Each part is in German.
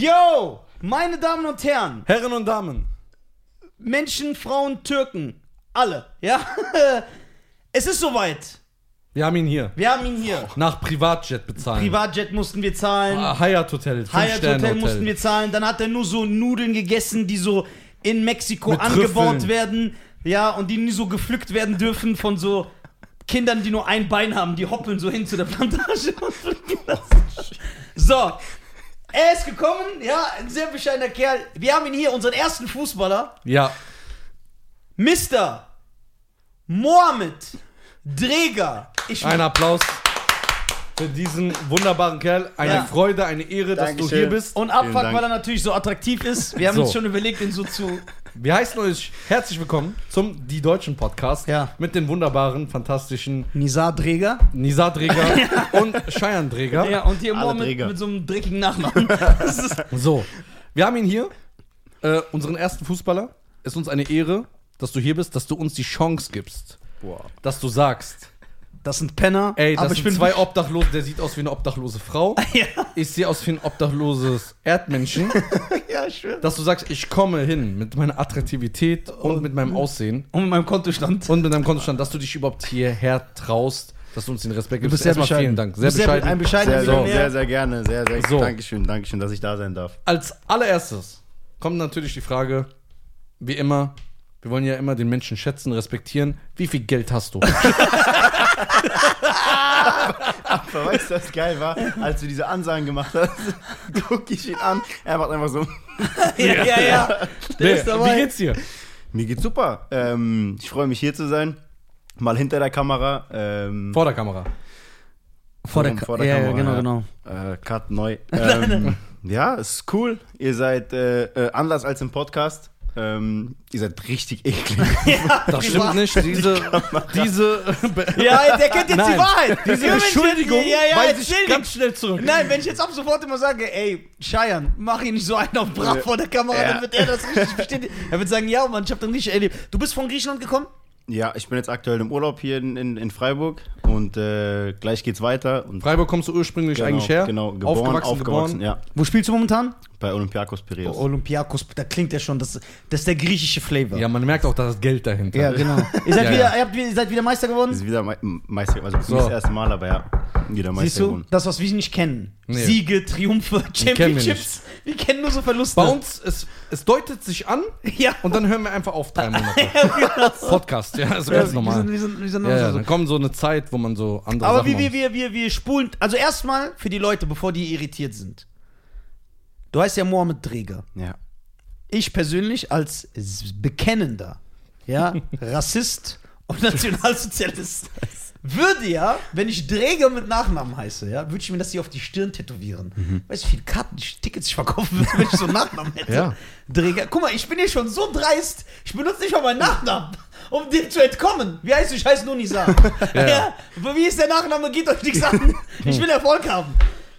Yo, meine Damen und Herren, Herren und Damen. Menschen, Frauen, Türken, alle, ja? Es ist soweit. Wir haben ihn hier. Wir haben ihn hier. Nach Privatjet bezahlen. Privatjet mussten wir zahlen, Ah, Hyatt Hotel. fünf Hyatt Sterne Hotel mussten wir zahlen, dann hat er nur so Nudeln gegessen, die so in Mexiko Mit angebaut Trüffeln. werden, ja, und die nie so gepflückt werden dürfen von so Kindern, die nur ein Bein haben, die hoppeln so hin zu der Plantage und pflücken das. So, er ist gekommen, ja, ein sehr bescheidener Kerl. Wir haben ihn hier, unseren ersten Fußballer. Ja. Mr. Mohamed Dreger. Ich Ein Applaus für diesen wunderbaren Kerl. Eine Ja. Freude, eine Ehre, dass du Dankeschön. hier bist. und Vielen Abfuck, Dank. weil er natürlich so attraktiv ist. Wir haben So. uns schon überlegt, ihn so zu. Wir heißen euch herzlich willkommen zum Die Deutschen Podcast Ja. mit den wunderbaren, fantastischen Nizar Dreger. Nizar Dreger und Cheyenne Dreger. Ja, und hier Alle Mohamed Dreger. mit so einem dreckigen Nachnamen. Das ist, So, wir haben ihn hier, äh, unseren ersten Fußballer. Ist uns eine Ehre, dass du hier bist, dass du uns die Chance gibst, Boah. dass du sagst, das sind Penner. ey, das aber ich sind bin zwei Obdachlose, der sieht aus wie eine obdachlose Frau, Ja, ich sehe aus wie ein obdachloses Erdmenschen, ja, schön. dass du sagst, ich komme hin mit meiner Attraktivität und mit hm. meinem Aussehen Und mit meinem Kontostand. und mit deinem Kontostand, dass du dich überhaupt hierher traust, dass du uns den Respekt gibst. bist sehr bescheiden. vielen Dank. Du Sehr bist sehr bescheiden. ein bescheidener Sehr, So. sehr, Millionär. sehr, sehr gerne. Sehr, sehr So. Dankeschön, Dankeschön, dass ich da sein darf. Als allererstes kommt natürlich die Frage, wie immer, wir wollen ja immer den Menschen schätzen, respektieren. Wie viel Geld hast du? Aber weißt du, was geil war? Als du diese Ansagen gemacht hast, guck ich ihn an. Er macht einfach so: Ja, ja, ja. Der Nee, ist dabei. Wie geht's dir? Mir geht's super. Ähm, ich freue mich, hier zu sein. Mal hinter der Kamera. Ähm, Vor der Kamera. Vor der, Vor- Ka- vor der ja, Kamera, Ja, genau, ja. genau. äh, Cut neu. Ähm, ja, ist cool. Ihr seid äh, äh, anders als im Podcast. Ähm, ihr seid richtig eklig. Das stimmt nicht. Diese, diese, Ja, der kennt jetzt die Nein, Wahrheit. diese Ja, Mensch, Beschuldigung ja, ja, weise ich erzähl ganz schnell zurück. Nein, wenn ich jetzt ab sofort immer sage, ey, Scheiern, mach ihn nicht so einen auf Brav vor der Kamera, Ja. dann wird er das richtig bestätigen. Er wird sagen, ja, Mann, ich hab dann richtig erlebt. Du bist von Griechenland gekommen? ja, ich bin jetzt aktuell im Urlaub hier in, in, in Freiburg und äh, gleich geht's weiter. Und Freiburg kommst du ursprünglich genau, eigentlich her. Genau, geboren, aufgewachsen, aufgewachsen, geboren. Oh, ja. Wo spielst du momentan? Bei Olympiakos Piraeus. Olympiakos, da klingt ja schon, das, das ist der griechische Flavor. Ja, man merkt auch, da ist Geld dahinter. Ja, genau. ihr, seid Ja, wieder, ja. Ihr, habt, ihr seid wieder Meister Ist geworden? wieder Me- Meister, also So. nicht das erste Mal, aber ja, wieder Meister Siehst du, geworden. das, was wir nicht kennen. Nee. Siege, Triumphe, kennen wir Championships. Wir, kennen nur so Verluste. Bei uns, es, es deutet sich an Ja. und dann hören wir einfach auf drei Monate. Podcast, ja, ist Wir ganz sind, wir sind, normal. wir sind, wir sind Ja, ja, so. dann kommt so eine Zeit, wo man so andere Aber Sachen wie wir, macht. wir, wir, wir spulen. Also erstmal für die Leute, bevor die irritiert sind. Du heißt ja Mohammed Dreger. Ja. Ich persönlich als s- bekennender ja, Rassist und Nationalsozialist würde ja, wenn ich Dreger mit Nachnamen heiße, ja, würde ich mir das hier auf die Stirn tätowieren. Mhm. Weißt du, wie viele Karten, Tickets ich verkaufen würde, wenn ich so einen Nachnamen hätte? Ja. Dreger. Guck mal, ich bin hier schon so dreist, ich benutze nicht mal meinen Nachnamen, um dem zu entkommen. Wie heißt du? Ich heiße nur Nisa. ja. Ja. aber Wie ist der Nachname? Geht euch nichts an. Ich will Erfolg haben.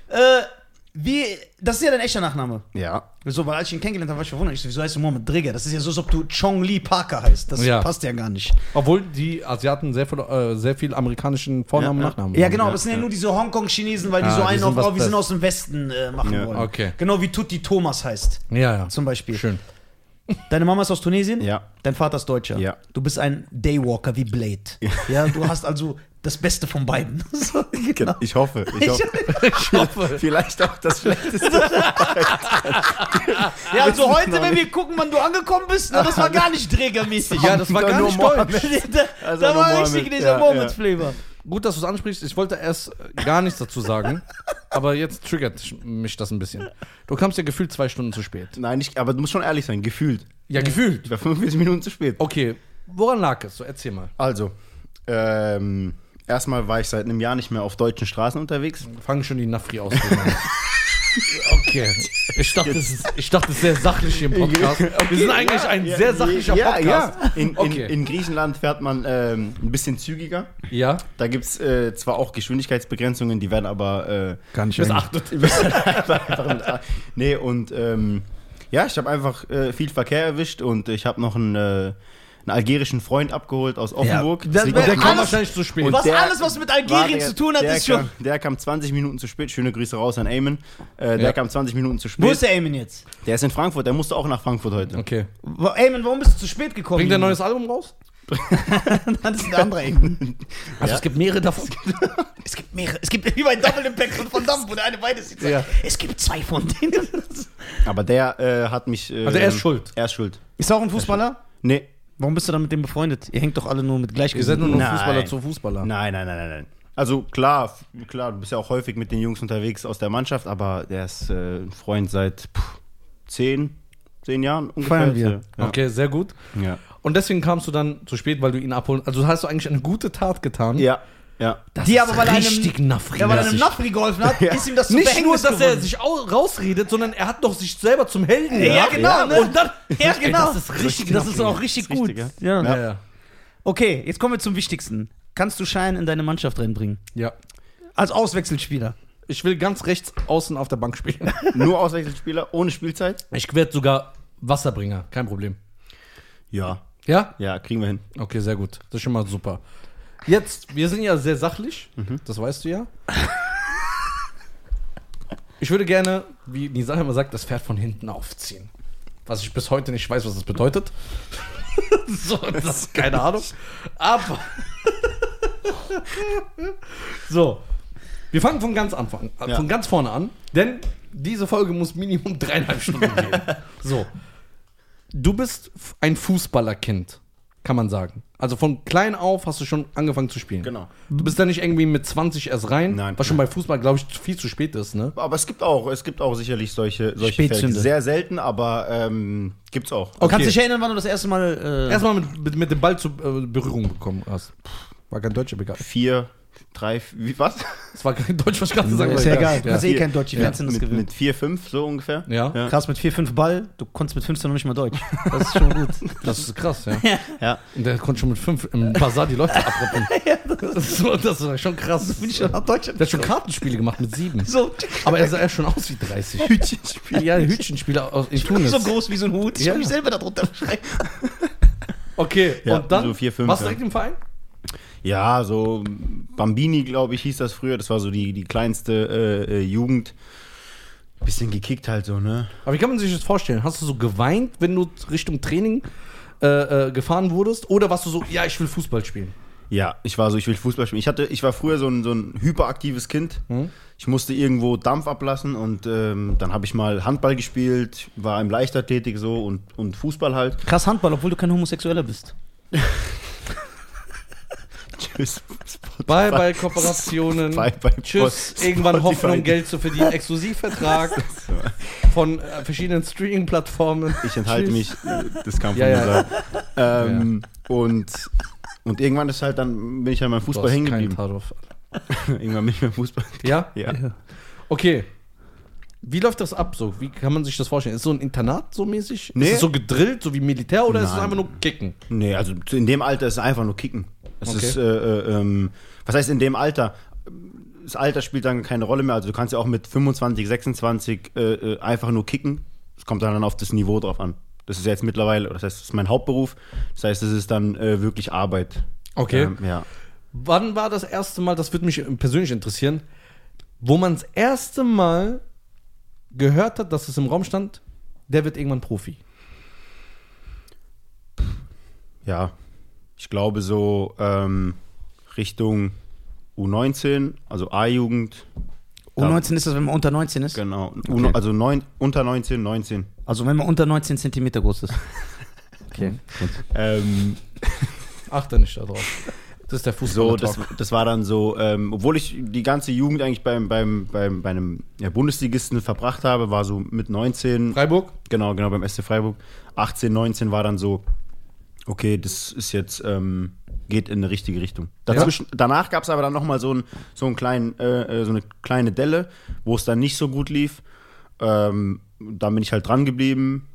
Äh, wie, das ist ja dein echter Nachname. Ja. So, weil als ich ihn kennengelernt habe, war ich verwundert. Ich so, wieso heißt du Mohammed Drigger? Das ist ja so, als ob du Chong Lee Parker heißt. Das Ja. passt ja gar nicht. Obwohl die Asiaten sehr viel, äh, sehr viel amerikanischen Vornamen und Ja, ja. Nachnamen Ja, haben. genau, aber es sind ja, nur diese Hongkong-Chinesen, weil die Ah, so die einen sind auf, was oh, wir sind Best- aus dem Westen äh, machen Ja, wollen. okay. Genau wie Tutti Thomas heißt, Ja, ja. genau. zum Beispiel. Schön. Deine Mama ist aus Tunesien? Ja. Dein Vater ist Deutscher? Ja. Du bist ein Daywalker wie Blade. Ja, du hast also das Beste von beiden. So, genau. Ich hoffe. Ich hoffe. Ich hoffe. Vielleicht auch das Schlechteste. Ja, also heute, wenn wir gucken, wann du angekommen bist, na, das war gar nicht trägermäßig. Ja, das war Doch gar nur nicht Mohammed. deutsch. da, Also da war normal richtig mit- dieser ja, Moment-Flavor. Gut, dass du es ansprichst. Ich wollte erst äh, gar nichts dazu sagen, aber jetzt triggert mich das ein bisschen. Du kamst ja gefühlt zwei Stunden zu spät. Nein, nicht, aber du musst schon ehrlich sein, gefühlt. Ja, gefühlt. Ich war 45 Minuten zu spät. Okay, woran lag es? So, erzähl mal. Also, ähm, erstmal war ich seit einem Jahr nicht mehr auf deutschen Straßen unterwegs. Fangen schon die Nafri aus. Okay. Ich dachte, es ist, ich dachte, es ist sehr sachlich hier im Podcast. Wir sind eigentlich ein sehr sachlicher ja, Podcast. Ja. In, in, Okay. in Griechenland fährt man ähm, ein bisschen zügiger. Ja. Da gibt es äh, zwar auch Geschwindigkeitsbegrenzungen, die werden aber äh, Gar nicht missachtet. einfach mit A. Nee, und ähm, ja, ich habe einfach äh, viel Verkehr erwischt und ich habe noch einen äh, einen algerischen Freund abgeholt aus Offenburg. Das Deswegen- wär- Der kam Alles- wahrscheinlich zu spät. Und was der- alles, was mit Algerien Warte, zu tun hat, der ist kam, schon. Der kam 20 Minuten zu spät. Schöne Grüße raus an Eamon. Äh, der Ja. kam 20 Minuten zu spät. Wo ist der Eamon jetzt? Der ist in Frankfurt, der musste auch nach Frankfurt heute. Okay. Wo- Eamon, warum bist du zu spät gekommen? Bringt er ein neues Album raus? Das ist ein anderer Eamon. Also es gibt mehrere davon. Es gibt mehrere. Es gibt wie bei Double Impact von Van Damme, wo der eine beides sieht. Ja. Es gibt zwei von denen. Aber der äh, hat mich. Äh, Also ähm, er ist schuld. Er ist schuld. Ist auch ein Fußballer? Nee. Warum bist du dann mit dem befreundet? Ihr hängt doch alle nur mit Ihr seid Gleichgesinnten. nur noch Nein. Fußballer zu Fußballer. Nein, nein, nein, nein, nein. Also klar, f- klar, du bist ja auch häufig mit den Jungs unterwegs aus der Mannschaft, aber der ist äh, ein Freund seit pff, zehn, zehn Jahren ungefähr. Feiern wir. Ja. Okay, sehr gut. Ja. Und deswegen kamst du dann zu spät, weil du ihn abholen. Also hast du eigentlich eine gute Tat getan. ja, ja. Das Die ist aber, weil er einem- richtig nafri. Ja, weil er mäßig. einem Napri geholfen hat, ist ihm das zu Nicht nur, Verhängnis dass er geworden. sich au- rausredet, sondern er hat doch sich selber zum Helden Ja, gemacht. genau, ne? Und dann. Ja, genau. Ey, das ist richtig. das ist knapp, auch richtig Das ist gut. richtig, ja. Ja, ja. Okay, jetzt kommen wir zum Wichtigsten. Kannst du Schein in deine Mannschaft reinbringen? ja. Als Auswechselspieler. Ich will ganz rechts außen auf der Bank spielen. Nur Auswechselspieler, ohne Spielzeit? Ich werde sogar Wasserbringer, kein Problem. Ja. Ja? Ja, kriegen wir hin. Okay, sehr gut. Das ist schon mal super. Jetzt, wir sind ja sehr sachlich, das weißt du ja. Ich würde gerne, wie die Sache immer sagt, das Pferd von hinten aufziehen. Was ich bis heute nicht weiß, was das bedeutet. so, das ist keine Ahnung. Aber. so. Wir fangen von ganz Anfang, äh, Ja. von ganz vorne an, denn diese Folge muss Minimum dreieinhalb Stunden gehen. So. Du bist f- ein Fußballerkind, kann man sagen. Also von klein auf hast du schon angefangen zu spielen. Genau. Du bist da nicht irgendwie mit 20 erst rein, Nein. was schon bei Fußball, glaube ich, viel zu spät ist, ne? Aber es gibt auch, es gibt auch sicherlich solche, solche Fälle. Spätzünde. Sehr selten, aber ähm, gibt's auch. Okay. Kannst du dich erinnern, wann du das erste Mal. Äh, Erstmal mit, mit, mit dem Ball zu äh, Berührung bekommen hast. War kein Deutscher bekannt. Vier, drei, f- wie, was? Es war kein Deutsch, was ich gerade gesagt ist habe. ja egal. Du Ja. hast eh kein Deutsch, die Fans sind das mit, gewöhnt. mit vier, fünf, so ungefähr. Ja. Ja. Krass, mit 4-5 Ball, du konntest mit 15 noch nicht mal Deutsch. Das ist schon gut. Das ist krass, ja. ja. Und der konnte schon mit fünf im Bazar die Leute abrappen. so, das war schon krass. Bin ich schon nach Deutschland? Der hat schon Kartenspiele gemacht mit sieben. so, Aber er sah ja schon aus wie 30. Hütchenspieler. Ja, Hütchenspieler aus in Tunis. so groß wie so ein Hut. Ich Ja. kann mich selber darunter beschreiben. Okay, Ja, und dann so vier, fünf, warst du ja. direkt im Verein? Ja, so Bambini, glaube ich, hieß das früher. Das war so die, die kleinste äh, äh, Jugend. Bisschen gekickt halt so, ne? Aber wie kann man sich das vorstellen? Hast du so geweint, wenn du Richtung Training äh, äh, gefahren wurdest? Oder warst du so, ja, ich will Fußball spielen? Ja, ich war so, ich will Fußball spielen. Ich, hatte, ich war früher so ein, so ein hyperaktives Kind. Hm? Ich musste irgendwo Dampf ablassen und ähm, dann habe ich mal Handball gespielt, war im Leichtathletik so und, und Fußball halt. Krass Handball, obwohl du kein Homosexueller bist. Tschüss. Bye, bye, Kooperationen. Bye, bye, Hm? Tschüss. Post- Irgendwann Spotify. Hoffnung, Geld zu verdienen. Exklusivvertrag von äh, verschiedenen Streaming-Plattformen. Ich enthalte Tschüss. mich, äh, das kam von Ja, mir ja. selber. Ähm, Und, und irgendwann ist halt dann, bin ich an meinem Du Fußball hast hängen keinen geblieben. Tatort. Irgendwann bin ich beim Fußball. Ja? Ja. Okay. Wie läuft das ab so? Wie kann man sich das vorstellen? Ist so ein Internat so mäßig? Nee. Ist es so gedrillt, so wie Militär oder ist es Nein. einfach nur Kicken? Nee, also in dem Alter ist es einfach nur kicken. Es Okay. ist, äh, äh, ähm, was heißt in dem Alter? Das Alter spielt dann keine Rolle mehr. Also du kannst ja auch mit 25, 26 äh, äh, einfach nur kicken. Es kommt dann auf das Niveau drauf an. Das ist jetzt mittlerweile, das heißt, das ist mein Hauptberuf. Das heißt, es ist dann äh, wirklich Arbeit. Okay. Ähm, ja. Wann war das erste Mal, das würde mich persönlich interessieren, wo man das erste Mal gehört hat, dass es im Raum stand, der wird irgendwann Profi. Ja. Ich glaube so ähm, Richtung U19, also A-Jugend. U19 Um ist das, wenn man unter 19 ist? Genau. U also neun, unter 19, 19. Also wenn man unter 19 Zentimeter groß ist. Okay. Ähm, Achte nicht darauf. Das ist der Fußball. So, das, das war dann so, ähm, obwohl ich die ganze Jugend eigentlich beim, beim, beim, bei einem ja, Bundesligisten verbracht habe, war so mit 19, Freiburg? genau, genau, beim SC Freiburg, 18, 19 war dann so, okay, das ist jetzt, ähm, geht in eine richtige Richtung. Dazwischen, Danach gab es aber dann nochmal so, ein, so, einen kleinen, äh, äh, so eine kleine Delle, wo es dann nicht so gut lief. Ähm, dann bin ich halt dran geblieben.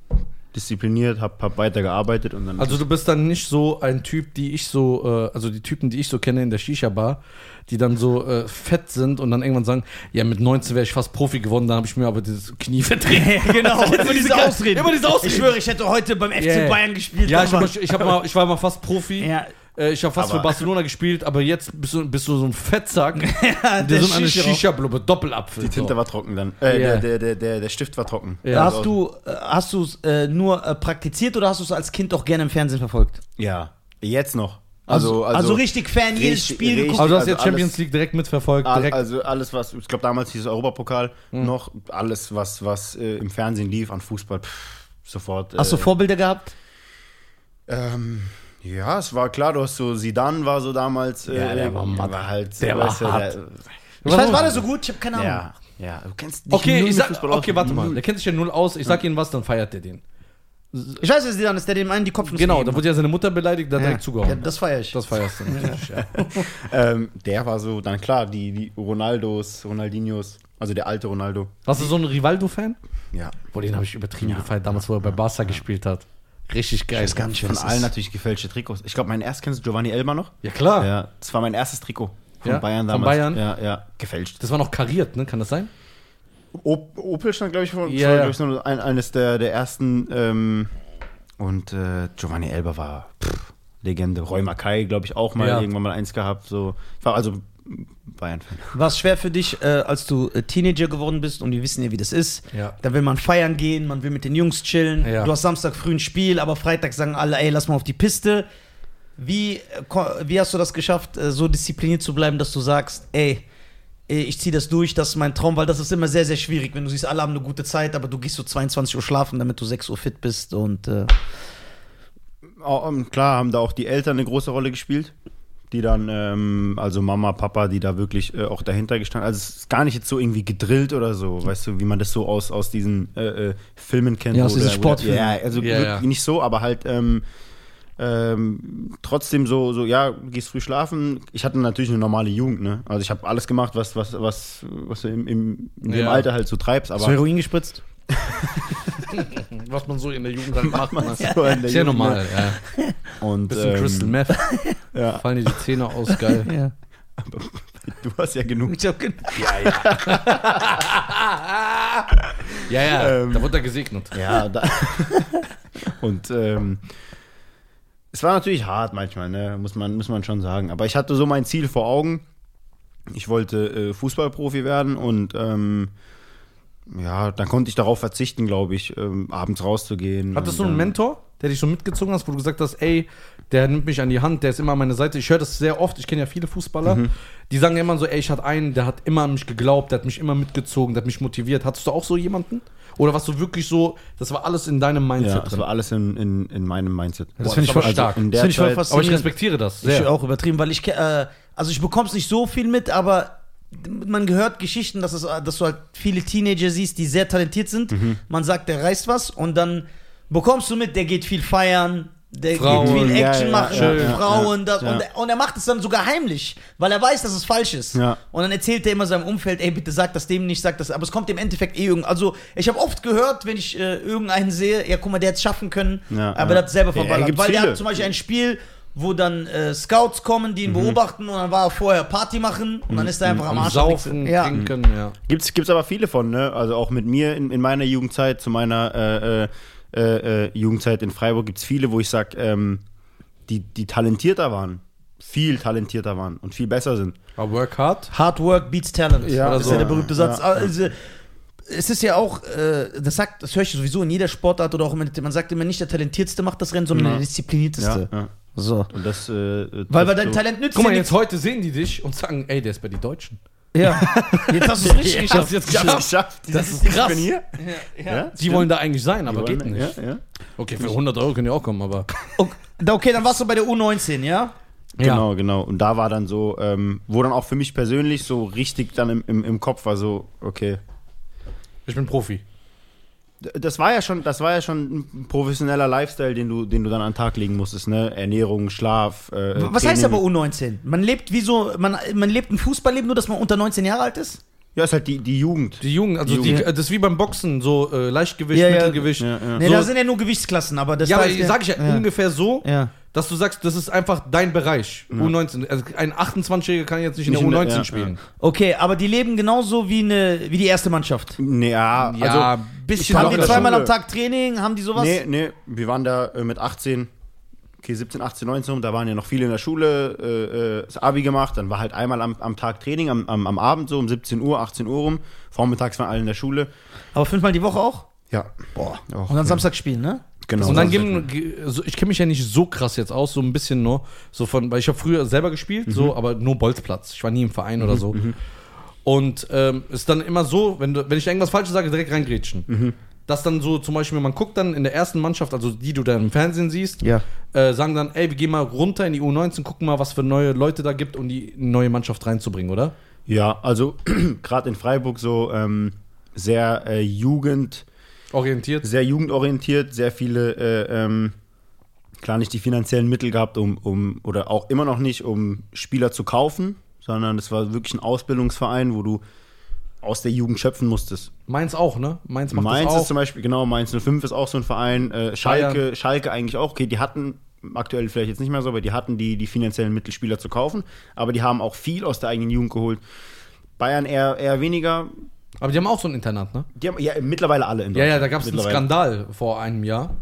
diszipliniert, hab, hab weitergearbeitet und dann. Also du bist dann nicht so ein Typ, die ich so, äh, also die Typen, die ich so kenne in der Shisha-Bar, die dann so äh, fett sind und dann irgendwann sagen, ja mit 19 wäre ich fast Profi geworden, dann habe ich mir aber das Knie verdreht. genau, immer diese ganze- Ausreden. immer diese Ausreden. Ich schwöre, ich hätte heute beim FC Yeah. Bayern gespielt. ja, ich, hab aber- mal- ich, hab mal, ich war mal fast Profi. Ja. Äh, Ich habe fast Aber- für Barcelona gespielt, aber jetzt bist du, bist du so ein Fettsack, der, der so eine Shisha- Shisha-Blubbe, Doppelapfel. die Tinte so. war trocken dann. Äh, Ja. der, der, der, der, der Stift war trocken. Ja. hast du äh, hast du es äh, nur äh, praktiziert oder hast du es als Kind auch gerne im Fernsehen verfolgt? Ja. Jetzt noch. also, richtig Fan jedes richtig- Spiel geguckt. richtig- Also du hast Also jetzt Champions alles- League direkt mitverfolgt, Al- direkt. Hm. Also alles, was, ich glaube damals hieß es Europapokal noch, alles, was, was äh, im Fernsehen lief an Fußball, pff, sofort. Äh, Hast du Vorbilder gehabt? Ähm, ja, es war klar, du hast so, Sidan war so damals. Äh, Ja, der war matt. halt, Der war weißt du, hart. Ich weiß, war der so gut? Ich habe keine der, Ahnung. ja, ja, du kennst dich okay, null ich mit sag, Fußball aus. okay, warte mal, Null. der kennt sich ja null aus, ich sag Ihnen was, dann feiert der den. Ich weiß, dass dann ist der dem einen die Kopfnuss Genau, da gegeben wurde ja seine Mutter beleidigt, da hat. direkt ne? ja, zugehauen. das feiere ich. Das feierst du natürlich, ja. Ähm, der war so, dann klar, die, die Ronaldos, Ronaldinhos, also der alte Ronaldo. Warst du so ein Rivaldo-Fan? Ja. Boah, den habe ich übertrieben gefeiert, damals, wo er bei Barca gespielt hat. Richtig geil. nicht, Von allen natürlich gefälschte Trikots. Ich glaube, mein erst kennst du Giovanni Elber noch? Ja, klar. Ja, Ah, das war mein erstes Trikot von Ja, Bayern von damals. Bayern? Ja, ja, gefälscht. Das war noch kariert, ne? Kann das sein? Op Opel stand, glaube ich, von, Ja, war, ja. glaub ich, so ein, eines der, der ersten. Ähm, und äh, Giovanni Elber war pff, Legende. Roy Mackay, glaube ich, auch mal Ja. irgendwann mal eins gehabt. So. Ich war also Bayern-Fan. War es schwer für dich, äh, als du äh, Teenager geworden bist und wir wissen ja, wie das ist. Ja. Da will man feiern gehen, man will mit den Jungs chillen. Ja. Du hast Samstag früh ein Spiel, aber Freitag sagen alle, ey, lass mal auf die Piste. Wie, äh, ko- wie hast du das geschafft, äh, so diszipliniert zu bleiben, dass du sagst, ey, äh, ich ziehe das durch, das ist mein Traum, weil das ist immer sehr, sehr schwierig, wenn du siehst, alle haben eine gute Zeit, aber du gehst so 22 Uhr schlafen, damit du 6 Uhr fit bist und äh, Au- ähm, klar haben da auch die Eltern eine große Rolle gespielt, die dann, ähm, also Mama, Papa, die da wirklich äh, auch dahinter gestanden. Also es ist gar nicht jetzt so irgendwie gedrillt oder so, weißt du, wie man das so aus, aus diesen äh, äh, Filmen kennt. Ja, aus wo diesen der- wo der- Sportfilmen. Ja, also Ja, wirklich ja. nicht so, aber halt ähm, ähm, trotzdem so, so, ja, gehst früh schlafen. Ich hatte natürlich eine normale Jugend, ne? Also ich habe alles gemacht, was, was, was, was du im, im, in dem Ja. Alter halt so treibst, hast du aber Heroin gespritzt? Was man so in der Jugend halt macht. Ne? so in der Ist ja Jugend, ne? normal, ja. Und, Bisschen ähm, Crystal Meth, ja. fallen dir die Zähne aus, geil. Ja. Du hast ja genug Ich hab gen- Ja, ja, Ähm. da wurde er gesegnet. Ja, da und ähm, es war natürlich hart manchmal, ne? muss, man, muss man schon sagen. Aber ich hatte so mein Ziel vor Augen. Ich wollte äh, Fußballprofi werden und ähm, ja, dann konnte ich darauf verzichten, glaube ich, ähm, abends rauszugehen. Hattest du Und, einen ähm, Mentor, der dich so mitgezogen hast, wo du gesagt hast, ey, der nimmt mich an die Hand, der ist immer an meiner Seite. Ich höre das sehr oft, ich kenne ja viele Fußballer, die sagen ja immer so, ey, ich hatte einen, der hat immer an mich geglaubt, der hat mich immer mitgezogen, der hat mich motiviert. Hattest du auch so jemanden? Oder warst du wirklich so, das war alles in deinem Mindset Ja, das drin? war alles in, in, in meinem Mindset. das finde ich voll Also stark. in Das der finde ich voll Zeit- fast- Aber ich respektiere das sehr. Ich auch übertrieben, weil ich, ke- äh, also ich bekomme es nicht so viel mit, aber man gehört Geschichten, dass, es, äh, dass du halt viele Teenager siehst, die sehr talentiert sind. Mhm. Man sagt, der reißt was und dann bekommst du mit, der geht viel feiern, der Frauen, geht viel ja, Action ja, machen, ja, ja, Frauen, ja, das, ja. Und, und er macht es dann sogar heimlich, weil er weiß, dass es falsch ist. Ja. Und dann erzählt er immer seinem Umfeld, ey, bitte sag das dem nicht, sag das, aber es kommt im Endeffekt eh irgend. Also ich habe oft gehört, wenn ich äh, irgendeinen sehe, ja guck mal, der hätte es schaffen können, Ja, aber ja. der hat selber Ja, verballert. gibt's weil der viele. hat zum Beispiel ein Spiel, wo dann äh, Scouts kommen, die ihn Mhm. beobachten und dann war er vorher Party machen und dann ist er einfach am Am Arsch. Mhm. Saufen, ja. trinken, ja. Gibt's, gibt's aber viele von, ne? Also auch mit mir in, in meiner Jugendzeit, zu meiner äh, äh, äh, äh, Jugendzeit in Freiburg gibt's viele, wo ich sag, ähm, die, die talentierter waren, viel talentierter waren und viel besser sind. Aber work hard. Hard work beats talent. Ja, das ist so. ja der berühmte Ja, Satz. ja. Also, es ist ja auch, äh, das sagt, das höre ich sowieso in jeder Sportart oder auch immer, man sagt immer nicht, der Talentiertste macht das Rennen, sondern Ja. der Disziplinierteste. ja. So. Und das. Äh, äh, Weil bei trifft deinem so- Talent nützt Guck mal, dir jetzt heute sehen die dich und sagen, ey, der ist bei den Deutschen. nichts. Ja. Jetzt hast du es richtig Ja, geschafft. hast du jetzt Ja, geschafft. geschafft. Das ist krass. Ich bin hier. Ja. Ja, Die wollen da eigentlich sein, aber Die geht wollen- nicht. Ja, ja. Okay, für 100 Euro können die auch kommen, aber. Okay, okay, dann warst du bei der U19, ja? Genau, genau. Und da war dann so, ähm, wo dann auch für mich persönlich so richtig dann im, im, im Kopf war so, okay, Ich bin Profi. Das war ja schon, das war ja schon ein professioneller Lifestyle, den du, den du dann an den Tag legen musstest, ne? Ernährung, Schlaf. Äh, Was heißt aber U19? Man lebt wie so, man, man lebt ein Fußballleben, nur dass man unter 19 Jahre alt ist? Ja, ist halt die, die Jugend. Die Jugend, also die, Jugend. das ist wie beim Boxen, so äh, Leichtgewicht, Ja, ja. Mittelgewicht. Ja, ja. Nee, So- da sind ja nur Gewichtsklassen, aber das Ja, aber heißt sag ich ja, ungefähr so, Ja. dass du sagst, das ist einfach dein Bereich. U19. Also ein 28-Jähriger kann jetzt nicht in der Nicht in der- U19 ja, spielen. Okay, aber die leben genauso wie, eine, wie die erste Mannschaft. Nee, ja, Ja, also. bisschen Haben doch, die das locker. zweimal Schule. am Tag Training? Haben die sowas? Nee, nee, wir waren da äh, mit 18, okay, 17, 18, 19 rum, da waren ja noch viele in der Schule, äh, äh, das Abi gemacht, dann war halt einmal am, am Tag Training, am, am, am Abend so um 17 Uhr, 18 Uhr rum, vormittags waren alle in der Schule. Aber fünfmal die Woche auch? Ja, Boah. Och, Und dann Samstag spielen, ne? genau. Und dann Das- geben, ge- so, ich kenne mich ja nicht so krass jetzt aus, so ein bisschen nur, so von, weil ich habe früher selber gespielt, Mhm. so, aber nur Bolzplatz. Ich war nie im Verein oder so. Und ähm, ist dann immer so, wenn, du, wenn ich irgendwas Falsches sage, direkt reingrätschen. Mhm. Dass dann so zum Beispiel, man guckt dann in der ersten Mannschaft, also die du dann im Fernsehen siehst, Ja. äh, sagen dann, ey, wir gehen mal runter in die U19, gucken mal, was für neue Leute da gibt, um die neue Mannschaft reinzubringen, oder? Ja, also gerade in Freiburg so ähm, sehr äh, Jugend, Orientiert. sehr jugendorientiert, sehr viele, äh, ähm, klar nicht die finanziellen Mittel gehabt, um, um, oder auch immer noch nicht, um Spieler zu kaufen, sondern es war wirklich ein Ausbildungsverein, wo du aus der Jugend schöpfen musstest. Mainz auch, ne? Mainz macht Mainz das auch. ist zum Beispiel, genau, Mainz 05 ist auch so ein Verein. Äh, Schalke, Schalke eigentlich auch. Okay, die hatten aktuell vielleicht jetzt nicht mehr so, aber die hatten die, die finanziellen Mittel, Spieler zu kaufen. Aber die haben auch viel aus der eigenen Jugend geholt. Bayern eher, eher weniger. aber die haben auch so ein Internat, ne? Die haben ja mittlerweile alle in Ja, Deutschland. ja, da gab es einen Mittlerweile. Skandal vor einem Jahr,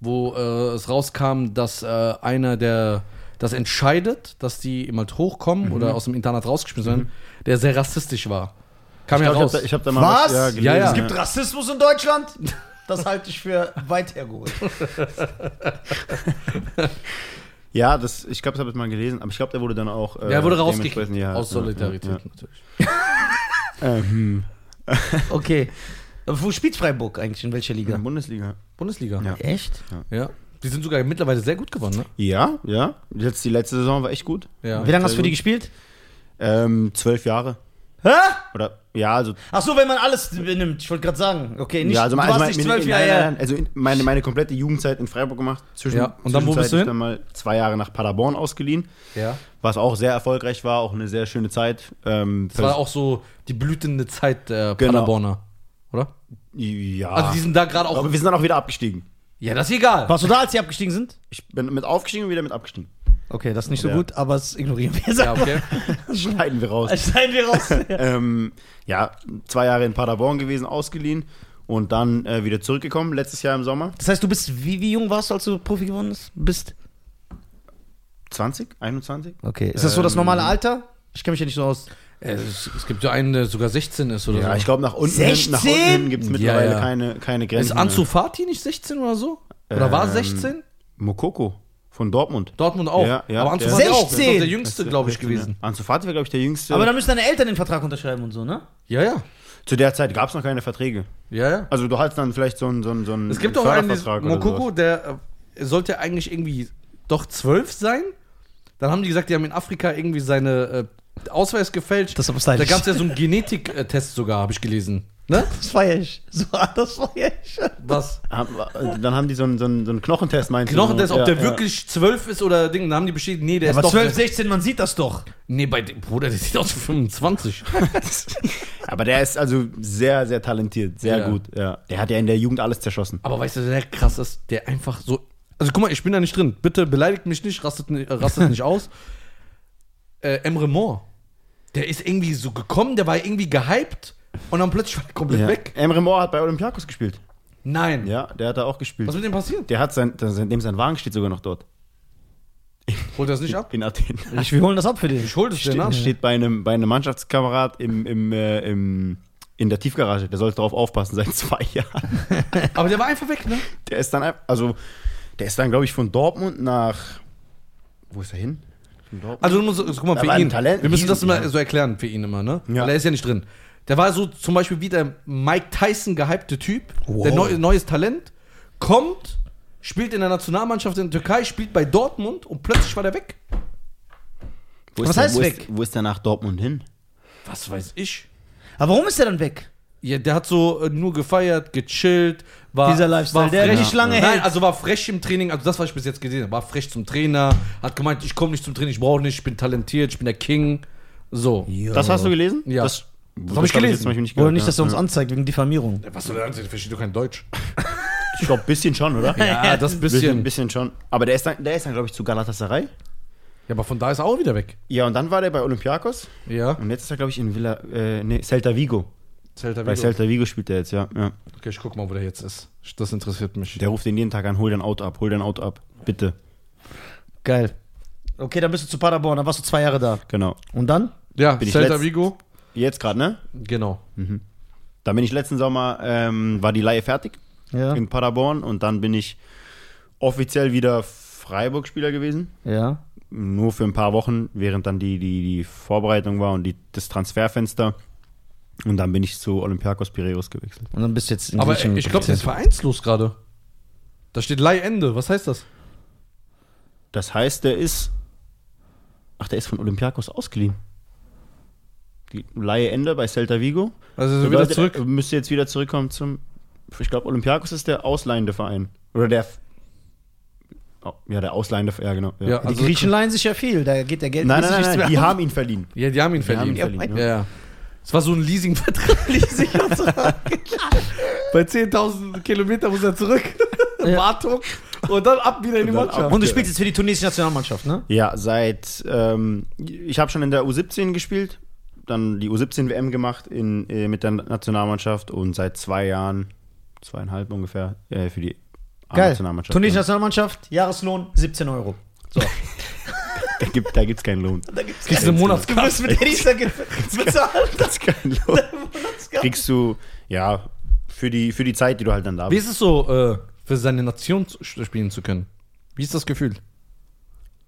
wo äh, es rauskam, dass äh, einer, der das entscheidet, dass die immer halt Mhm. hochkommen oder aus dem Internat rausgeschmissen werden, der sehr rassistisch war. Kam ja Ich, glaub, ich hab raus. da- ich hab da mal was, Was? gelesen, Ja, ja. Es gibt Rassismus in Deutschland? Das halte ich für weit hergeholt. Ja, das, ich glaube, das habe ich mal gelesen, aber ich glaube, der wurde dann auch. äh, ja, wurde rausgekickt. dementsprechend- ja, aus ja, Solidarität ja, natürlich. ja. Ähm, Okay. Aber Wo spielt Freiburg eigentlich? In welcher in der Liga? Bundesliga. Bundesliga. Ja. Ja. Echt? Die sind sogar mittlerweile sehr gut geworden, ne? Ja, ja. Jetzt, die letzte Saison war echt gut. Ja. Wie lange hast du für die gut. gespielt? Ähm, zwölf Jahre. Hä? Oder ja, also Äh, Ach so, wenn man alles nimmt. Ich wollte gerade sagen. Okay, nicht, ja, also, du also warst mein- nicht mein- zwölf nein, Jahre. nein, her. nein, Also in- meine, meine komplette Jugendzeit in Freiburg gemacht. Zwischen, Ja, und dann wo bist du zwischenzeitlich hin? dann mal zwei Jahre nach Paderborn ausgeliehen, ja. was auch sehr erfolgreich war, auch eine sehr schöne Zeit. Ähm, Das war auch so die blütende Zeit der Genau. Paderborner, oder? ja. Also die sind da gerade auch. aber wir sind dann auch wieder abgestiegen. Ja, das ist egal. Warst du da, als die abgestiegen sind? Ich bin mit aufgestiegen und wieder mit abgestiegen. Okay, das ist nicht so Ja. gut, aber es ignorieren wir. Ja, okay. Schneiden wir raus. Schneiden wir raus. ähm, ja, zwei Jahre in Paderborn gewesen, ausgeliehen und dann äh, wieder zurückgekommen, letztes Jahr im Sommer. Das heißt, du bist, wie, wie jung warst du, als du Profi geworden bist- bist? 20, 21? Okay. Ist das so das Ähm, normale Alter? Ich kenne mich ja nicht so aus. es, es gibt ja einen, der sogar 16 ist oder so. Ja, ich glaube, nach unten hin, nach unten 16? hin gibt es mittlerweile Ja, ja. Keine, keine Grenzen. Ist mehr. Ansu Fati nicht 16 oder so? Oder Ähm, war 16? Mokoko von Dortmund. Dortmund auch. ja, ja, aber Ansu der- Fati auch. Das ist doch 16. der jüngste, glaube ich, gewesen. ne? Ansu Fati war, glaube ich, der jüngste. Aber da müssen deine Eltern den Vertrag unterschreiben und so, ne? Ja, ja. Zu der Zeit gab es noch keine Verträge. Ja, ja. Also du hattest dann vielleicht so einen, so einen, so einen Es gibt auch einen, Fördervertrag oder Mokoko, sowas. der äh, sollte eigentlich irgendwie doch 12 sein. Dann haben die gesagt, die haben in Afrika irgendwie seine äh, Ausweis gefälscht. Das ist aber da stylisch. gab es ja so einen Genetiktest sogar, habe ich gelesen. Ne? Das feier ich. So, das feier ich. Was? Ah, äh, Dann haben die so einen, so einen, so einen Knochentest, meinst Knochentest, du? ob Ja, der wirklich 12 ist oder Ding. Dann haben die bestätigt, nee, der Aber ist doch. 12, 16, man sieht das doch. nee, bei dem Bruder, der sieht aus wie 25. Ja. Aber der ist also sehr, sehr talentiert, sehr Ja. gut. Ja. Der hat ja in der Jugend alles zerschossen. Aber weißt du, der krass ist, der einfach so. Also guck mal, ich bin da nicht drin. Bitte beleidigt mich nicht, rastet, ni- äh, rastet nicht aus. Äh, Emre Moore, der ist irgendwie so gekommen, der war irgendwie gehypt und dann plötzlich war er komplett Ja. weg. Emre Moore hat bei Olympiakos gespielt. Nein. Ja, der hat da auch Was gespielt. mit dem passiert? Der hat sein, der- sein, dem sein Wagen steht sogar noch dort. Holt das nicht ab? In Athen. Ich, wir holen das ab für den. Ich hol das denn ab. Steht, steht bei einem, bei einem Mannschaftskamerad im, im, äh, im, in der Tiefgarage. Der sollte drauf aufpassen seit zwei Jahren. Aber der war einfach weg, ne? Der ist dann, ein- also, der ist dann, glaube ich, von Dortmund nach. Wo ist er hin? Von Dortmund? Also, du musst, guck mal, war für ein ihn. Talent. wir müssen das Riesen- immer so erklären für ihn immer, ne? Ja. Weil er ist ja nicht drin. Der war so zum Beispiel wie der Mike Tyson gehypte Typ, Wow. der neu, neues Talent, kommt, spielt in der Nationalmannschaft in der Türkei, spielt bei Dortmund und plötzlich war der weg. wo was der, heißt wo weg? Ist, wo ist der nach Dortmund hin? Was weiß ich? Aber warum ist der dann weg? Ja, der hat so äh, nur gefeiert, gechillt, war. Dieser Lifestyle, war der frech. nicht lange Nein, hält. also war frech im Training, also das, was ich bis jetzt gesehen habe, war frech zum Trainer, hat gemeint, ich komme nicht zum Training, ich brauche nicht, ich bin talentiert, ich bin der King. So. Das hast du gelesen? Ja. Das Das hab ich hab gelesen. jetzt zum Beispiel nicht Oder gehört, nicht, ja. dass er uns anzeigt wegen Diffamierung. Was soll der ansehen? Ich verstehe doch kein Deutsch. Ich glaube, bisschen schon, oder? Ja, das Bisschen, bisschen. bisschen schon. Aber der ist dann, der ist dann glaube ich, zu Galatasaray. Ja, aber von da ist er auch wieder weg. Ja, und dann war der bei Olympiakos. Ja. Und jetzt ist er, glaube ich, in Villa, äh, nee, Celta Vigo. Celta Bei Vigo. Celta Vigo spielt er jetzt, ja. ja. Okay, ich guck mal, wo der jetzt ist. Das interessiert mich. Der ruft den jeden Tag an, hol dein Auto ab, hol dein Auto ab. Bitte. Geil. Okay, dann bist du zu Paderborn, dann warst du zwei Jahre da. Genau. Und dann? Ja, Bin ich Celta letzt- Vigo. Jetzt gerade, ne? Genau. Da bin ich letzten Sommer, ähm, war die Laie fertig Ja. in Paderborn und dann bin ich offiziell wieder Freiburg-Spieler gewesen. Ja. Nur für ein paar Wochen, während dann die, die, die Vorbereitung war und die, das Transferfenster. Und dann bin ich zu Olympiakos Piräus gewechselt. Und dann bist du jetzt in Aber Griechenland. ich glaube, der ist vereinslos gerade. Da steht Leihende. Was heißt das? Das heißt, der ist. Ach, der ist von Olympiakos ausgeliehen. Die Laie Ende bei Celta Vigo. Also ist er wieder Bedeutet, zurück. er Müsste jetzt wieder zurückkommen zum. Ich glaube, Olympiakos ist der ausleihende Verein. Oder der. Oh, ja, der ausleihende. Ja, genau. Ja, Die also- Griechen leihen sich ja viel, da geht der Geld nein, mäßig nein, nichts nein, nein. mehr Die auf. haben ihn verliehen. Ja, die haben ihn Die haben verliehen. ihn verliehen. ne? Ja, ja. ja. Es war so ein Leasingvertrag. Bei 10.000 Kilometer muss er zurück. Wartung. Und dann ab wieder in die Und dann Mannschaft. Und du spielst jetzt für die tunesische Nationalmannschaft, ne? Ja, seit. Ähm, ich habe schon in der U17 gespielt. Dann die U17-WM gemacht in, äh, mit der Nationalmannschaft und seit zwei Jahren, zweieinhalb ungefähr, äh, für die A-Nationalmannschaft. Tunesische Nationalmannschaft, Jahreslohn 17 Euro. So. Da gibt es da gibt's keinen Lohn. Da gibt's Kriegst du einen Monats- Du wirst mit Eddie Sack bezahlt. Das kein Lohn. Kriegst du, ja, für die, für die Zeit, die du halt dann da Wie bist. ist es so, äh, für seine Nation zu- spielen zu können? Wie ist das Gefühl?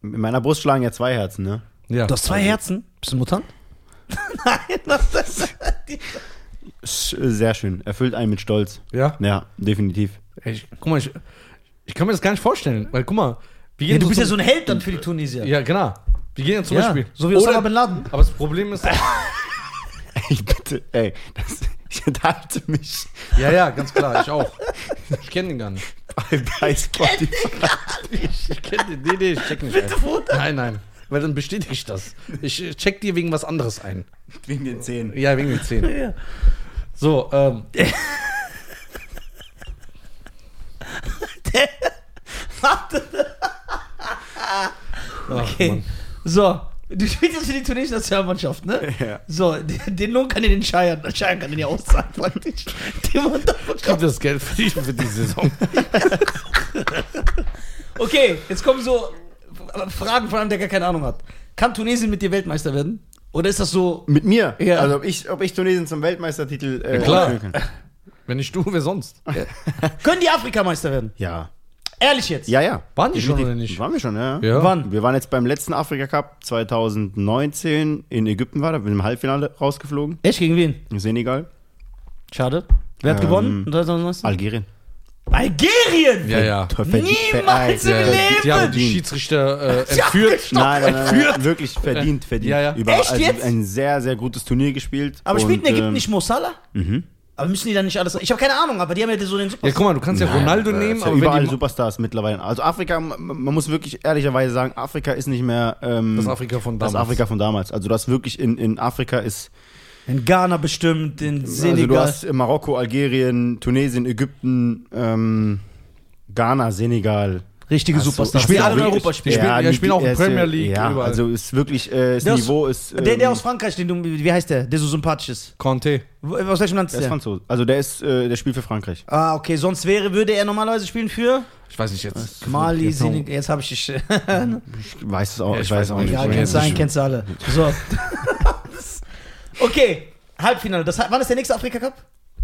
In meiner Brust schlagen ja zwei Herzen, ne? Ja. Du hast zwei Herzen. Bist du Mutant? Nein, das ist. Ist Sehr schön. Erfüllt einen mit Stolz. Ja. Ja, definitiv. Ey, ich, guck mal, ich, ich kann mir das gar nicht vorstellen, weil guck mal, wir gehen Ja, du so bist ja so zum- ein Held dann für die Tunesier. Ja, genau. Wir gehen ja zum Ja, Beispiel. so wie Osama Oder, Bin Laden. aber das Problem ist. Ich bitte, ey, das, ich enthalte mich ja, ja, ganz klar, ich auch. Ich kenne den gar nicht. bei, bei Spotify. Ich kenne den. Nee, nee, ich check nicht. Bitte, nein, nein. Weil dann bestätige ich das. Ich äh, check dir wegen was anderes ein. Wegen den Zähnen. Ja, wegen den Zähnen. Ja. So, ähm. Ach, Okay. Mann. So, du spielst jetzt für die tunesische Nationalmannschaft, ne? Ja. So, den den Lohn kann dir den Scheiern. Der Scheiern kann dir ja auszahlen, praktisch. Den man da Ich gebe das Geld für die, für die Saison. Okay, jetzt kommen so Fragen von einem, der gar keine Ahnung hat. Kann Tunesien mit dir Weltmeister werden? Oder ist das so. Mit mir? Ja. Also, ob ich, ob ich Tunesien zum Weltmeistertitel. Äh, Ja, klar. aufführen kann? Wenn nicht du, wer sonst? Können die Afrikameister werden? Ja. Ehrlich jetzt? Ja, ja. Waren die schon Definitiv. oder nicht? Waren wir schon, ja. Ja. Wann? Wir waren jetzt beim letzten Afrika Cup 2019 in Ägypten, war da, bin im Halbfinale rausgeflogen. Echt gegen wen? Senegal. Schade. Wer hat Ähm, gewonnen? in 2019? Algerien. Algerien! Ja, ja. Niemals im Leben! Die haben die Verdient. Schiedsrichter äh, entführt. also, genau. Nein, nein, nein, nein, wirklich verdient, verdient. Ja, ja. Überall- also Echt jetzt? ein sehr, sehr gutes Turnier gespielt. Aber spielt in Und, Ägypten ähm, Mhm. nicht Mo Salah? Aber müssen die dann nicht alles. Ich habe keine Ahnung, aber die haben ja so den Super. Ja, guck mal, du kannst ja Ronaldo äh, nehmen, ist ja aber überall wenn die, Superstars mittlerweile. Also Afrika, m- man muss wirklich ehrlicherweise sagen, Afrika ist nicht mehr ähm, das Afrika von das damals. Afrika von damals. Also das wirklich in, in Afrika ist, In Ghana bestimmt, in also Senegal. du hast äh, Marokko, Algerien, Tunesien, Ägypten, ähm, Ghana, Senegal. richtige Also, Superstars. spielen die alle in wirklich- Europa Die spielen. spielen- ja, die- spielen auch in äh, Premier League, Ja, überall. also ist wirklich, äh, das Der aus- Niveau ist... der, der ähm, aus Frankreich, den du, wie heißt der, der so sympathisch ist? Conte. Wo- Aus welchem Land ist der ist der? Franzose. Also der ist, äh, der spielt für Frankreich. Ah, okay, sonst wäre, würde er normalerweise spielen für Ich weiß nicht jetzt. Mali, Jetzt noch- Senegal. Jetzt habe ich dich. äh, Ich weiß es auch, Ja, ich, weiß auch nicht. Ja, Ich kennst du weiß einen, nicht. kennst du alle. So. okay, Halbfinale. Das, wann ist der nächste Afrika Cup?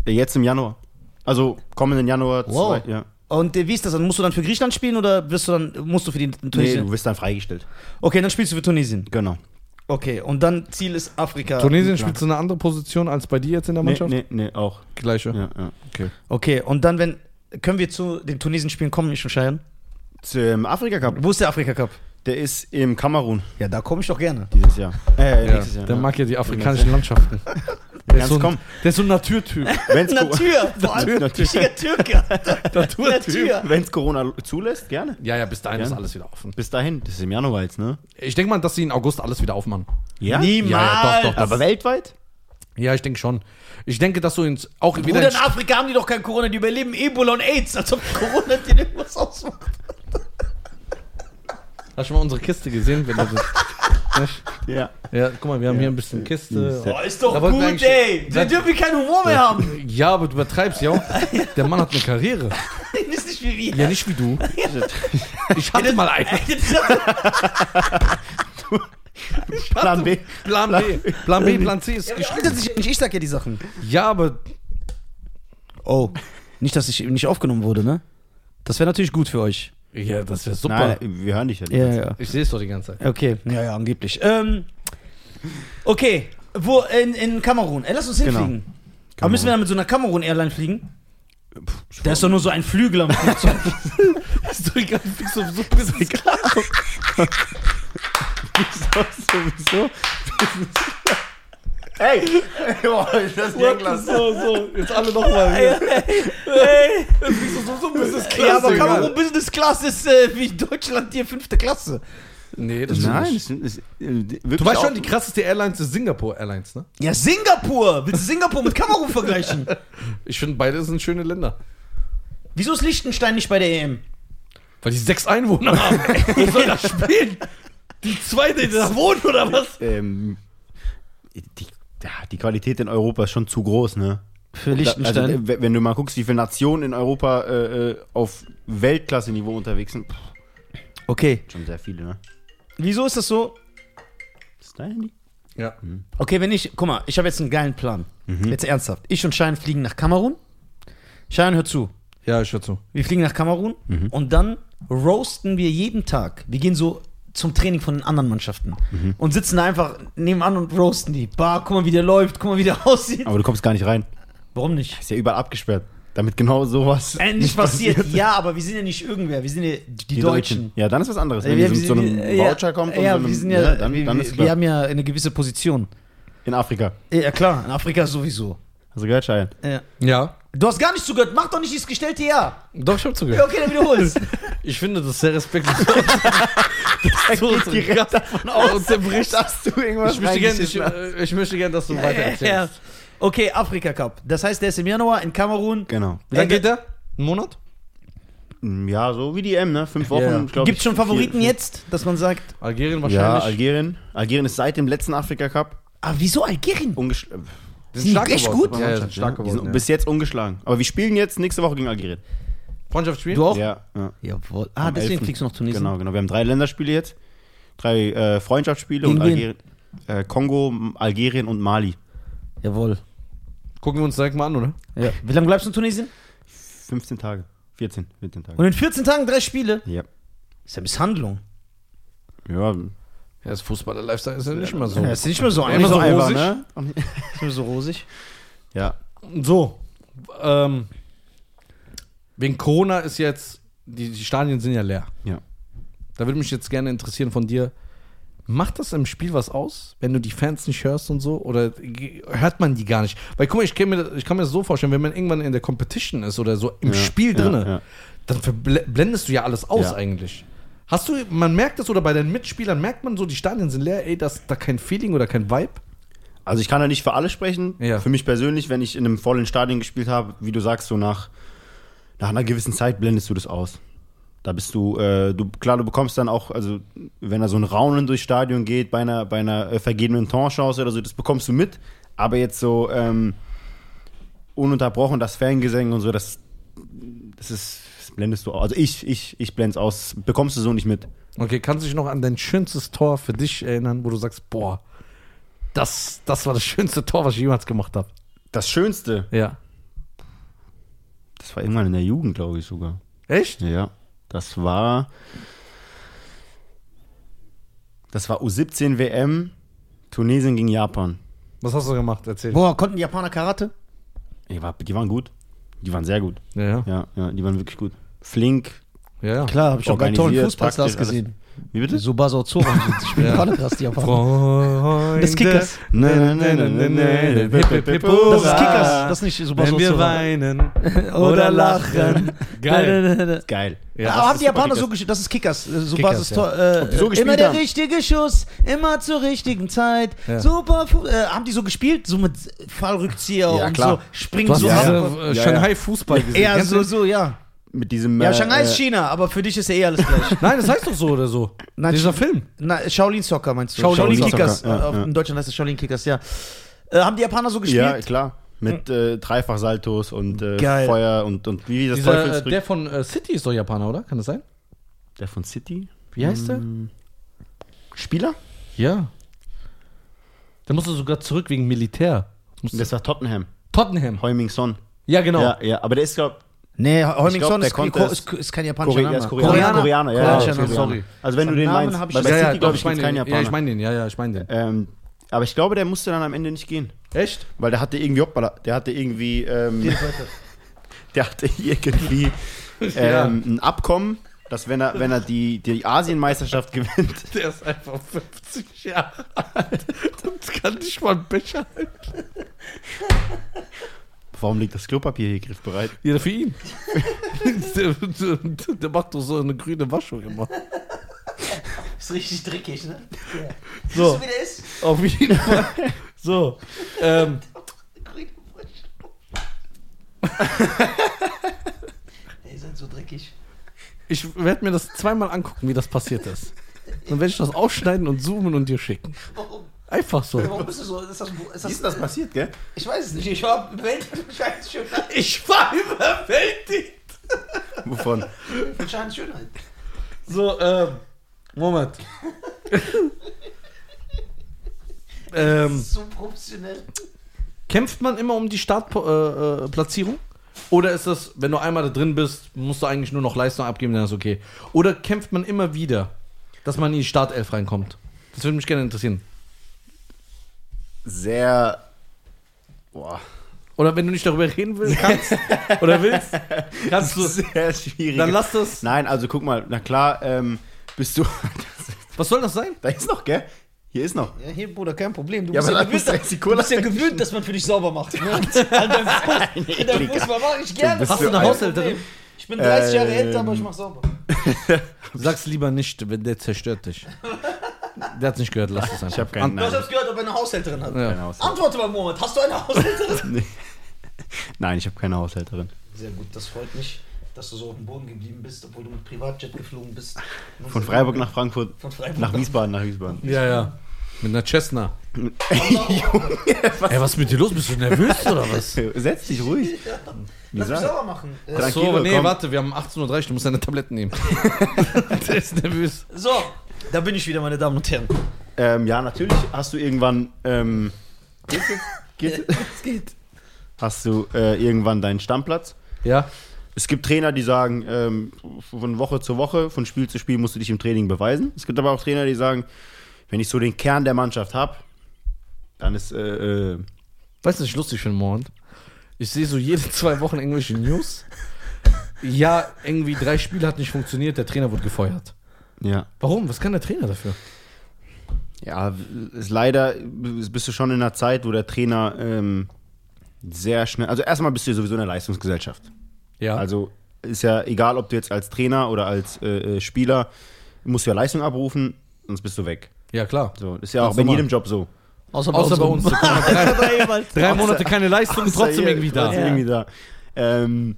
Äh, Jetzt im Januar. Also kommenden Januar. Wow. Zwei, ja. Und äh, wie ist das dann? Musst du dann für Griechenland spielen oder wirst du dann, musst du für die Nee, Tunesien? du bist dann freigestellt. okay, dann spielst du für Tunesien. Genau. Okay, und dann Ziel ist Afrika. Tunesien spielt so eine andere Position als bei dir jetzt in der Nee, Mannschaft? nee, nee, auch. Gleiche. Ja, ja. Okay. Okay, und dann, wenn. Können wir zu den Tunesien spielen kommen, ich und Scheiern? Zum Afrika Cup. Wo ist der Afrika Cup? Der ist im Kamerun Ja, da komme ich doch gerne. dieses Jahr. Äh, Ja, nächstes Jahr. der mag ja die afrikanischen Landschaften. Der Ganz ist, so ein, komm. der ist so ein Naturtyp. Wenn's, Ko Natur, vor allem Natürlich. richtiger Türke. Naturtyp. Natur. wenn's Corona zulässt, gerne. Ja, ja, bis dahin Ja. ist alles wieder offen. Bis dahin. Das ist im Januar jetzt, ne? Ich denke mal, dass sie in August alles wieder aufmachen. Ja. Niemals. Ja, ja, doch, doch. Aber weltweit? Ja, ich denke schon. Ich denke, dass du ins auch Bruder, wieder in Afrika haben die doch kein Corona, die überleben Ebola und Aids, als ob Corona dir irgendwas ausmacht. Hast du mal unsere Kiste gesehen? Wenn du das, Ja. Oh, ja, guck mal, wir haben hier ein bisschen Kiste. Boah, ist doch Da wollten wir gut, eigentlich- ey. Da- Wir dürfen keinen Humor mehr haben. Ja, aber du übertreibst ja auch. Der Mann hat eine Karriere. Die ist nicht wie wir. Ja, nicht wie du. Ich hatte mal einen. Plan B. Plan B. Plan B, Plan C ist Ja, gesch- Alter, sich- nicht ich sag ja die Sachen. Ja, aber Oh, nicht, dass ich nicht aufgenommen wurde, ne? Das wäre natürlich gut für euch. ja, das wäre super. Nein, nein, wir hören dich ja nicht. Ja, ja. Ich sehe es doch die ganze Zeit. Okay, ja, ja, angeblich. Ähm, okay, wo in, in Kamerun. Ey, lass uns hinfliegen. Aber müssen wir dann mit so einer Kamerun-Airline fliegen? Da ist doch nur so ein Flügel am Flugzeug. Ist doch egal, fix auf so bis egal. Wieso? Also Sowieso? Hey! Boah, ist das Niklas? So, so, jetzt alle nochmal. Ey, So, so Business ja, aber egal. Kamerun Business Class ist äh, wie Deutschland hier fünfte Klasse. Nee, das stimmt Nein, nicht. es ist, wirklich Du weißt auch- schon, die krasseste Airlines ist Singapore Airlines, ne? Ja, Singapur. Willst du Singapur mit Kamerun vergleichen? Ich finde, beide sind schöne Länder. Wieso ist Liechtenstein nicht bei der EM? Weil die sechs Einwohner haben. Wie soll das spielen? Die zweite, die da wohnt oder was? ähm, die, ja, die Qualität in Europa ist schon zu groß, ne? Für Also, äh, wenn du mal guckst, wie viele Nationen in Europa äh, äh, auf Weltklasse-Niveau unterwegs sind, pff, Okay. schon sehr viele, ne? Wieso ist das so? Ist dein Handy? Ja. Okay, wenn ich, guck mal, ich habe jetzt einen geilen Plan. Jetzt ernsthaft. Ich und Schein fliegen nach Kamerun. Schein, hör zu. Ja, ich höre zu. Wir fliegen nach Kamerun und dann roasten wir jeden Tag. Wir gehen so zum Training von den anderen Mannschaften und sitzen da einfach nebenan und roasten die. Bah, guck mal, wie der läuft, guck mal, wie der aussieht. Aber du kommst gar nicht rein. Warum nicht? Ist ja überall abgesperrt. Damit genau sowas. Endlich passiert. Ja, aber wir sind ja nicht irgendwer, wir sind ja die, Deutschen. Ja, dann ist was anderes. Wenn Ja, die wir- mit so einem wir- ja, Voucher kommt ja, und so einem, ne, wir sind ja, dann, wir, dann ist wir klar. haben ja eine gewisse Position. In Afrika. Ja klar, in Afrika sowieso. Hast du gehört, Schein? Ja. Ja. Du hast gar nicht zugehört, mach doch nicht dieses gestellte Ja. Doch, ich habe Ja, zugehört. Okay, dann wiederhol's. Ich finde das sehr respektlos. das so geht direkt davon aus und der Bericht. Dass du irgendwas Ich möchte gerne, ich, äh, ich möchte gern, dass du weiter Ja. erzählst. Okay, Afrika Cup. Das heißt, der ist im Januar in Kamerun. Genau. Wie Äh, lange geht der? Ein Monat? Ja, so wie die M, ne? Fünf Wochen, Ja. glaub Gibt ich, schon Favoriten vier- jetzt, dass man sagt, Algerien Ja, wahrscheinlich. Algerien. Algerien ist seit dem letzten Afrika Cup ah, wieso Algerien? ungeschlagen. Die sind echt geworden. gut. Ja, ja, sind stark ne? Die sind geworden. Ja. bis jetzt ungeschlagen. Aber wir spielen jetzt nächste Woche gegen Algerien. Freundschaftsspiel? Du auch? Ja. ja. Jawohl. Ah, Am deswegen 11.. fliegst du nach Tunesien. Genau, genau. Wir haben drei Länderspiele jetzt. Drei äh, Freundschaftsspiele Gegen und wen? Algerien. Äh, Kongo, M- Algerien und Mali. Jawohl. Gucken wir uns direkt mal an, oder? Ja. Wie lange bleibst du in Tunesien? 15 Tage. 14. 14 Tage. Und in 14 Tagen drei Spiele. ja. Ist ja Misshandlung. Ja. Ja, das Fußballer-Lifestyle ist ja nicht immer so. Ja, ist nicht mehr so Immer so einfach. rosig. ne? Ist nicht mehr so rosig. Ja. So, ähm, wegen Corona ist jetzt, die, die Stadien sind ja leer. Ja. Da würde mich jetzt gerne interessieren von dir, macht das im Spiel was aus, wenn du die Fans nicht hörst und so? Oder ge- hört man die gar nicht? Weil guck mal, ich kann mir, ich kann mir das so vorstellen, wenn man irgendwann in der Competition ist oder so im Ja, Spiel ja, drinne, ja. dann verble- blendest du ja alles aus Ja. eigentlich. Hast du, man merkt das oder bei deinen Mitspielern merkt man so, die Stadien sind leer, ey, dass da kein Feeling oder kein Vibe? Also ich kann da nicht für alle sprechen. Ja. Für mich persönlich, wenn ich in einem vollen Stadion gespielt habe, wie du sagst, so nach, nach einer gewissen Zeit blendest du das aus. Da bist du, äh, du, klar, du bekommst dann auch, also wenn da so ein Raunen durchs Stadion geht, bei einer, bei einer äh, vergebenen Torchance oder so, das bekommst du mit. Aber jetzt so ähm, ununterbrochen, das Fangesänge und so, das, das ist, das blendest du aus. Also ich, ich, ich blend's aus. Das Bekommst du so nicht mit. Okay, kannst du dich noch an dein schönstes Tor für dich erinnern, wo du sagst, boah, das, das war das schönste Tor, was ich jemals gemacht habe? Das Schönste, Ja. das war irgendwann in der Jugend, glaube ich sogar. Echt? Ja, das war. Das war U17 WM, Tunesien gegen Japan. Was hast du gemacht? Erzähl. Boah, konnten die Japaner Karate? Die, war, die waren gut. Die waren sehr gut. Ja, ja. Ja, ja, die waren wirklich gut. Flink. ja, ja. Klar, habe ich auch bei tollen Organisiert, Fußballstars taktisch, alles. gesehen. Wie bitte? Subaso Zoran spielt Ja. gerade krass die Erfahrung. Freunde Das ist Kickers. Nein, nein, nein, nein, nein, nein. Hip, hip, hip, Das ist hurra. Kickers, das ist nicht Subaso Wenn wir Zoran. weinen Oder lachen. Geil. Geil. Ja, Aber das haben ist die Japaner Kickers. so geschossen? Das ist Kickers. äh, Super Kickers, ist ja. toll. Äh, die so gespielt immer der haben? richtige Schuss, immer zur richtigen Zeit. Ja. Super. Fu- Äh, haben die so gespielt? So mit Fallrückzieher Ja, und klar. so. Springen Du hast so diese ab. äh, Ja, ja. Shanghai-Fußball gesehen. Ja, Kennst so, du? so, ja. Mit diesem. Ja, äh, Shanghai ist äh, China, aber für dich ist ja eh alles gleich. Nein, das heißt doch so oder so. Nein, Dieser Film. Na, Shaolin Soccer meinst du? Shaolin Soccer, Kickers. ja, Äh, auf- ja. In Deutschland heißt es Shaolin Kickers, ja. Äh, haben die Japaner so gespielt? Ja, klar. Mit äh, Dreifachsaltos und äh, Geil. Feuer und, und wie das Dieser, äh, Teufelsrück. der von äh, City ist doch Japaner, oder? Kann das sein? der von City? Wie heißt der? Mm. Spieler? Ja. Der musste sogar zurück wegen Militär. Musste- Das war Tottenham. Tottenham. Heuming Son. Ja, genau. Ja, ja, aber der ist, glaube Nee, Heuming Ich glaub, Son der ist, konnte Ko- es. ist, ist kein japanischer Koreaner. Name. ist Koreaner. Koreaner. Koreaner, ja. Koreanischer ja, Name, Koreaner. sorry. Also, wenn Von du den Namen meinst, hab ich weil das- bei City, ja, ja, City, doch, glaube ich, ich meine gibt keinen den. Ja, ich Japaner. meine den. Ja, ja, ich meine Äh. den. Ähm, aber ich glaube, der musste dann am Ende nicht gehen. Echt? Weil der hatte irgendwie, hoppala, der hatte irgendwie, ähm, der hatte irgendwie Ja. ähm, ein Abkommen, dass wenn er, wenn er die, die Asienmeisterschaft gewinnt, Der ist einfach 50 Jahre alt und kann nicht mal einen Becher halten. warum liegt das Klopapier hier griffbereit? Ja, für ihn. der, der, der macht doch so eine grüne Waschung immer. Ist richtig dreckig, ne? So, der ist? auf jeden Fall. So. Ähm, Ihr seid halt so dreckig. ich werde mir das zweimal angucken, wie das passiert ist. Dann werde ich das ausschneiden und zoomen und dir schicken. Warum? Einfach so. Warum bist du so? Ist das, ist passiert, gell? Ich weiß es nicht. Ich war überwältigt von Scheins Schönheit. Ich war überwältigt. Wovon? Von Scheins Schönheit. So, ähm, Moment. ähm, So professionell. kämpft man immer um die Startplatzierung? Äh, Platzierung? oder ist das, wenn du einmal da drin bist, musst du eigentlich nur noch Leistung abgeben, dann ist okay. Oder kämpft man immer wieder, dass man in die Startelf reinkommt? Das würde mich gerne interessieren. Sehr, boah, Oder wenn du nicht darüber reden willst, kannst oder willst, kannst du. sehr schwierig. Dann lass das. Nein, also guck mal, na klar, ähm, bist du, Was soll das sein? da ist noch, gell? Hier ist noch. Ja, hier, Bruder, kein Problem. Du Ja, bist aber ja dann muss gewöhnt, der die du Cola bist ja gewöhnt, dass man für dich sauber macht. Ne? An deinem Fuß, an deinem Fuß mache ich gerne. bist Hast du eine ein- Haushälterin? Ich bin 30 Jahre Ähm. älter, aber ich mach sauber. Sag's lieber nicht, wenn der zerstört dich. Der hat's nicht gehört, lass das einfach. Ich hab keinen Du Namen. hast gehört, ob er eine Haushälterin hat. Ja. Keine Haushalt- Antworte mal, Mohammed. Hast du eine Haushälterin? Nee. Nein, ich habe keine Haushälterin. Sehr gut, das freut mich, dass du so auf dem Boden geblieben bist, obwohl du mit Privatjet geflogen bist. Von Freiburg nach Frankfurt. Von Freiburg Nach nach- Wiesbaden, nach Wiesbaden. Ja, ja. Mit einer Cessna. Ey, was ist mit dir los? Bist du nervös oder was? Setz dich ruhig. Wie Lass mich gesagt. sauber machen. Äh, Drei So, Kilo, nee, komm. warte, wir haben 18.30 Uhr, du musst deine Tabletten nehmen. der ist nervös. So, da bin ich wieder, meine Damen und Herren. Ähm, ja, natürlich hast du irgendwann. Ähm, geht's jetzt? Geht's jetzt? Es geht. Hast du äh, irgendwann deinen Stammplatz? Ja. Es gibt Trainer, die sagen, ähm, von Woche zu Woche, von Spiel zu Spiel musst du dich im Training beweisen. Es gibt aber auch Trainer, die sagen, wenn ich so den Kern der Mannschaft habe, dann ist. Äh, äh, Weißt du, was ich lustig finde, Mond? Ich sehe so jede zwei Wochen irgendwelche News. Ja, irgendwie drei Spiele hat nicht funktioniert, der Trainer wurde gefeuert. ja. Warum? Was kann der Trainer dafür? Ja, ist leider bist du schon in einer Zeit, wo der Trainer ähm, sehr schnell. Also erstmal bist du ja sowieso in einer Leistungsgesellschaft. Ja. Also ist ja egal, ob du jetzt als Trainer oder als äh, äh, Spieler musst du ja Leistung abrufen, sonst bist du weg. ja, klar. So, ist ja auch Ganz bei normal. jedem Job so. Außer Außer bei uns. drei, drei Monate keine Leistung, Außer trotzdem hier, irgendwie da. Trotzdem irgendwie da. Ähm,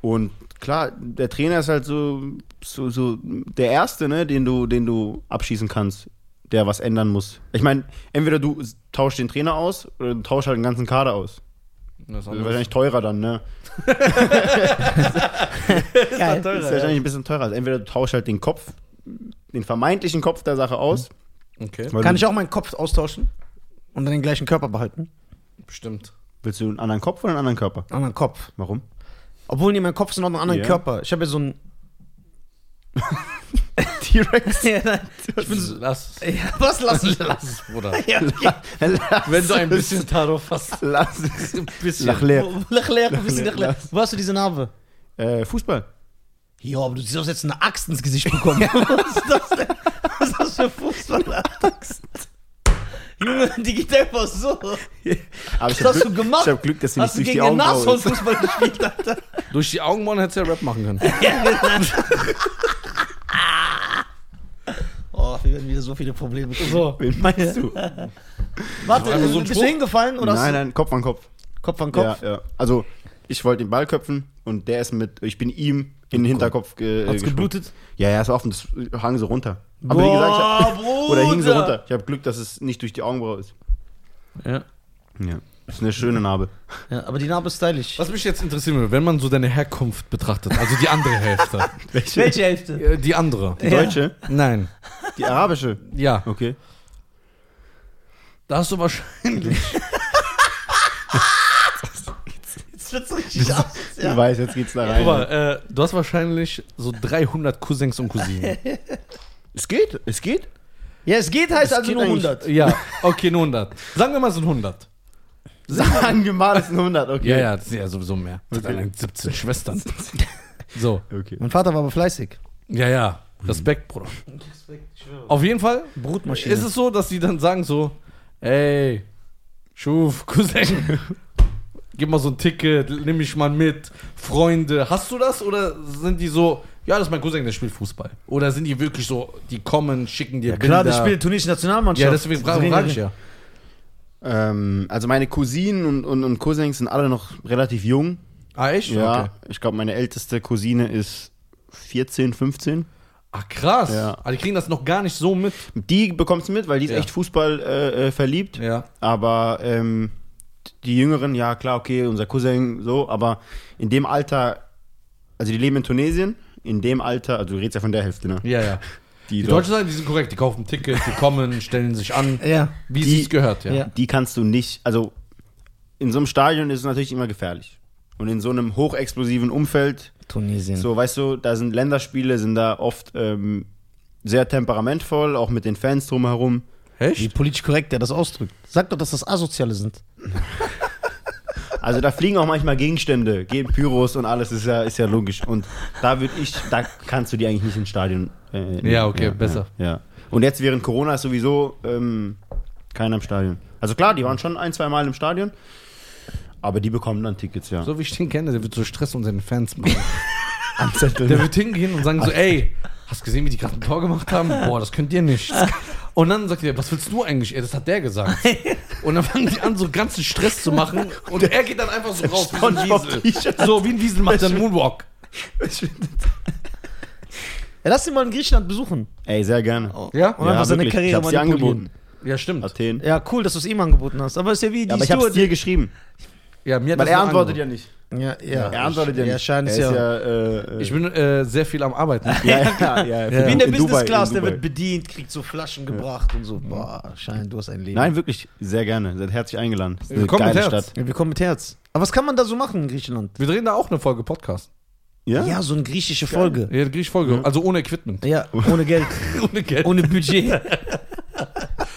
und klar, der Trainer ist halt so, so, so der Erste, ne, den du, den du abschießen kannst, der was ändern muss. Ich meine, entweder du tauschst den Trainer aus oder du tauschst halt den ganzen Kader aus. Das ist Das ist anders. wahrscheinlich teurer dann, ne? Geil. Das ist wahrscheinlich ein bisschen teurer. Also entweder du tauschst halt den Kopf, den vermeintlichen Kopf der Sache aus. Okay, Hm. weil Kann du, ich auch meinen Kopf austauschen und dann den gleichen Körper behalten? bestimmt. willst du einen anderen Kopf oder einen anderen Körper? Anderen Kopf. Warum? Obwohl, nee, mein Kopf ist noch einen anderen Ja. Körper. Ich habe ja so einen. T-Rex. Ja, nein. Ich bin so, Lass es. ja, was lass ich? Lass es, Bruder. Ja, Lass Wenn du ein es. bisschen darauf hast. Lass es. Ein bisschen. Lach leer. Lach leer, ein bisschen lach leer. Wo hast du diese Narbe? Äh, Fußball. Ja, aber du siehst aus, als hättest du eine Axt ins Gesicht bekommen. was ist das denn? deutscher Fußballer. Junge, die geht einfach so. Aber ich Was hast hab du Glück- gemacht? Ich habe Glück, dass sie nicht Hast du durch die gegen den Nashorn Augenbraue ist. Fußball gespielt, Alter? Durch die Augenbrauen hättest du ja Rap machen können. genau. genau. Oh, wir werden wieder so viele Probleme kriegen. So. Wen meinst du? Nein, Warte, Einfach so ein bist Spruch. du hingefallen oder hast du nein, Kopf an Kopf. Kopf an Kopf? Ja, ja. Also, ich wollte den Ball köpfen und der ist mit, ich bin ihm in den Hinterkopf ge Hat's gesprungen. geblutet? Ja, ja, es war offen, das hang so runter. Aber wie Boah, gesagt, ich hab, oder hing so Bruder. runter. Ich habe Glück, dass es nicht durch die Augenbraue ist. Ja. Ja. Das ist eine schöne Narbe. Ja, aber die Narbe ist stylisch. Was mich jetzt interessieren würde, wenn man so deine Herkunft betrachtet, also die andere Hälfte. Welche Hälfte? Äh, die andere. Die Ja. deutsche? Nein. Die arabische? Ja. Okay. Da hast du wahrscheinlich. Jetzt wird's richtig aus. Ich Ja. weiß, jetzt geht's da rein. Guck mal, äh, du hast wahrscheinlich so 300 Cousins und Cousinen. Es geht, es geht. ja, es geht heißt Es also geht nur eigentlich. 100. ja, okay, nur 100. Sagen wir mal, es sind 100. Sagen wir mal, das sind 100, okay. Ja, ja, das sind ja sowieso mehr. Das sind 17 Schwestern. So. Okay. Mein Vater war aber fleißig. Ja, ja. Respekt, Bruder. Auf jeden Fall Brutmaschine. ist es so, dass die dann sagen so, ey, Schuf, Cousin, gib mal so ein Ticket, nimm mich mal mit, Freunde. Hast du das oder sind die so, ja, das ist mein Cousin, der spielt Fußball? Oder sind die wirklich so, die kommen, schicken dir ja, klar, Bilder? das spielt turnische Nationalmannschaft. Ja, deswegen frage frag ich ja. Ähm, also meine Cousinen und, und, und Cousins sind alle noch relativ jung. Ah, echt? Ja. Okay. Ich glaube, meine älteste Cousine ist 14, 15. Ah, krass. Ja. Also die kriegen das noch gar nicht so mit. Die bekommst du mit, weil die ist Ja. echt Fußball äh, äh, verliebt. Ja. Aber ähm, die Jüngeren, ja klar, okay, unser Cousin, so, aber in dem Alter, also die leben in Tunesien, in dem Alter, also du redest ja von der Hälfte, ne? Ja, ja. Die, Die dort- Deutschen sagen, die sind korrekt, die kaufen ein Ticket, die kommen, stellen sich an, Ja. wie Die- sie es gehört, ja. Äh, Ja. die kannst du nicht, also in so einem Stadion ist es natürlich immer gefährlich. Und in so einem hochexplosiven Umfeld, Tunesien. Mhm. so weißt du, da sind Länderspiele, sind da oft ähm, sehr temperamentvoll, auch mit den Fans drumherum. Wie Echt? politisch korrekt der das ausdrückt. Sag doch, dass das Asoziale sind. Also da fliegen auch manchmal Gegenstände, geben Pyros und alles, ist ja, ist ja logisch. Und da würde ich, da kannst du die eigentlich nicht ins Stadion. äh, nehmen. Ja, okay, besser. Ja, ja. Und jetzt während Corona ist sowieso ähm, keiner im Stadion. Also klar, die waren schon ein, zwei Mal im Stadion, aber die bekommen dann Tickets, ja. So wie ich den kenne, der wird so Stress unter den Fans machen. am Zettel. Der wird hingehen und sagen so, ey, hast du gesehen, wie die gerade ein Tor gemacht haben? Boah, das könnt ihr nicht. Und dann sagt er, was willst du eigentlich? Ey, das hat der gesagt. Und dann fangen die an, so ganzen Stress zu machen. Und er geht dann einfach so raus, wie so ein Wiesel. So, wie ein Wiesel macht dann Moonwalk. Ja, lass ihn mal in Griechenland besuchen. Ey, sehr gerne. Ja? Und einfach seine wirklich. Karriere ich hab's dir manipulieren. angeboten. Ja, stimmt. Athen. Ja, cool, dass du es ihm angeboten hast. Aber ist ja wie die Ja, aber ich hab's Steward- dir geschrieben. Ja, mir hat Weil das er nur antwortet ja angeboten. nicht. Ja, ja. Er antwortet ja nicht. Ja, scheint er es ist ja. ja. äh, äh, Ich bin äh, sehr viel am Arbeiten. ja, ja, ja, Wie in der Business Dubai, Class, in der Dubai. wird bedient, kriegt so Flaschen gebracht und so. Boah, Schein, du hast ein Leben. Nein, wirklich, sehr gerne. Seid herzlich eingeladen. Ist eine Willkommen geile mit Herz. Stadt. Ja, wir kommen mit Herz. Aber was kann man da so machen in Griechenland? Wir drehen da auch eine Folge Podcast. Ja? Ja, so eine griechische Folge. Ja, krieg ich Folge. Mhm. Also ohne Equipment. Ja, ohne Geld, Ohne Geld. ohne Budget.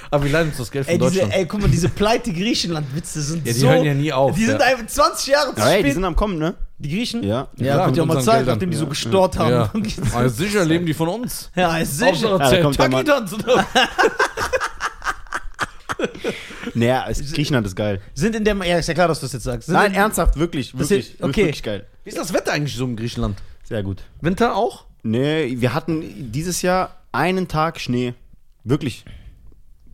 Aber wir leihen uns das Geld von ey, diese, Deutschland. ey, guck mal, diese pleite Griechenland-Witze sind ja, die so. hören ja nie auf. die sind ja. einfach 20 Jahre zu Aber hey, die spät. sind am Kommen, ne? die Griechen? Ja. Ja, Ja, wird ja auch mit mal unseren Zeit, Geldern. nachdem die so gestort ja. haben. Aber sicher leben die von uns. Ja, ist sicher. Hauptsache da kommt der Mann. Taki-Tanz, oder? Naja, es, Griechenland ist geil. Sind in der. Ja, ist ja klar, dass du das jetzt sagst. Sind Nein, in, ernsthaft, wirklich, Das wirklich, ist- wirklich, okay. wirklich geil. Wie ist das Wetter eigentlich so in Griechenland? Sehr gut. Winter auch? Nee, wir hatten dieses Jahr einen Tag Schnee. Wirklich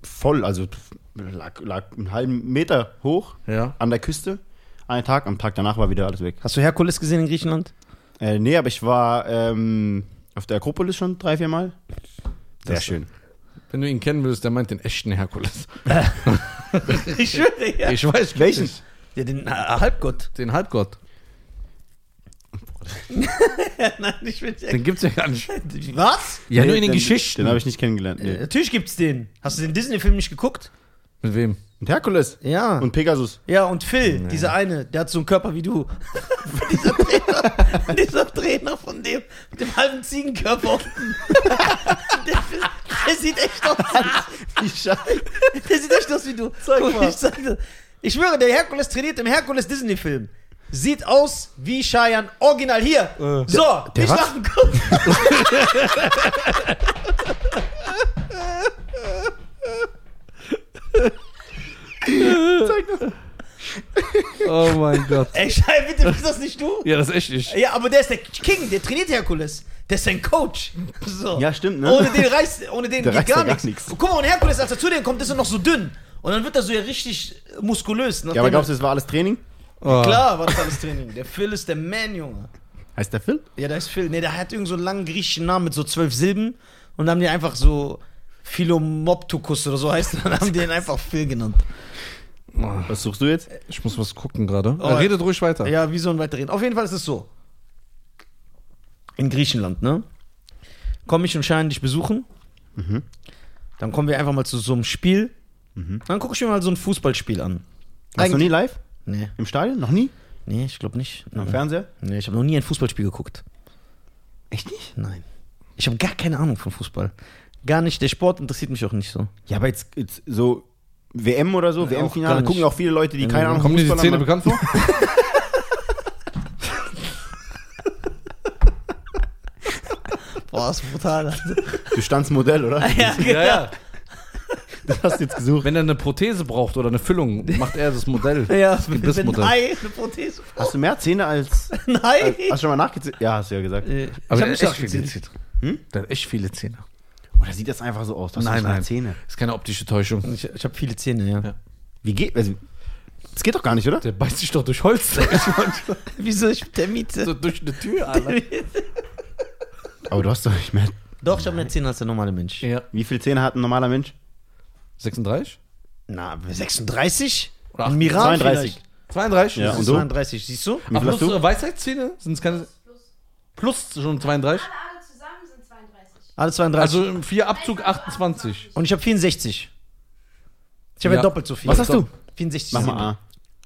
voll, also lag, lag einen halben Meter hoch Ja. an der Küste. Einen Tag, am Tag danach war wieder alles weg. hast du Herkules gesehen in Griechenland? Äh, nee, aber ich war ähm, auf der Akropolis schon drei, vier Mal. Sehr schön. Wenn du ihn kennen willst, der meint den echten Herkules. Ich schwöre, ja. Ich weiß Welchen? Ja, den äh, Halbgott. Den Halbgott. Nein, ich bin ja. Den gibt's ja gar nicht. Was? Ja, Nee, nur in den den- Geschichten. Den habe ich nicht kennengelernt. Äh, Nee. Natürlich gibt's den. Hast du den Disney-Film nicht geguckt? Mit wem? Und Herkules. Ja. Und Pegasus. ja, und Phil, dieser eine, der hat so einen Körper wie du. dieser, Trainer, dieser Trainer von dem, mit dem halben Ziegenkörper unten. der, der sieht echt aus. Wie scheiße. Der sieht echt aus wie du. Zeig mal. Ich, zeig dir. ich schwöre, der Herkules trainiert im Herkules-Disney-Film. Sieht aus wie Cheyenne. Original hier. so, der nicht was? lachen, guck. Oh mein Gott. Ey, Schei, bitte, bist das nicht du? Ja, das ist echt ich. Ja, aber der ist der King, der trainiert Herkules. Der ist sein Coach. So. Ja, stimmt, ne? Ohne den, reißt, ohne den Der geht reißt gar ja gar nichts. nichts. Und guck mal, und Herkules, als er zu denen kommt, ist er noch so dünn. Und dann wird er so ja richtig muskulös. Ja, aber glaubst nachdem du, das war alles Training? Oh. er- Klar war das alles Training. Der Phil ist der Man, Junge. Heißt der Phil? Ja, da ist Phil. Ne, der hat irgend so einen langen griechischen Namen mit so zwölf Silben. Und haben die einfach so Philomoptukus oder so heißt. er. Dann haben die den einfach Phil genannt. Oh. Was suchst du jetzt? Ich muss was gucken gerade. Oh. Redet ruhig weiter. Ja, wie so ein weiterreden. Auf jeden Fall ist es so. In Griechenland, ne? Komme ich und Schein dich besuchen. Mhm. Dann kommen wir einfach mal zu so einem Spiel. Dann gucke ich mir mal so ein Fußballspiel an. Warst du noch Eigentlich- nie live? Nee, Im Stadion? Noch nie? nee, ich glaube nicht. Am Nein. Fernseher? Nee, ich habe noch nie ein Fußballspiel geguckt. Echt nicht? Nein. Ich habe gar keine Ahnung von Fußball. Gar nicht. Der Sport interessiert mich auch nicht so. Ja, aber jetzt, jetzt so WM oder so, gar WM-Finale, nicht. gucken auch viele Leute, die keine Ahnung Kommen dir die Fußball Zähne haben. bekannt vor? Boah, ist brutal. Bestandsmodell, oder? ja, genau. ja, Das hast du jetzt gesucht. Wenn er eine Prothese braucht oder eine Füllung, macht er das Modell. ja. Das mit einem Gebissmodell. Ei, eine Prothese. Hast du mehr Zähne als. Nein. als hast du schon mal nachgezählt? Ja, hast du ja gesagt. Äh, hab Aber der hat echt nachgezählt. viele Zähne. Der hat echt viele Zähne. Oder sieht das einfach so aus? Du hast Nein, nicht mehr nein. Zähne. Ist keine optische Täuschung. Ich, ich habe viele Zähne, ja. Ja. Wie geht. Also, das geht doch gar nicht, oder? Der beißt sich doch durch Holz. Wieso ich mit der Miete? so durch eine Tür, Alter. Aber du hast doch nicht mehr. Doch, ich habe mehr Zähne als der normale Mensch. Ja. Wie viele Zähne hat ein normaler Mensch? 36? Na, 36? Oder Ein Miran 32. 32? Ja, Ja, und und du? 32, siehst du? Wie Ach, viel hast plus du? äh, Weisheitszähne? Sind es keine. Plus schon 32? Alle, alle zusammen sind 32. Alle 32. Also im 4 Abzug 28. und ich habe 64. Ich habe ja. Also- Ja. doppelt so viel. Was hast du? 64 Mach Silben. mal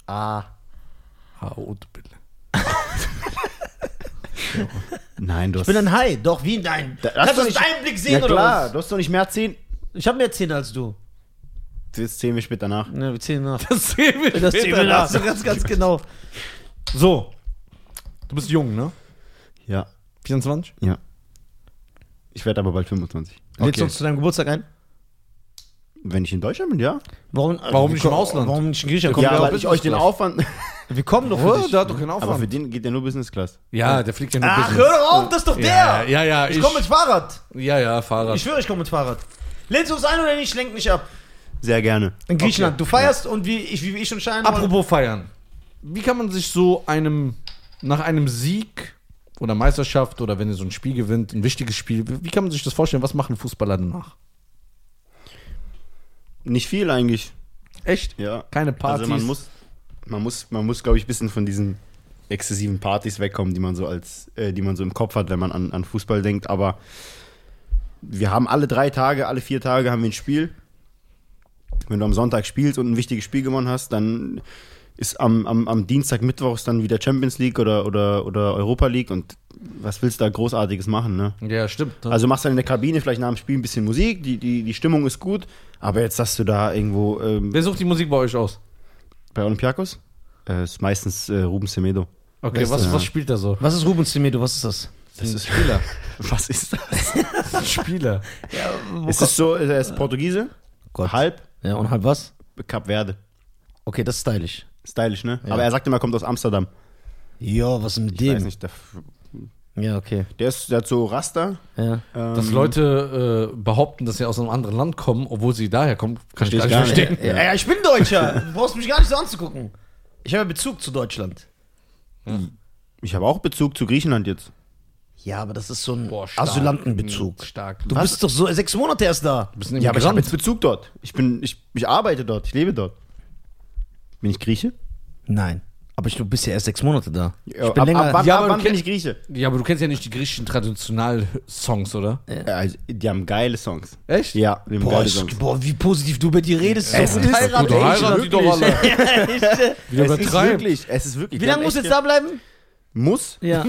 A. Ah. Haut, bitte. Nein, du hast. Ich bin ein Hai, doch, wie nein. Da- hast Kannst du du nicht nicht- einen Blick sehen ja, oder klar, du hast doch nicht mehr Zähne. was? Ich habe mehr Zähne als du. Das zählen wir später nach. Ne, wir zählen nach. Das sehen wir Das später. zählen wir nach, so ganz, ganz genau. So. Du bist jung, ne? Ja, 24? ja. Ich werde aber bald 25. Lädst du uns zu deinem Geburtstag ein? Wenn ich in Deutschland bin, ja. Warum, äh, Warum nicht im Ausland? Warum nicht in Griechenland? Kommen ja, wir, aber auch- ich euch den Business Aufwand. wir kommen doch für Oh, dich. der hat doch keinen Aber für Aufwand. den geht ja nur Business Class. Ja, der fliegt ja nur Ach, Business. hör doch auf, das ist doch Ja, der. ja, ja. Ich komme mit Fahrrad. Ja, ja, Fahrrad. Ich schwöre, ich komme mit Fahrrad. Lädst du uns ein oder nicht? Lenk nicht ab. Sehr gerne. In Griechenland. Du feierst und wie ich, wie ich und Schein. Apropos feiern. Wie kann man sich so einem, nach einem Sieg oder Meisterschaft oder wenn ihr so ein Spiel gewinnt, ein wichtiges Spiel, wie wie kann man sich das vorstellen? Was machen Fußballer danach? Nicht viel eigentlich. Echt? Ja. Keine Partys. Also man muss, man muss, man muss, glaube ich, ein bisschen von diesen exzessiven Partys wegkommen, die man so als, äh, die man so im Kopf hat, wenn man an, an Fußball denkt. Aber wir haben alle drei Tage, alle vier Tage haben wir ein Spiel. Wenn du am Sonntag spielst und ein wichtiges Spiel gewonnen hast, dann ist am, am, am Dienstag, Mittwoch ist dann wieder Champions League oder, oder, oder Europa League und was willst du da Großartiges machen, ne? ja, stimmt. Also machst dann in der Kabine vielleicht nach dem Spiel ein bisschen Musik, die, die, die Stimmung ist gut, aber jetzt, dass du da irgendwo ähm, Wer sucht die Musik bei euch aus? bei Olympiakos? Äh, ist meistens äh, Ruben Semedo. Okay, Beste, was, ja. was spielt er so? was ist Rubens Semedo? Was ist das? Oh Das ist Spieler. Was ist das? Ein Spieler. Es ist so, er ist Portugiese, Gott. halb Ja, und halb was? Kap Verde. Okay, das ist stylisch. Stylisch, ne? Aber er sagt immer, er kommt aus Amsterdam. Ja, was ist mit Ich dem? weiß nicht, der, Ja, okay. der, ist, der hat so Raster. Ja. Ähm, Dass Leute äh, behaupten, dass sie aus einem anderen Land kommen, obwohl sie daher kommen, kann ich Verstehst gar nicht gar nicht. verstehen. Ja, ja, ich bin Deutscher. Du brauchst mich gar nicht so anzugucken. Ich habe Bezug zu Deutschland. Ich habe auch Bezug zu Griechenland jetzt. Ja, aber das ist so ein Boah, stark. Asylantenbezug. Stark. Du bist doch so sechs Monate erst da. bist ein Ja, aber ich habe Immigrant. jetzt Bezug dort. Ich, bin, ich, ich arbeite dort, ich lebe dort. Bin ich Grieche? Nein. Aber ich, du bist ja erst sechs Monate da. Ich bin Ja, ab, länger. ab, wann, Ja, ab aber wann du bin kenn- ich Grieche? Ja, aber du kennst ja nicht die griechischen Traditional-Songs, oder? Äh, Also, die haben geile Songs. Echt? Ja, die haben boah, geile ich, Songs. boah, Oh, wie positiv du über die redest. Es So ist- heirat- Gut, heiraten die doch alle. Ich, äh, Wir es ist übertreiben. wirklich, es ist wirklich. Wie die lange haben musst du echt- jetzt da bleiben? Muss? Ja.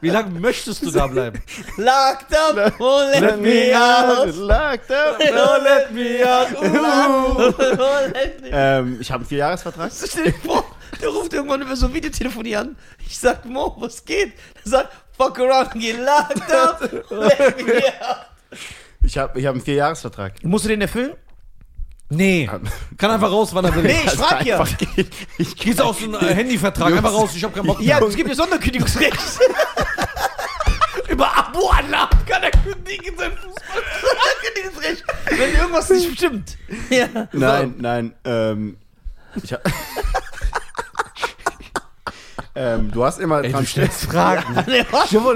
Wie lange möchtest du da bleiben? Locked up, oh, let, me out. Locked up. Oh, let me out. Oh, let me out. ähm, ich habe einen Vierjahresvertrag. So stell dir vor, der ruft irgendwann über so Videotelefonie an. Ich sag, Mo, was geht? Er sagt, fuck around, geh locked up, let me out. Ich habe ich hab einen Vierjahresvertrag. Musst du den erfüllen? Nee. Kann einfach raus, wann er will. Nee, ich frag ja. Einfach, ich, ich, Gehst aus so einem äh, Handyvertrag, einfach raus, ich hab keinen Bock mehr. Ja, es gibt ja Sonderkündigungsrecht. über Abo-Anlagen kann er kündigen sein Fußball. Sonderkündigungsrecht, wenn irgendwas nicht stimmt. Ja. Nein, nein. Ähm, ich hab, ähm, du hast immer. Ey, du stellst Fragen.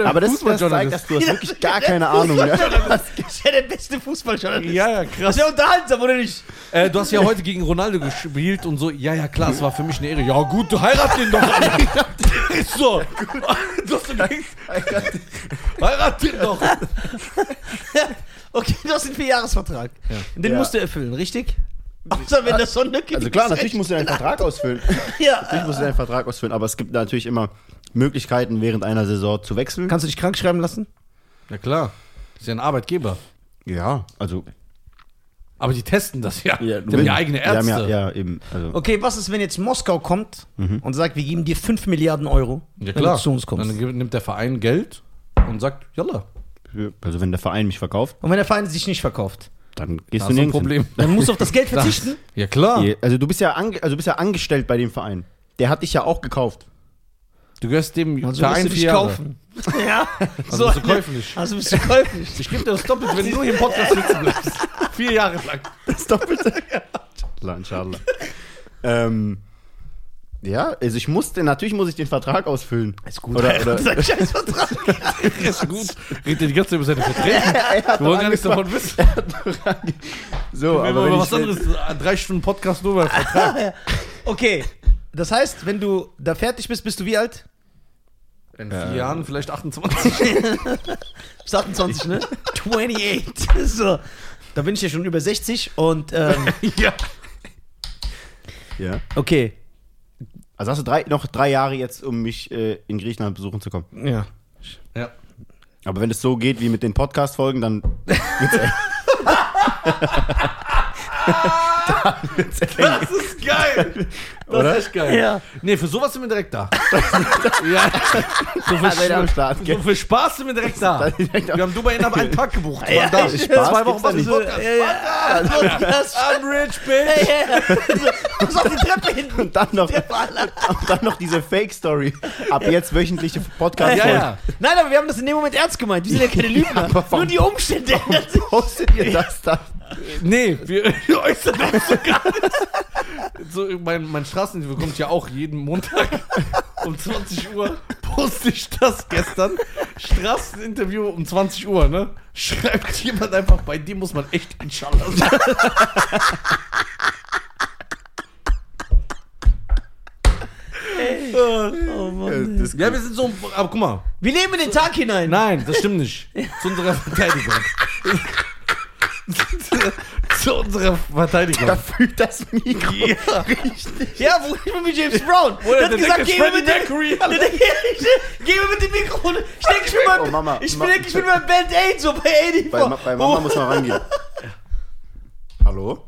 aber das, das zeigt, dass du hast wirklich gar keine Ahnung ne? hast. Das ist ja der beste Fußballjournalist. Ja, ja, Das krass. ist ja unterhaltsam, oder nicht? Äh, du hast ja heute gegen Ronaldo gespielt und so. Ja, ja, klar, es war für mich eine Ehre. Ja, gut, du heirat den doch. Alter. Ist so. Du hast doch nichts. heirat den doch. Okay, du hast einen Vierjahresvertrag. Den Ja. musst du erfüllen, richtig? Außer wenn das Sonderkündigungsrecht... Also klar, natürlich musst du deinen Vertrag ausfüllen. Natürlich Ja. musst du deinen Vertrag ausfüllen, aber es gibt natürlich immer Möglichkeiten, während einer Saison zu wechseln. Kannst du dich krank schreiben lassen? Ja, klar. Ist ja ein Arbeitgeber. Ja, also. Aber die testen das ja. Ja, die haben ja eigene Ja, Ärzte. ja, ja eben. Also. Okay, was ist, wenn jetzt Moskau kommt und sagt, wir geben dir 5 Milliarden Euro, Ja, wenn du klar. zu uns kommst? Dann gibt- nimmt der Verein Geld und sagt, jalla, also, wenn der Verein mich verkauft, Und wenn der Verein sich nicht verkauft, dann gehst da du ist ein nirgends. Problem. dann musst du auf das Geld verzichten. Ja, klar. hin. Also, du bist, ja ange also, du bist ja angestellt bei dem Verein. Der hat dich ja auch gekauft. Du gehörst dem Also musst Verein du vier dich Jahre. kaufen. Ja, Also bist du käuflich. Also bist du käuflich. Ich gebe dir das doppelt, wenn du hier im Podcast sitzen bleibst. vier Jahre lang. Das Doppelte. La, Inshallah. ähm, ja, also ich musste, natürlich muss ich den Vertrag ausfüllen. Ist gut. Oder, oder, Sein Scheißvertrag. Ist gut. Redet ihr die ganze Zeit über seine Verträge? er hat Wir wollen gar nichts davon wissen. so, Wir aber wollen wenn über ich, was anderes. äh, Drei Stunden Podcast nur über Vertrag. Okay, das heißt, wenn du da fertig bist, bist du wie alt? In vier Jahren vielleicht 28. Bist 28, ne? 28. So. Da bin ich ja schon über 60 und ähm, ja. Ja. okay. Also hast du drei, noch drei Jahre jetzt, um mich äh, in Griechenland besuchen zu kommen. Ja. ja. Aber wenn es so geht wie mit den Podcast-Folgen, dann Das ist geil. Das Oder? ist echt geil. Ja. Nee, für sowas sind wir direkt da. ja. So für, seid ihr am Start. so gell? für Spaß sind wir direkt da. Wir haben Dubai innerhalb einen Tag gebucht. Waren Ja, da. ich- Zwei Spaß Wochen gibt's da war nicht. nicht. äh, Ja, ja. Podcast. I'm rich, bitch. Hey, hey. Pass auf die Treppe hinten. Und dann noch, Der war alle- und dann noch diese Fake-Story. Ab jetzt wöchentliche Podcast-Folgen. Ja, ja. Nein, aber wir haben das in dem Moment ernst gemeint. Wir sind ja keine Lügner. aber warum- Nur die Umstände ändern sich. Postet ihr das dann? Nee, wir, wir äußern uns so gar nicht. So, mein, mein Straßendienst bekommt ja auch jeden Montag um 20 Uhr. Poste ich das gestern. Straßeninterview um 20 Uhr, ne? Schreibt jemand einfach, bei dem muss man echt inshallah sein. Oh Mann. Das, Ja, wir sind so. Aber guck mal. Wir leben in den Tag hinein. Nein, das stimmt nicht. Zu unserer Verteidigung. Zu unserer Verteidigung. da fühlt das Mikro richtig. Ja, wo ich bin mit James Brown. Der hat der gesagt, denkt, geh mir das Freddie mit dem Mercury. Der denkt, ich- geh mir mit dem Mikrofon. Ich denke, ich bin Oh, beim, Mama. ich Ma- denke, ich bin beim Band Aid, so bei 84. Bei, Ma- bei Mama Oh. muss man rangehen. Hallo?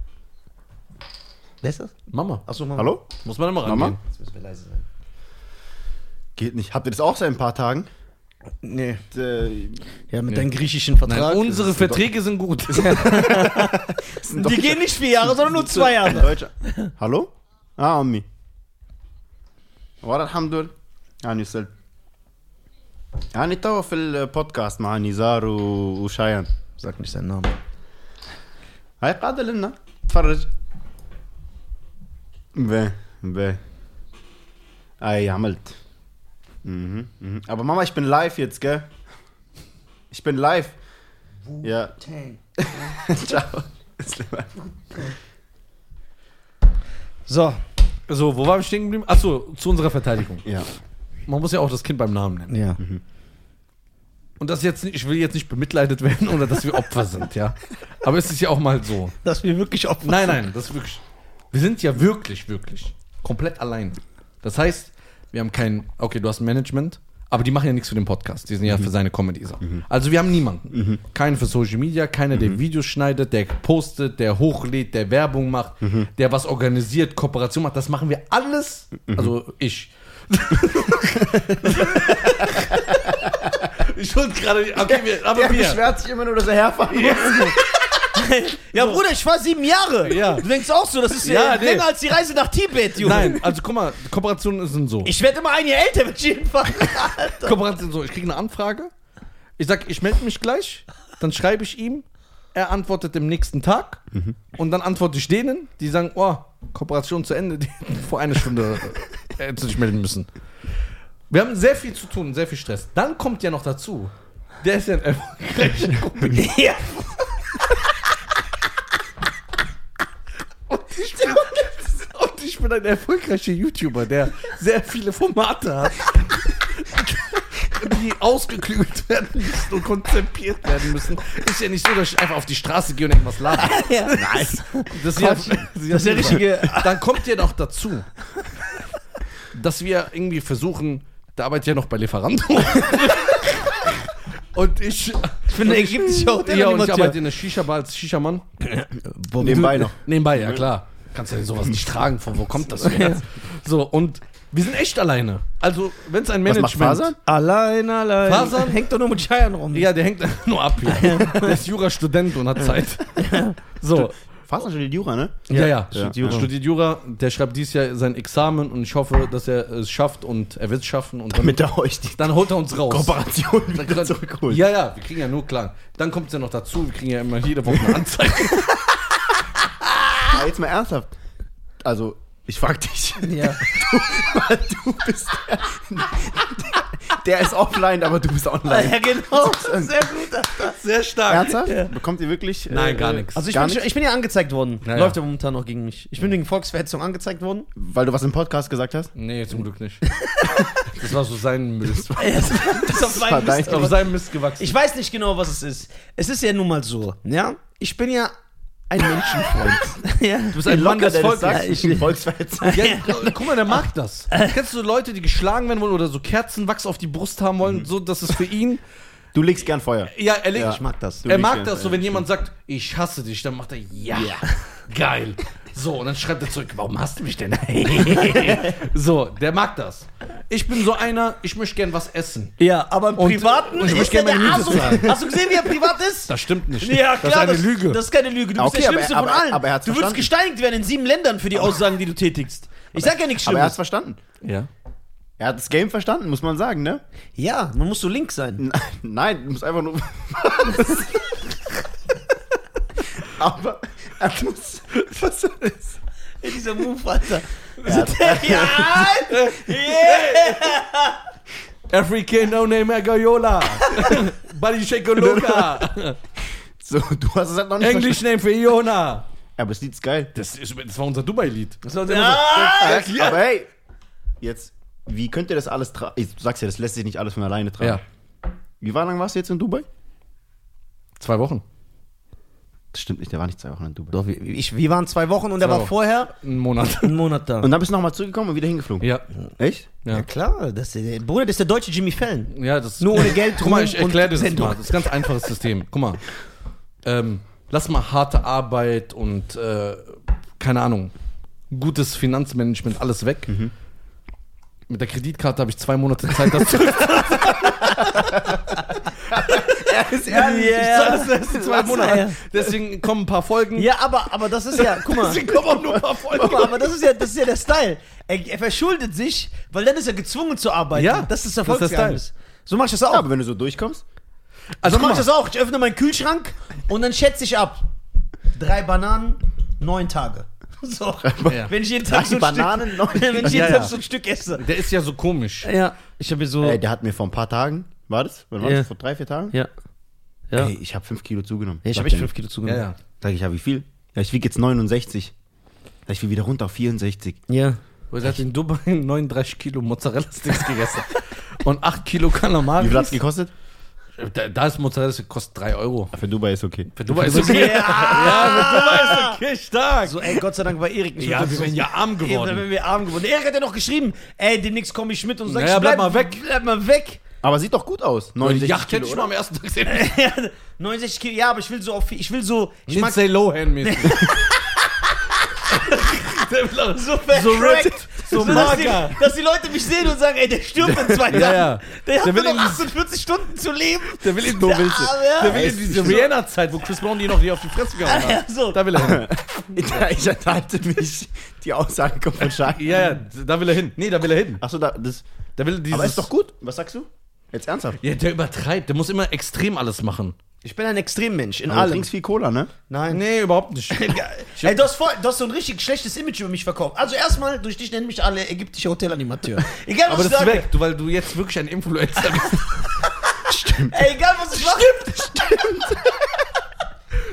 Wer ist das? Mama. Achso, Mama. Hallo? Muss man immer Mama? rangehen. Jetzt müssen wir leise sein. Geht nicht. Habt ihr das auch seit ein paar Tagen? Nee. Äh, Ja, mit Nee. deinem griechischen Vertrag. Nein, unsere Verträge sind gut. Die gehen nicht vier Jahre, sondern nur zwei in Jahre. Deutschland. Hallo? Ah, Ami. والحمد لله اني وصلت يعني تو في البودكاست مع نزار و- وشايان Sag nicht seinen Namen. هاي قاعدة لنا تفرج باهي باهي اي عملت مهم، مهم. aber Mama ich bin live jetzt gell ich bin live ja ciao So, So, wo waren wir stehen geblieben? Achso, zu unserer Verteidigung. ja Man muss ja auch das Kind beim Namen nennen. ja. Und das jetzt, nicht- ich will jetzt nicht bemitleidet werden oder dass wir Opfer sind, ja. Aber es ist ja auch mal so. Dass wir wirklich offen Nein, nein, das ist wirklich. Wir sind ja wirklich, wirklich komplett allein. Das heißt, wir haben keinen. Okay, du hast ein Management, aber die machen ja nichts für den Podcast. Die sind Mhm. ja für seine Comedies. auch. Also wir haben niemanden. Keinen für Social Media, keiner, der Mhm. Videos schneidet, der postet, der hochlädt, der Werbung macht, Mhm. der was organisiert, Kooperation macht. Das machen wir alles. Mhm. Also ich. ich wollte gerade. Okay, wir, aber der wir. beschwert sich immer nur dass er herfahren muss ja, Bruder, ich war sieben Jahre. Ja. Du denkst auch so, das ist Ja, ja, nee. länger als die Reise nach Tibet, Junge. Nein, also guck mal, Kooperationen sind so. Ich werde immer ein Jahr älter, wenn ich hinfahre. Kooperation so, ich kriege eine Anfrage, ich sag, ich melde mich gleich, dann schreibe ich ihm, er antwortet am nächsten Tag und dann antworte ich denen, die sagen, oh, Kooperation zu Ende, die hätten vor einer Stunde äh, hättest du dich melden müssen. Wir haben sehr viel zu tun, sehr viel Stress. Dann kommt ja noch dazu, der ist ja ein erfolgreicher Komiker. ja. Und ich bin ein erfolgreicher YouTuber, der sehr viele Formate hat. Die ausgeklügelt werden müssen und konzipiert werden müssen. Ist ja nicht so, dass ich einfach auf die Straße gehe und irgendwas lade. Ja. Nein. Das ist ja, Quatsch. Das ist der richtige- Dann kommt ja noch dazu, dass wir irgendwie versuchen, der arbeitet ja noch bei Lieferando. Und ich. Ich bin ägyptischer Ja, und ich arbeite Hotelanimateur. in der Shisha-Bar als Shisha-Mann. Nebenbei noch. Nebenbei, ja klar. Kannst ja sowas nicht tragen, von wo kommt das denn? So, und wir sind echt alleine. Also, wenn es ein Was Management... macht Fasern? Allein, allein. Fasern? Hängt doch nur mit Scheiern rum. Ja, der hängt nur ab hier. der ist Jurastudent und hat Zeit. So, Fasern studiert Jura, ne? ja, ja. studiert Jura. Jura. Studiert Jura, der schreibt dieses Jahr sein Examen und ich hoffe, dass er es schafft und er wird es schaffen. Und dann, Damit er euch die dann holt er uns raus. Kooperation wieder Dann- zurückholt. Ja, ja, wir kriegen ja nur klar. Dann kommt es ja noch dazu, wir kriegen ja immer jede Woche eine Anzeige. Aber jetzt mal ernsthaft. Also, ich frag dich. Ja. Du bist der, der ist offline, aber du bist online. ja, genau. Sehr gut. Sehr stark. Ernsthaft? Bekommt ihr wirklich? äh, Nein, gar nichts. Also ich Gar bin, schon, nichts? ich bin ja angezeigt worden. Ja, ja. Läuft ja momentan noch gegen mich. Ich bin wegen Volksverhetzung angezeigt worden. Weil du was im Podcast gesagt hast? Nee, zum Glück nicht. Das war so sein Mist. das ist auf war meinem dein- Mist Auf gewachsen. seinem Mist gewachsen. Ich weiß nicht genau, was es ist. Es ist ja nun mal so, ja? Ich bin ja ein Menschenfreund. ja. du bist ein Mann des Volkes. sagt, Ja, ich- ich Volksverhetzung. Ja, guck mal, der mag das. Kennst du Leute, die geschlagen werden wollen oder so Kerzenwachs auf die Brust haben wollen, so dass es für ihn. Du legst gern Feuer. Ja, er, legt- Ja. Ich mag das. Du- er mag Durchgehend, das so, ja, wenn jemand sagt, ich hasse dich, dann macht er ja. Geil. So, und dann schreibt er zurück, warum hast du mich denn? so, der mag das. Ich bin so einer, ich möchte gern was essen. Ja, aber im Und- Privaten und ich möchte der gerne meine der Miete Asu. zahlen. Hast du gesehen, wie er privat ist? Das stimmt nicht. ja, das ist klar. eine Lüge. Das ist keine Lüge. Du bist Okay, der aber er- Schlimmste aber- von allen. aber er hat's du wirst verstanden. gesteinigt werden in sieben Ländern für die Aussagen, die du tätigst. Ich sag ja nichts Aber er hat's Schlimmes. verstanden. ja. Er hat das Game verstanden, muss man sagen, ne? Ja, man muss so links sein. N- Nein, du musst einfach nur. Aber er muss. Was soll das? Dieser Move, Alter. Er hat, Ja, African No Name Agayola. Buddy Shake Loka. so, du hast es halt noch nicht English Name für Iona. verstanden. Aber es liegt geil. Das, ist, das war unser Dubai-Lied. ja. ja. Aber hey, jetzt, wie könnt ihr das alles tragen? Du sagst ja, das lässt sich nicht alles von alleine tragen. Ja, Wie war lang warst du jetzt in Dubai? zwei Wochen. Das stimmt nicht, der war nicht zwei Wochen in Dubai. Doch, wir- ich, wir waren zwei Wochen und er Zwei war Wochen. vorher Einen Monat. einen Monat da. Und dann bist du nochmal zurückgekommen und wieder hingeflogen. Ja. Echt? ja Ja, klar, das, ist der- Bruder, das ist der deutsche Jimmy Fallon. ja das Nur ohne Geld, Guck mal, ich Ruhm und erkläre dir das Sendung. mal. Das ist ein ganz einfaches System. Guck mal. Ähm, lass mal harte Arbeit und äh, keine Ahnung, gutes Finanzmanagement, alles weg. Mhm. Mit der Kreditkarte habe ich zwei Monate Zeit, das zu Er ist Ja. das letzten zwei Was? Monate. Deswegen kommen ein paar Folgen. Ja, aber, aber das ist ja, guck mal, Deswegen kommen auch nur ein paar guck Folgen. mal aber das ist ja, das ist ja der Style. Er, er verschuldet sich, weil dann ist er gezwungen zu arbeiten. Ja, das ist das ist der Erfolgsgeheimnis. So mach ich das auch. Ja, aber wenn du so durchkommst, so Also mach ich guck das mal, auch. Ich öffne meinen Kühlschrank und dann schätze ich ab. Drei Bananen, neun Tage. So. Ja. Wenn ich jeden drei Tag so ein Bananen, Stück, neun. wenn ich jeden Ja, Tag ja. so ein Stück esse. der ist ja so komisch. Ja, ich habe mir so. Ey, der hat mir vor ein paar Tagen, war das? Wann war Ja. das? Vor drei, vier Tagen? ja. Ja. Ey, ich habe fünf Kilo zugenommen. ich Sagt habe echt er mir. 5 Kilo Ja, zugenommen. ja. Sag ich, ja, wie viel? Ja, ich wiege jetzt 69. Sag ich, will wieder runter auf 64. ja. Weil er hat in Dubai 39 Kilo Mozzarella-Sticks gegessen. Und 8 Kilo Kalamari. Wie viel hat's gekostet? Da, da ist Mozzarella, das kostet 3 Euro. Für Dubai ist okay. Für Dubai ist okay. Ja, für Dubai ist okay, stark. So, ey, Gott sei Dank war Erik nicht ja, mit wir uns. sind ja arm Eben, dann geworden. wären wir arm geworden. Erik hat ja noch geschrieben, ey, demnächst komme ich mit und sag Naja, ich, bleib mal weg. Bleib mal weg. Aber sieht doch gut aus. Die 69 Yacht hätte Kilo, ich mal oder? am ersten Tag gesehen. 69 Kilo, ja, aber ich will so auf, ich will so, ich mag Lindsay Lohan mäßig. so vercrackt, so ripped, So, dass, die, dass die Leute mich sehen und sagen, ey, der stirbt in zwei Tagen. Ja, ja. Der hat Der will nur noch irgendwie- 48 Stunden zu leben. Der will eben nur Der Wilze. Arme, ja. Der will in diese Rihanna-Zeit, wo Chris Brown die noch die auf die Fresse gehauen Ja, hat. so. Da will er hin. Ich enthalte mich. Die Aussage kommt von Shaggy. Ja, ja, da will er hin. Nee, da will er hin. Achso, da, das. Da will er dieses, Aber ist doch gut. Was sagst du? Jetzt ernsthaft. Ja, der übertreibt. Der muss immer extrem alles machen. Ich bin ein Extremmensch, in Aber Du allem. trinkst viel Cola, ne? Nein. Nee, überhaupt nicht. Ey, du hast, voll, du hast so ein richtig schlechtes Image über mich verkauft. Also erstmal, durch dich nennen mich alle ägyptische Hotelanimateur. Egal, was Aber ich das ist sage. weg, du, weil du jetzt wirklich ein Influencer bist. Ey, egal, was ich mache.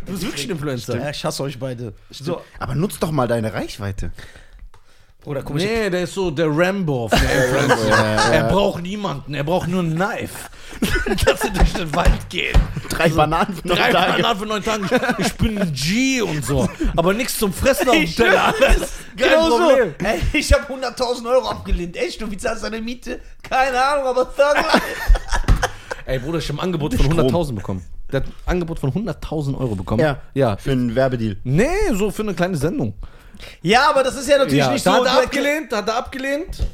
Du bist wirklich ein Influencer. Ja, ich hasse euch beide. So, Aber nutz doch mal deine Reichweite. Bruder, guck mal. Nee, der ist so der Rambo. Der Also, Äh, Influencer. er braucht niemanden, er braucht nur ein Knife. Dass sie durch den Wald gehen. also, Drei Bananen für Drei Bananen für neun Tage. Ich bin ein G und so. Aber nichts zum Fressen auf dem Ich Teller. Kein Genau Problem. so. Ey, ich habe 100.000 Euro abgelehnt. Echt? Und wie zahlst du deine Miete? Keine Ahnung, aber Third Life. Ey, Bruder, ich habe ein Angebot von 100.000 bekommen. Der hat ein Angebot von 100.000 Euro bekommen. Ja. ja. Für einen Werbedeal. Nee, so für eine kleine Sendung. Ja, aber das ist ja natürlich Ja, nicht da so. hat er direkt- abgelehnt, da hat er abgelehnt.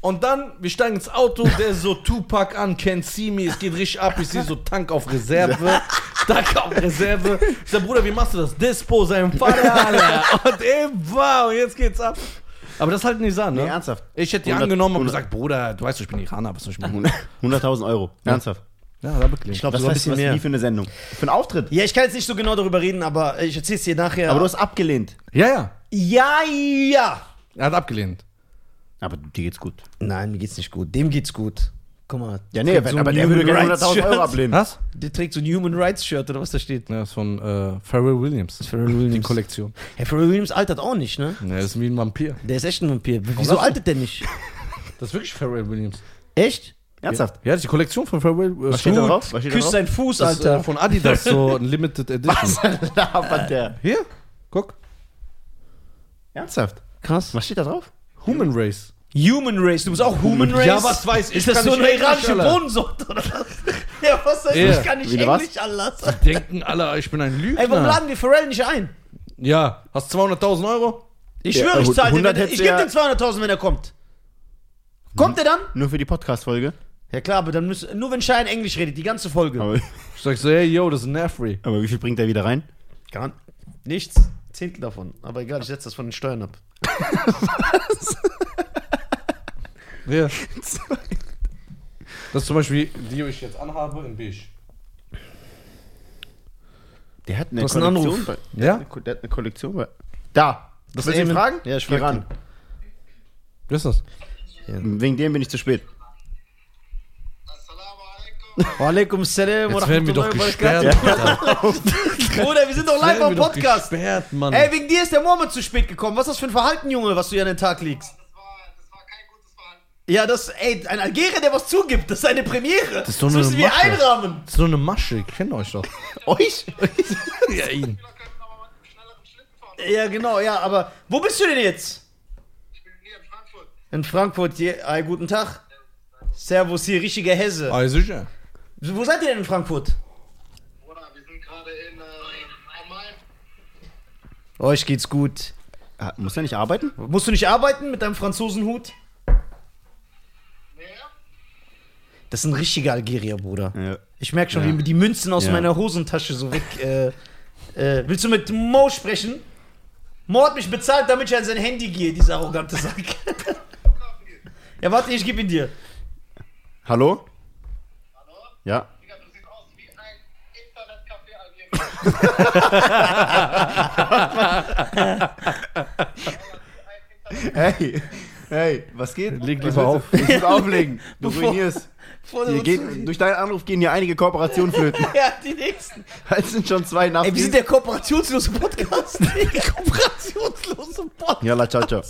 Und dann, wir steigen ins Auto, der ist so Tupac an, can't see me, es geht richtig ab, ich sehe so Tank auf Reserve, Tank auf Reserve. Ich sag, Bruder, wie machst du das? Dispo, sein Vater, Alter. Und eben, wow, jetzt geht's ab. Aber das ist halt Nisan, ne? Nee, ernsthaft. Ich hätte die 100 angenommen und 100 gesagt, Bruder, du weißt, ich bin Iraner, was soll ich machen? 100.000 Euro. Ernsthaft. Ja, da wirklich. Ich glaube Was sogar ein weißt du, bisschen was mehr. wie für eine Sendung? Für einen Auftritt. Ja, ich kann jetzt nicht so genau darüber reden, aber ich erzähl's dir nachher. Aber du hast abgelehnt. Ja, ja, ja, ja. er hat abgelehnt. Aber dir geht's gut. Nein, mir geht's nicht gut. Dem geht's gut. Guck mal. Ja, nee, so aber ein der Human würde gerne Rights 100.000 Shirt. Euro ablehnen. Was? Der trägt so ein Human Rights Shirt oder was da steht. Ja, ist von äh, Pharrell Williams. Pharrell Williams. Die Kollektion. Hey, Pharrell Williams altert auch nicht, ne? Ja, ist wie ein Vampir. Der ist echt ein Vampir. W- Wieso altert der nicht? Das ist wirklich Pharrell Williams. Echt? Ernsthaft. Ja, das ist die Kollektion von Pharrell Williams. Was steht da drauf? Was steht da Küsst drauf? seinen Fuß, Das ist äh, Alter. von Adidas, so ein Limited Edition. Labert der? Hier, guck. Ernsthaft. Krass. Was steht da drauf? Human Race. Human Race, du bist auch Human Race? äh, Ja, was weiß ich, Ist das kann so nicht eine Englisch, iranische Alter. Wohnsorte oder was? Ja, was soll ich? Ja. Ich kann nicht Wieder was? Englisch anders. Denken alle, ich bin ein Lügner. Ey, warum laden wir Pharrell nicht ein? ja, hast 200.000 Euro? Ich Ja, schwöre, ich zahle dir. 100 wenn- hätte Ich gebe ja- dem 200.000, wenn er kommt. Kommt er dann? Nur für die Podcast-Folge. Ja klar, aber dann müssen, nur wenn Schein Englisch redet, die ganze Folge. Aber, Ich sag so, hey, yo, das ist ein Nefri. aber wie viel bringt er wieder rein? Kann. Nichts. Zehntel davon. Aber egal, ich setze das von den Steuern ab. Ja. Das ist zum Beispiel die, die ich jetzt anhabe, in beige. Der hat eine Du hast einen Kollektion Anruf. bei. Ja? Der hat eine Kollektion bei. Da. Das Willst du ihn Amen. fragen? Ja, ich Geh frag ran. Wer ist das? Wegen dem bin ich zu spät. Walaikum salam Jetzt werden wir doch gesperrt. Bruder, wir sind doch live am Podcast. gesperrt, Mann. Ey, wegen dir ist der Mohammed zu spät gekommen. Was ist das für ein Verhalten, Junge, was du hier an den Tag legst? Das war, das war kein gutes Verhalten. Ja, das, ey, ein Algerier, der was zugibt, das ist eine Premiere. Das, ist so eine müssen wir Masche. einrahmen. das ist so eine Masche, ich kenne euch doch. Euch? ja, ihn. Spieler könnten aber mit einem schnelleren Schlitten fahren. Ja, genau, ja, aber wo bist du denn jetzt? Ich bin hier in Frankfurt. In Frankfurt, je, ey, guten Tag. Servus, hier, richtiger Hesse. Ah, sicher. Wo seid ihr denn in Frankfurt? Bruder, wir sind gerade in äh, am Main. Euch geht's gut. Ah, Muss er nicht arbeiten? Musst du nicht arbeiten mit deinem Franzosenhut? Nee, Das ist ein richtiger Algerier, Bruder. Ja. Ich merke schon, wie die Münzen aus Ja. meiner Hosentasche so weg. Äh, äh, willst du mit Mo sprechen? Mo hat mich bezahlt, damit ich an sein Handy gehe, dieser arrogante Sack. Flughafen geht. ja, warte, ich gebe ihn dir. Hallo? Hallo? Ja. Digga, du siehst aus wie ein Internetcafé Algerien. Hey. Hey, was geht? Leg was lieber willst du? Ich muss auflegen. Du Bevor- Also ruinierst. Vor Hier geht, durch deinen Anruf gehen hier einige Kooperationen flöten. ja, die nächsten. Es sind schon zwei nach. Ey, wir sind der kooperationslose Podcast. der kooperationslose Podcast. Ja, la, ciao, ciao.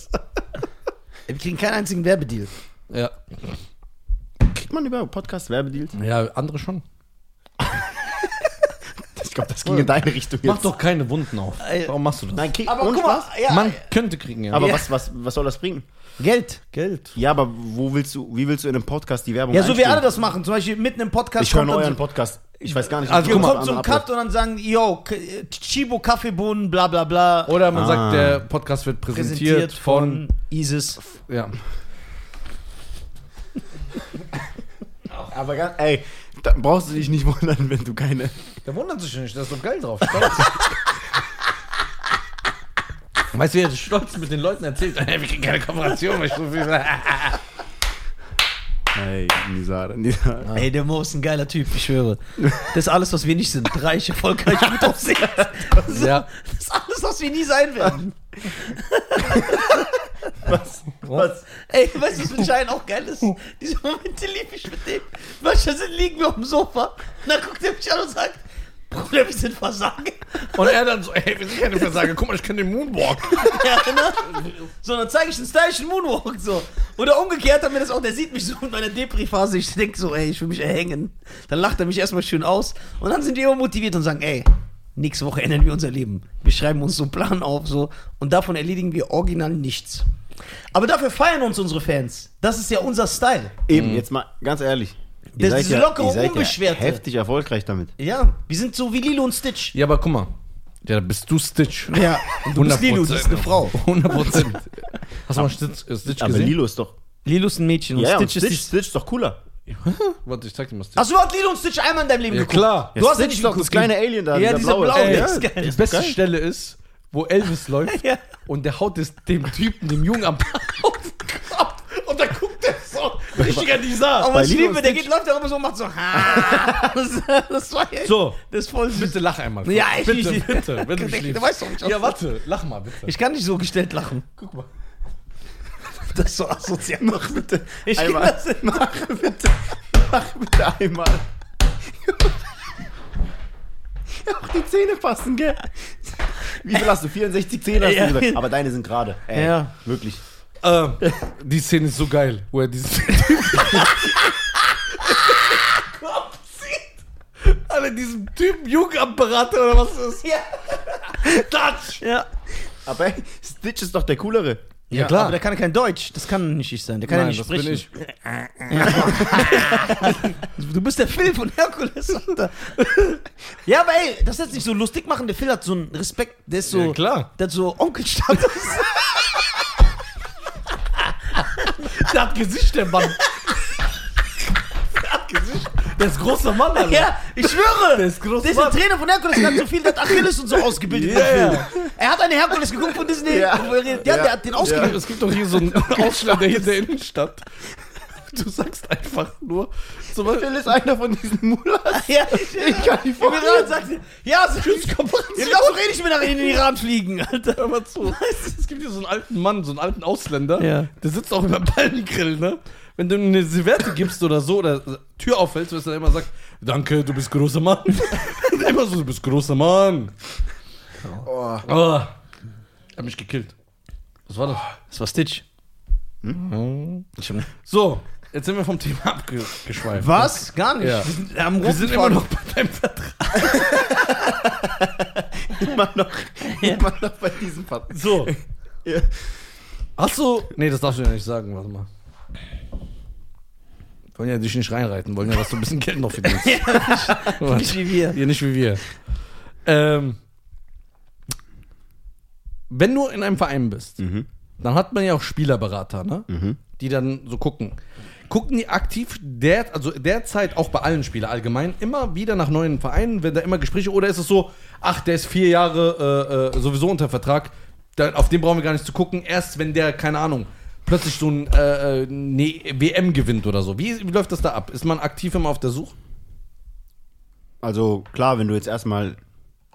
Wir kriegen keinen einzigen Werbedeal. Ja. Kriegt man über Podcast Werbedeals? Ja, andere schon. Ich glaube, das ging in deine Richtung jetzt. Mach doch keine Wunden auf. Warum machst du das? Nein, krieg, Aber ohne guck mal, Spaß. ja, Man könnte kriegen, ja. Aber Ja. was, was, was soll das bringen? Geld. Geld. Ja, aber wo willst du, wie willst du in einem Podcast die Werbung Ja, so wie einstellen? alle das machen. Zum Beispiel mitten im Podcast. Ich höre kommt dann euren so- Podcast. Ich weiß gar nicht. Also, wie guck Ihr mal, kommt zum Ablauf- Cut und dann sagen, yo, K- äh, Chibo Kaffeebohnen, bla bla bla. Oder man Ah. sagt, der Podcast wird präsentiert, von, ISIS. Ja. Aber ganz, ey, da brauchst du dich nicht wundern, wenn du keine. Der wundert sich nicht, der ist doch geil drauf. weißt du, er ist stolz mit den Leuten erzählt. Wir kriegen keine Kooperation, weil ich so viel. Ey, Nisar, Nisar. Ey, der Mo ist ein geiler Typ, ich schwöre. Das ist alles, was wir nicht sind. Reich, erfolgreich, gut aussehend. Das ja. ist alles, was wir nie sein werden. Was? Ey, weißt du, was mit Schein auch geil ist? Diese Momente lieb ich mit dem. Manchmal sind, liegen wir auf dem Sofa und dann guckt er mich an und sagt, Bruder, wir sind Versager. Und er dann so, ey, wir sind keine Versager, guck mal, ich kann den Moonwalk. Ja, ne? So, dann zeige ich den stylischen Moonwalk so. Oder umgekehrt hat mir das auch, der sieht mich so in meiner Depri-Phase. Ich denke so, ey, ich will mich erhängen. Dann lacht er mich erstmal schön aus. Und dann sind wir immer motiviert und sagen, ey, nächste Woche ändern wir unser Leben. Wir schreiben uns so einen Plan auf so. Und davon erledigen wir original nichts. Aber dafür feiern uns unsere Fans. Das ist ja unser Style. Eben, jetzt mal ganz ehrlich. Mhm. Das ist lockere, unbeschwerte. Ja heftig erfolgreich damit. Ja, wir sind so wie Lilo und Stitch. Ja, aber guck mal. Ja, da bist du Stitch. Ja, und du bist 100%. Lilo, du bist eine Frau. 100 Prozent. Hast du mal Stitch, äh, Stitch Aber gesehen? Lilo ist doch. Lilo ist ein Mädchen und Ja, Stitch und ist Stitch, Stitch ist doch cooler. Warte, ich zeig dir mal Stitch. Hast du überhaupt Lilo und Stitch einmal in deinem Leben Ja, geguckt? klar. Du hast Stitch ja nicht ist doch das kleine Alien da. Ja, dieser blaue, Ey, der ja, ist geil. die beste Stelle ist, wo Elvis läuft Ja. und der haut es dem Typen, dem Jungen am auf den Kopf und dann guckt er so richtig an die Saar. Aber ich Lilo liebe, und der geht, läuft da rum und so macht so. "Ha." das, das war ja, So. Das ist voll süß. Bitte lach einmal. Ja, ich- bitte, ich- bitte, bitte, Du mich liebst. weißt doch, ich- Ja, warte, lach mal bitte. Ich kann nicht so gestellt lachen. guck mal. Das ist so asozial. Mach bitte. Ich kann einmal. das nicht. Mach bitte. Mach bitte einmal. Ja, Auch die Zähne passen, gell? Wie viel hast du? 64 Zähne hast Ja. du gesagt. Aber deine sind gerade. Ey, Ja. Wirklich. Ähm, die Szene ist so geil, wo er diesen Kopf zieht. Alle diesem Typen Jugendapparat oder was ist. Ja. Touch! Ja. Aber ey, Stitch ist doch der coolere. Ja, klar. Aber der kann kein Deutsch. Das kann nicht ich sein. Der kann Nein, ja nicht das sprechen. bin ich. Du bist der Phil von Herkules, Alter. Ja, aber ey, das jetzt nicht so lustig machen. Der Phil hat so einen Respekt. Der ist so. Ja, klar. Der hat so Onkelstatus. Der hat Gesicht, der Mann. der hat Gesicht. Der ist großer Mann, Alter. Ja, ich schwöre. Der ist groß, Der ist der Mann. Trainer von Herkules, der hat so viel, der hat Achilles und so ausgebildet. Ja. der Phil. Er hat eine Herkules geguckt von Disney. Ja. Der, der, der hat den ausgebildet. Es gibt doch hier so einen Ausschlag, der hier in der Innenstadt. Du sagst einfach nur, zum Beispiel, Phil ist einer von diesen Mullahs. Ja, ich kann nicht Im Iran sagt er, ja, so, Tschüss, ihr Kooperation. darfst doch eh nicht mehr nach in den Iran fliegen, Alter. hör mal zu. Es gibt hier so einen alten Mann, so einen alten Ausländer, Ja. der sitzt auch über Palmengrill, ne? Wenn du ihm eine Serviette gibst oder so, oder Tür aufhältst, wirst du dann immer sagt, danke, du bist großer Mann. immer so, du bist großer Mann. Oh. Oh. Hat mich gekillt. Was war das? Hm? Das war Stitch. So, jetzt sind wir vom Thema abgeschweift. Was? Gar nicht. Ja. Wir sind, am Wir sind immer noch bei deinem Vertrag. Immer noch, immer noch bei diesem Part. So. Ja. Hast du. Nee, das darfst du ja nicht sagen, warte mal. Wollen ja dich nicht reinreiten, wollen ja, dass du ein bisschen Geld noch verdienst. nicht wie wir. Ihr nicht wie wir. Ähm, wenn du in einem Verein bist, dann hat man ja auch Spielerberater, ne? Mhm. Die dann so gucken. Gucken die aktiv der, also derzeit auch bei allen Spielern allgemein immer wieder nach neuen Vereinen, wenn da immer Gespräche oder ist es so, ach, der ist vier Jahre äh, äh, sowieso unter Vertrag, da, auf den brauchen wir gar nicht zu gucken, erst wenn der, keine Ahnung, plötzlich so ein äh, äh, ne, WM gewinnt oder so. Wie, wie läuft das da ab? Ist man aktiv immer auf der Suche? Also klar, wenn du jetzt erstmal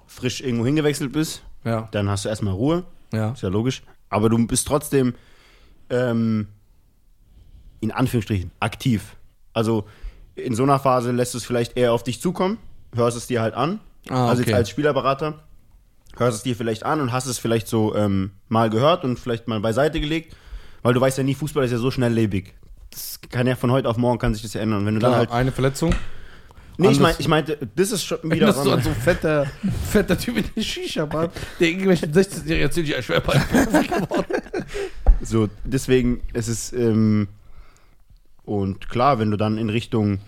frisch irgendwo hingewechselt bist, Ja. dann hast du erstmal Ruhe. ja. Ist ja logisch. Aber du bist trotzdem ähm, in Anführungsstrichen aktiv. Also in so einer Phase lässt du es vielleicht eher auf dich zukommen, hörst es dir halt an. Ah, Also okay. jetzt als Spielerberater hörst es dir vielleicht an und hast es vielleicht so ähm, mal gehört und vielleicht mal beiseite gelegt, weil du weißt ja nie, Fußball ist ja so schnelllebig. Das kann ja von heute auf morgen kann sich das ja ändern. Und Wenn du dann halt, eine Verletzung. nee, ich, anders- mein, ich meinte, das ist schon wieder Erinnerst was du an anderes. so ein fetter, fetter Typ in der Shisha-Bar, der irgendwelchen 16-Jährigen erzählt, ich schwer bei So, deswegen ist es. Ähm, und klar, wenn du dann in Richtung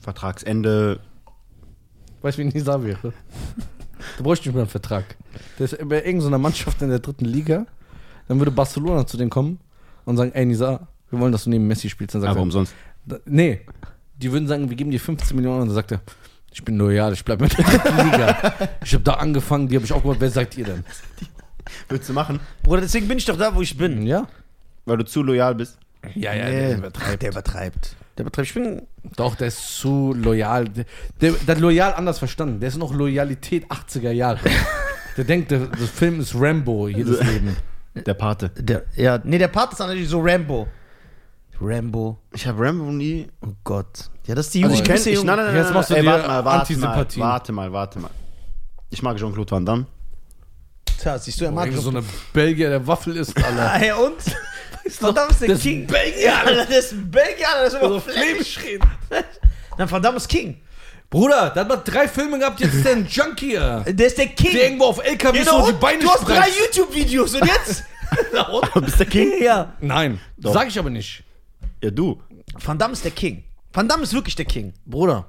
Vertragsende Weißt du, wie ich da wäre? Da bräuchte ich nicht mehr einen Vertrag. Der ist bei irgendeiner Mannschaft in der dritten Liga. Dann würde Barcelona zu denen kommen und sagen, ey Nisa, wir wollen, dass du neben Messi spielst. Dann sagt Aber er, umsonst. da- Nee, die würden sagen, wir geben dir 15 Millionen. Und dann sagt er, ich bin loyal, ich bleibe in der dritten Liga. Ich habe da angefangen, die habe ich auch gemacht. Wer sagt ihr denn? Würdest du machen, Bruder, deswegen bin ich doch da, wo ich bin. Ja? weil du zu loyal bist. Ja, ja, Nee. der übertreibt. Der übertreibt. Der Betreib, ich bin. Doch, der ist zu loyal. Der, der, der hat loyal anders verstanden. Der ist noch Loyalität 80er Jahre. Der denkt, der, der Film ist Rambo jedes Leben. Der Pate. Der, ja, nee, der Part ist natürlich so Rambo. Rambo, Ich habe Rambo nie. oh Gott. Ja, das ist die Also ich Jugend- kenne bisschen ich. jung. Nein, nein, nein. Jetzt machst du ey, dir warte mal, warte mal, Antisympathien. warte mal, warte mal. Ich mag Jean-Claude Van Damme. Tja, siehst du, er Boah, mag irgendwie so eine Belgier, der Waffel ist, Alter. Ah, ja, und? Verdammt, ist der das King. Belgier, Alter, Also das ist ein Belgier, Alter, das ist So immer flämisch reden. Dann verdammt ist King. Bruder, da hat man drei Filme gehabt, jetzt ist der ein Junkie, ja. Der ist der King. der irgendwo auf LKW Genau, so die und Beine du hast drei spreizt. YouTube-Videos und jetzt? Na, und? Bist der King? ja. Nein, sag ich aber nicht. Ja, du. Van Damme ist der King. Van Damme ist wirklich der King. Bruder.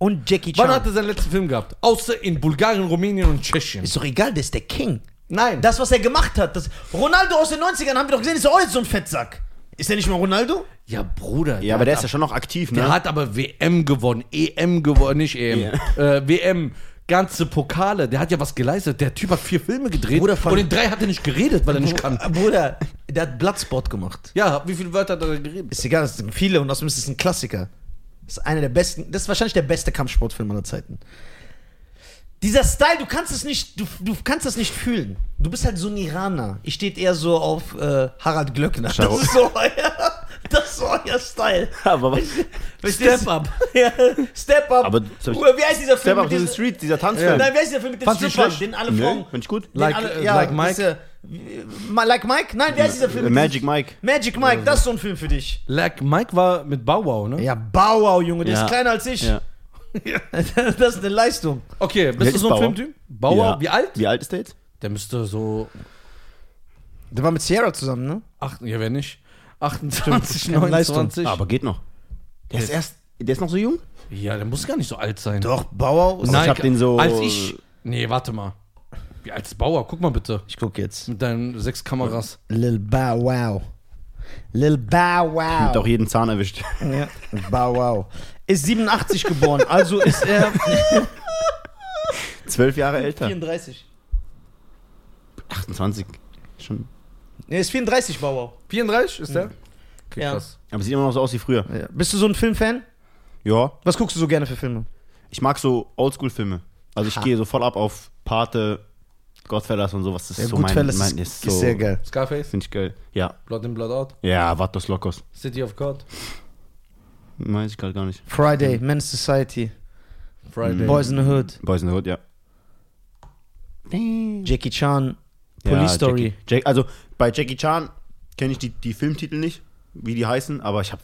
Und Jackie Chan. Wann hat er seinen letzten Film gehabt? Außer in Bulgarien, Rumänien und Tschechien. ist doch egal, der ist der King. Nein. Das, was er gemacht hat, das Ronaldo aus den 90ern haben wir doch gesehen, ist doch auch jetzt so ein Fettsack. Ist der nicht mal Ronaldo? ja, Bruder. Ja, aber der hat ist ja schon noch aktiv, Der ne? hat aber WM gewonnen, EM gewonnen, nicht EM, äh, WM, ganze Pokale. Der hat ja was geleistet. Der Typ hat vier Filme gedreht Bruder, von- und in drei hat er nicht geredet, weil er nicht kann. äh, Bruder, der hat Bloodsport gemacht. Ja, wie viele Wörter hat er geredet? Ist egal, das sind viele und außerdem ist es ein Klassiker. Das ist einer der besten, das ist wahrscheinlich der beste Kampfsportfilm aller Zeiten. Dieser Style, du kannst es nicht, du, du kannst das nicht fühlen. Du bist halt so ein Iraner. Ich steht eher so auf äh, Harald Glöckner. Schau. Das ist so euer, das ist euer Style. Aber was? Step up. ja, step up. Aber das hab ich- Bruder, wie heißt dieser Film? Step mit auf diesen diesen- Street, dieser Tanzfilm. Nein, wer ist der Film mit den Fandst du Strippern, schlecht? den alle Nö, Frauen... find ich gut. Den Like, alle, äh, ja, like Mike? Diese, äh, Ma- like Mike? Nein, wer ist dieser Film? Äh, mit Magic diesem- Mike. Magic Mike, das ist so ein Film für dich. Like, Mike war mit Bow Wow, ne? Ja, Bauau, Junge, der Ja. ist kleiner als ich. Ja. das ist eine Leistung. Okay, Wer bist du ist so ein Bauer? Filmtyp? Bauer, Ja. wie alt? Wie alt ist der jetzt? Der müsste so, Der war mit Sierra zusammen, ne? acht, ja, wer nicht? 28, Keine Leistung. 29. Ah, Aber geht noch. Der ist erst. Der ist noch so jung? ja, der muss gar nicht so alt sein. Doch, Bauau. ich hab den so- Als ich. Nee, warte mal. Wie alt ist Bauer? Guck mal bitte. Ich guck jetzt. Mit deinen sechs Kameras. Lil Bow Wow. Lil Bow Hat auch Wow. jeden Zahn erwischt. Ja. Bow Wow. Ist 87 geboren, also ist er Zwölf Jahre älter. 34. 28. Schon. Ne, ist 34 Bow Wow. 34 ist der? Okay, Ja. krass. Aber sieht immer noch so aus wie früher. Bist du so ein Filmfan? Ja. Was guckst du so gerne für Filme? Ich mag so Oldschool-Filme. Also ich gehe so voll ab auf Pate, Godfellas und sowas. Das ist so Goodfellas mein, mein ist, so, Scarface, Finde ich geil. Ja. Blood in Blood Out, Ja, Vatos Locos. City of God, Weiß ich gerade gar nicht. Friday, Men's Society, Mhm. Friday. Boys in the Hood, Boys in the Hood, ja. Jackie Chan, Police ja, Story. Jackie, Jack, also bei Jackie Chan kenne ich die, die Filmtitel nicht, wie die heißen, aber ich habe.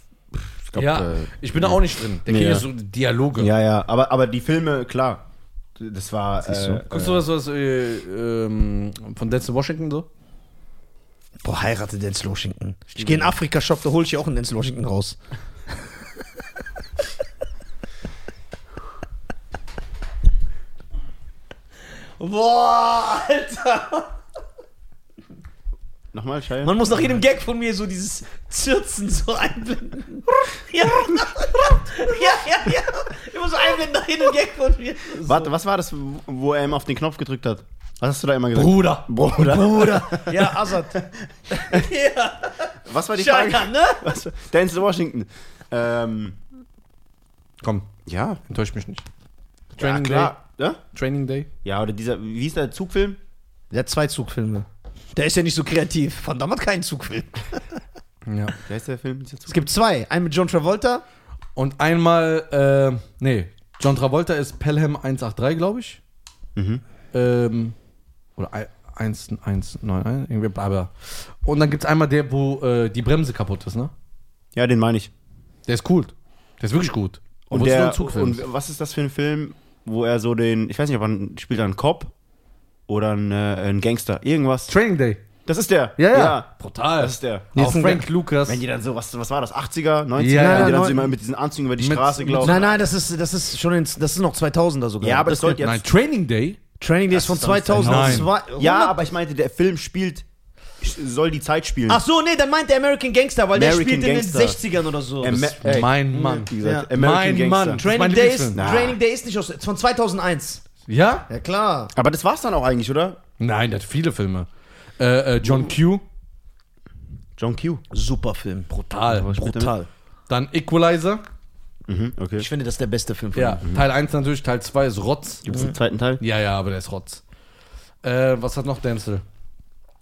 Ich glaub, ja, äh, ich bin da auch nicht drin. Der Nee, kriegt ja ja. so Dialoge. ja, ja. Aber, aber die Filme, klar. Das war. Äh, Guckst du was, was äh, ähm, von Denzel Washington so? Boah, heirate Denzel Washington. Ich gehe in Afrika-Shop, da hol ich dir auch einen Denzel Washington raus. Boah, Alter. äh, Nochmal, Scheiße. Man muss nach jedem Gag von mir so dieses Zirzen so einblenden. Ja, ja, ja. ja. Ich muss so einblenden nach jedem Gag von mir. Warte, was war das, wo er immer auf den Knopf gedrückt hat? Was hast du da immer gesagt? Bruder. Bruder. Bruder. Ja, Assad. Ja. Was war die Frage? China, ne? Was? Denzel Washington. Ähm, Komm, ja. enttäusch mich nicht. ja, Training Day. klar. Ja? Training Day. ja, oder dieser, wie hieß der Zugfilm? Der hat zwei Zugfilme. Der ist ja nicht so kreativ. Van Damme hat keinen Zugfilm. Ja. Wie heißt der Film? Dieser Zug? Es gibt zwei. Einen mit John Travolta. Und einmal, äh, nee, John Travolta ist Pelham 183, glaube ich. Mhm. Ähm, oder ein- 1191, irgendwie, bla bla. Und dann gibt's einmal der, wo äh, die Bremse kaputt ist, ne? Ja, den meine ich. Der ist cool. Der ist wirklich gut. Und, Obwohl es nur der, ein Zugfilm ist. und was ist das für ein Film, wo er so den, ich weiß nicht, ob er einen- spielt er einen Cop oder einen, äh, einen Gangster, irgendwas. Training Day. Das ist der. Ja, ja. Brutal. Das ist der. Hier Auch ist ein Frank Frank Lucas. Wenn die dann so, was, was war das, 80er, 90er, Ja, ja, wenn die dann so neun- immer mit diesen Anzügen über die Mit- Straße mit- glauben. Nein, nein, das ist, das ist schon in, das ist noch 2000er sogar. ja, aber das sollte jetzt. Nein, Training Day? Training Day ist von ist doch nicht 2002. ja, aber ich meinte, der Film spielt, soll die Zeit spielen. Ach so, nee, dann meint der American Gangster, weil American der spielt Gangster. in den 60ern oder so. Am- Das ist ey. mein Mann. Wie gesagt, Ja. American Mein Gangster. Mann. Das ist mein Training, Day ist, Lieblingsfilm. Na. Training Day ist nicht aus, ist von 2001. Ja? Ja, klar. Aber das war's dann auch eigentlich, oder? Nein, der hat viele Filme. Äh, äh, John Q. John Q. Hm, Super Film. Brutal. Brutal. Dann Equalizer. Mhm, okay. Ich finde, das ist der beste Film von Ja, Mhm. ihm. Teil 1 natürlich, Teil 2 ist Rotz. Gibt's einen zweiten Teil? Ja, ja, aber der ist Rotz. Äh, was hat noch Denzel?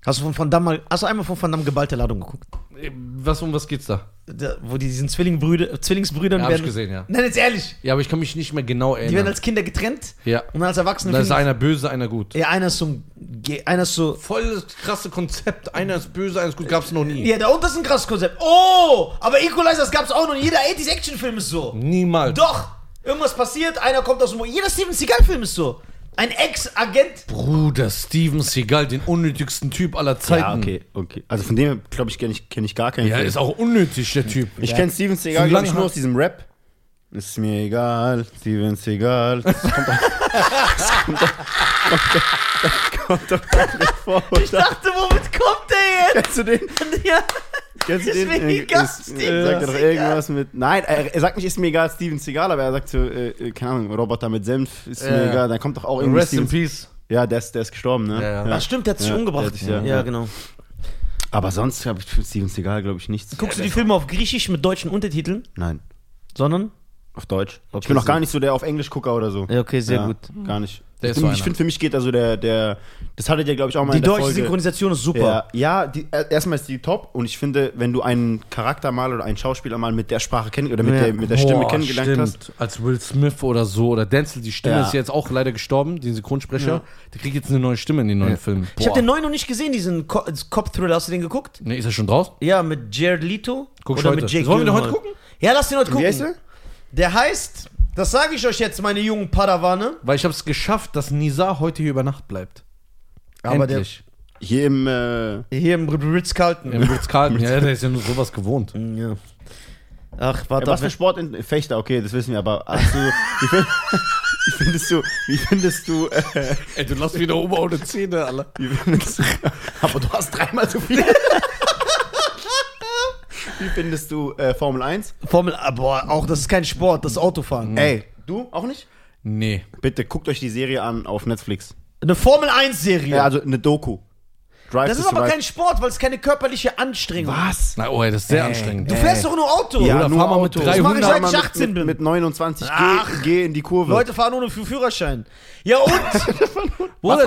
Hast du von Van Damme mal, hast du einmal von Van Damme geballte Ladung geguckt? Äh, Was, um was geht's da? Da, wo die diesen Zwillingbrüder, Zwillingsbrüdern Ja, hab werden. ich gesehen, ja. Nein, jetzt ehrlich. Ja, aber ich kann mich nicht mehr genau Die werden erinnern. als Kinder getrennt Ja. und als Erwachsene Da ist finden- einer böse, einer gut. Ja, einer ist so ein, Ge- einer ist so Volles krasse Konzept. Einer ist böse, einer ist gut. Gab's noch nie. Ja, da unten ist ein krasses Konzept. Oh, aber Equalizers gab's auch noch. Jeder 80s Actionfilm ist so. Niemals. Doch, irgendwas passiert, einer kommt aus dem... Jeder Steven Seagal-Film ist so. Ein Ex-Agent. Bruder, Steven Seagal, den unnötigsten Typ aller Zeiten. Ja, okay, okay. Also von dem, glaube ich, kenne ich, kenn ich gar keinen Ja, Film. ist auch unnötig, der Typ. ich kenne Steven Seagal, So glaube lange ich, nur hat- aus diesem Rap. Ist mir egal, Steven Seagal. Das kommt doch, das kommt doch, das kommt doch gar nicht Ich dachte, womit kommt der vor. Kennst du den? jetzt? Ja. Kennst du Ist den? mir Äh, egal, ist, Steven äh, sagt er doch Seagal. irgendwas mit. Nein, er, er sagt nicht, ist mir egal, Steven Seagal, aber er sagt so, äh, äh, keine Ahnung, Roboter mit Senf, ist mir Ja. egal. Dann kommt doch auch irgendwie. Rest in Steven, Peace. ja, der ist, der ist gestorben, ne? Ja, ja. Ach stimmt, der hat sich Ja, der umgebracht. hat sich, ja. genau. Aber sonst habe ich für Steven Seagal, glaube ich, nichts. Guckst du die Filme auf Griechisch mit deutschen Untertiteln, Nein. sondern? Auf Deutsch. ich bin noch gar nicht so der auf Englisch gucker oder so. Ja, okay, sehr gut. Gar nicht. Der ich ist so ich einer. finde, für mich geht also der, der, das hatte der, glaube ich, auch mal Die in der deutsche Folge. Synchronisation ist super. Ja, ja die, äh, erstmal ist die top und ich finde, wenn du einen Charakter mal oder einen Schauspieler mal mit der Sprache kennen oder mit, Ja. der, mit der Stimme Boah, kennengelernt stimmt. hast. Als Will Smith oder so oder Denzel, die Stimme Ja. ist jetzt auch leider gestorben, den Synchronsprecher. Der kriegt jetzt eine neue Stimme in den neuen Film. Ich habe den neuen noch nicht gesehen, diesen Co- Cop-Thriller. Hast du den geguckt? Nee, ist er schon draus? Ja, mit Jared Leto. Guck ich oder heute. mit Jake Sollen wir den heute Gyllenhaal. gucken? Ja, lass den heute gucken. Wie heißt der? Der heißt, das sage ich euch jetzt, meine jungen Padawane. Weil ich habe es geschafft, dass Nizar heute hier über Nacht bleibt. Aber der- Endlich. Hier im, äh, Hier im Ritz-Carlton. Im Ritz-Carlton. ja, der ist ja nur sowas gewohnt. Ja. Ach, Ja, warte. Äh, was für Sport in Fechter, okay, das wissen wir, aber hast du, wie, find, wie findest du, wie findest du, äh, Ey, du lass wieder oben ohne Zähne, Alter. wie findest du, aber du hast dreimal so viel. wie findest du äh, Formel 1? Formel, ah, boah, auch das ist kein Sport, das ist Autofahren. Ey, du auch nicht? Nee. Bitte guckt euch die Serie an auf Netflix. Eine Formel 1-Serie. Ja, also eine Doku. Drive das to ist aber Survive. kein Sport, weil es keine körperliche Anstrengung ist. Was? Na, oh, ey, das ist sehr anstrengend. Du fährst doch nur Auto. Bruder, fahr mal mit Auto. 300 Das mach ich, seit ich Mal mit- 18 bin. mit- mit 29 Ach. geh in die Kurve. Leute fahren ohne Führ- Führerschein. Ja und? Bruder,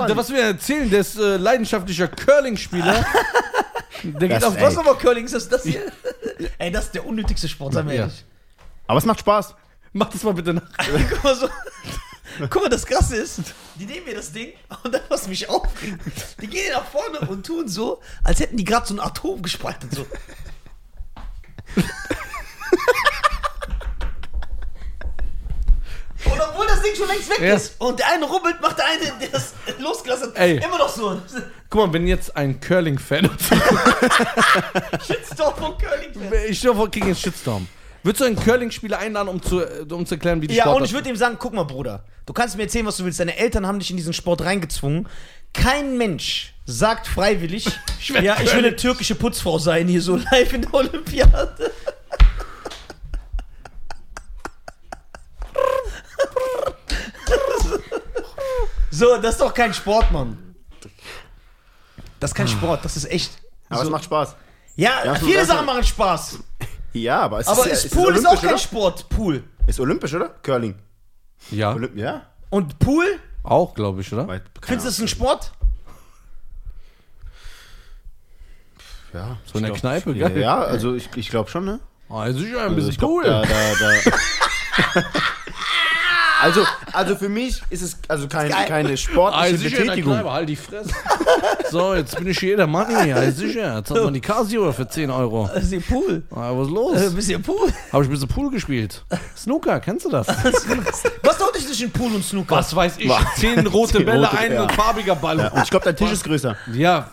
Was was, was wir erzählen, der ist äh, leidenschaftlicher Curling-Spieler. der geht Das- auf ey. was aber Curling ist das, das hier? Ey, das ist der unnötigste Sport, seien wir Ja. ehrlich. aber es macht Spaß. Mach das mal bitte nach. Guck mal, so. Guck mal, das Krasse ist, die nehmen mir das Ding und dann, was mich aufregt, die gehen nach vorne und tun so, als hätten die gerade so ein Atom gespalten. So. Und obwohl das Ding schon längst weg Ja. ist und der eine rubbelt, macht der eine, der das losgelassen hat, Ey. immer noch so. Guck mal, wenn jetzt ein Curling-Fan. Shitstorm von Curling. ich stelle vor, kriegen jetzt Shitstorm. Würdest du einen Curling-Spieler einladen, um zu, äh, um zu erklären, wie die Ja, Sportart und ich würde ihm sagen, guck mal, Bruder, du kannst mir erzählen, was du willst. Deine Eltern haben dich in diesen Sport reingezwungen. Kein Mensch sagt freiwillig, ja, ich will eine türkische Putzfrau sein hier so live in der Olympiade. So, das ist doch kein Sport, Mann. Das ist kein Sport, das ist echt. Aber es macht Spaß. Ja, Ja, so- viele das- Sachen machen Spaß. Ja, aber es Aber ist, ist, Pool ist, olympisch, auch kein oder? Sport, Pool. Ist olympisch, oder? Curling. Ja, Olymp ja. Und Pool, auch, glaube ich, oder? Weil- keine findest du das ein Sport? Ahnung. ja, So in der ich Kneipe, glaub, gell? Ja, also ich, ich glaube schon, ne? Ah, sicher ein Also bisschen ich glaub, cool. Da, da, da. Also, also für mich ist es also kein, keine sportliche Ah, sicher in der Betätigung. Kneipe, halt die Fresse. so, jetzt bin ich hier der Mann hier. Ah, sicher, jetzt hat man die Casio für 10 Euro. Das ist der Pool. Ah, was ist Äh, los? bist ihr Pool? Habe ich ein bisschen Pool gespielt. Snooker, kennst du das? Was ist der Unterschied zwischen Pool und Snooker? weiß ich? Zehn rote Zehn Bälle, rote, ein ja. farbiger Ball. Und ich glaube, dein Tisch ist größer. Ja,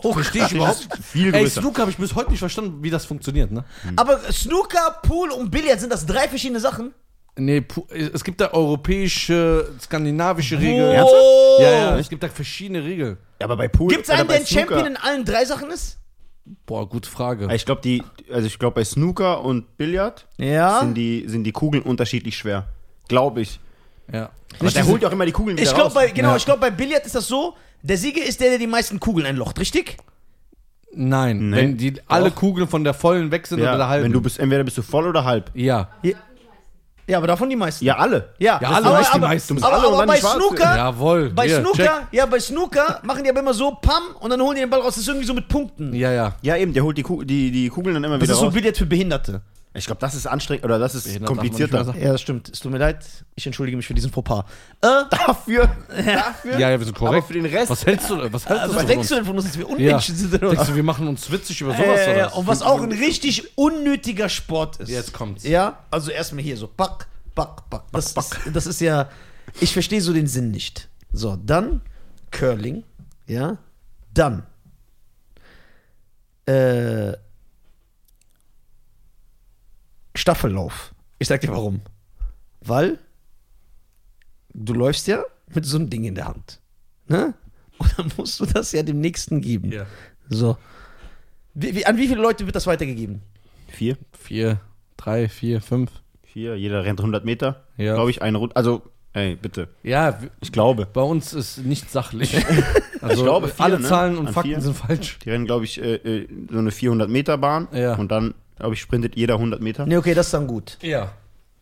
Verstehe ich überhaupt. viel Ey, größer. Snooker habe ich bis heute nicht verstanden, wie das funktioniert, ne? Aber Snooker, Pool und Billard sind das drei verschiedene Sachen? Nee, pu- es gibt da europäische, skandinavische Regeln. Ernsthaft? Oh. Ja, ja, es gibt da verschiedene Regeln. Ja, aber bei Pool. Gibt es oder Oh! einen, bei der ein Champion Snooker- in allen drei Sachen ist? Boah, gute Frage. Ich glaube, die, also ich glaube, bei Snooker und Billard Ja. sind, die, sind die Kugeln unterschiedlich schwer. Glaube ich. Ja. Aber der holt ja auch immer die Kugeln wieder Ich glaube, raus. bei, genau, Ja. ich glaube, bei Billard ist das so, der Sieger ist der, der die meisten Kugeln einlocht, richtig? Nein, Nee. wenn die alle Kugeln von der vollen weg sind ja, oder der halben. wenn du bist, entweder bist du voll oder halb. ja. Ja, aber davon die meisten. Ja, alle. Ja, Ja, alle aber, meisten, aber, meisten. aber, Alle und aber, dann bei die Schwarze. Snooker, Jawohl. bei hier, Snooker, check. ja, bei Snooker machen die aber immer so Pam und dann holen die den Ball raus. Das ist irgendwie so mit Punkten. Ja, ja. Ja, eben, der holt die, Ku- die, die Kugeln dann immer Das wieder ist so raus. Billard für Behinderte. Ich glaube, das ist anstrengend oder das ist Behindert darf man nicht mehr komplizierter. sagen. Ja, das stimmt. Es tut mir leid. Ich entschuldige mich für diesen Fauxpas. Äh, Dafür, dafür. Ja, ja, wir sind korrekt. Aber für den Rest- Was hältst du, was hältst du was von Also denkst uns? du denn von uns, dass wir Ja. Unmenschen sind? Oder? Denkst du, wir machen uns witzig über sowas Äh, oder? und was auch ein richtig unnötiger Sport ist. Jetzt kommt's. Ja, also erstmal hier so back, back, back. Das, Ist, das ist ja, ich verstehe so den Sinn nicht. So, dann Curling, ja, dann äh, Staffellauf. Ich sag dir warum. Weil du läufst ja mit so einem Ding in der Hand. Ne? Und dann musst du das ja dem Nächsten geben. Ja. So. Wie, wie, an wie viele Leute wird das weitergegeben? Vier. Vier, drei, vier, fünf. Vier, jeder rennt 100 Meter. Ja. Glaube ich, eine Runde. Also, ey, bitte. Ja, w- Ich glaube. bei uns ist nicht sachlich. Also glaube, vier, alle ne? Zahlen und An Fakten vier. sind falsch. Die rennen, glaube ich, äh, äh, so eine 400-Meter-Bahn. Ja. Und dann, glaube ich, sprintet jeder 100 Meter. Ne, okay, das ist dann gut. Ja.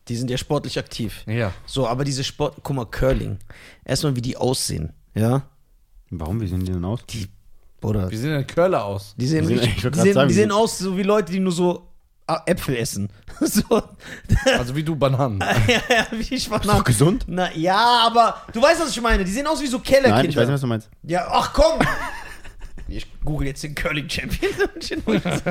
Die sind ja sportlich aktiv. Ja. So, aber diese Sport, guck mal, Curling. Erstmal, wie die aussehen. Ja. Warum? Wie sehen die denn aus? Die, oder, Wie sehen denn Curler aus? die sehen, Die sehen- richtig- ich wollte die grad sehen, sagen, die die sehen sind- aus so wie Leute, die nur so Ä- Äpfel essen. so, Also wie du Bananen. ja, ja, wie ich war doch gesund. Na, ja, aber du weißt, was ich meine. Die sehen aus wie so Kellerkinder. Nein, ich weiß nicht, was du meinst. Ja, ach komm! Ich google jetzt den Curling-Champion.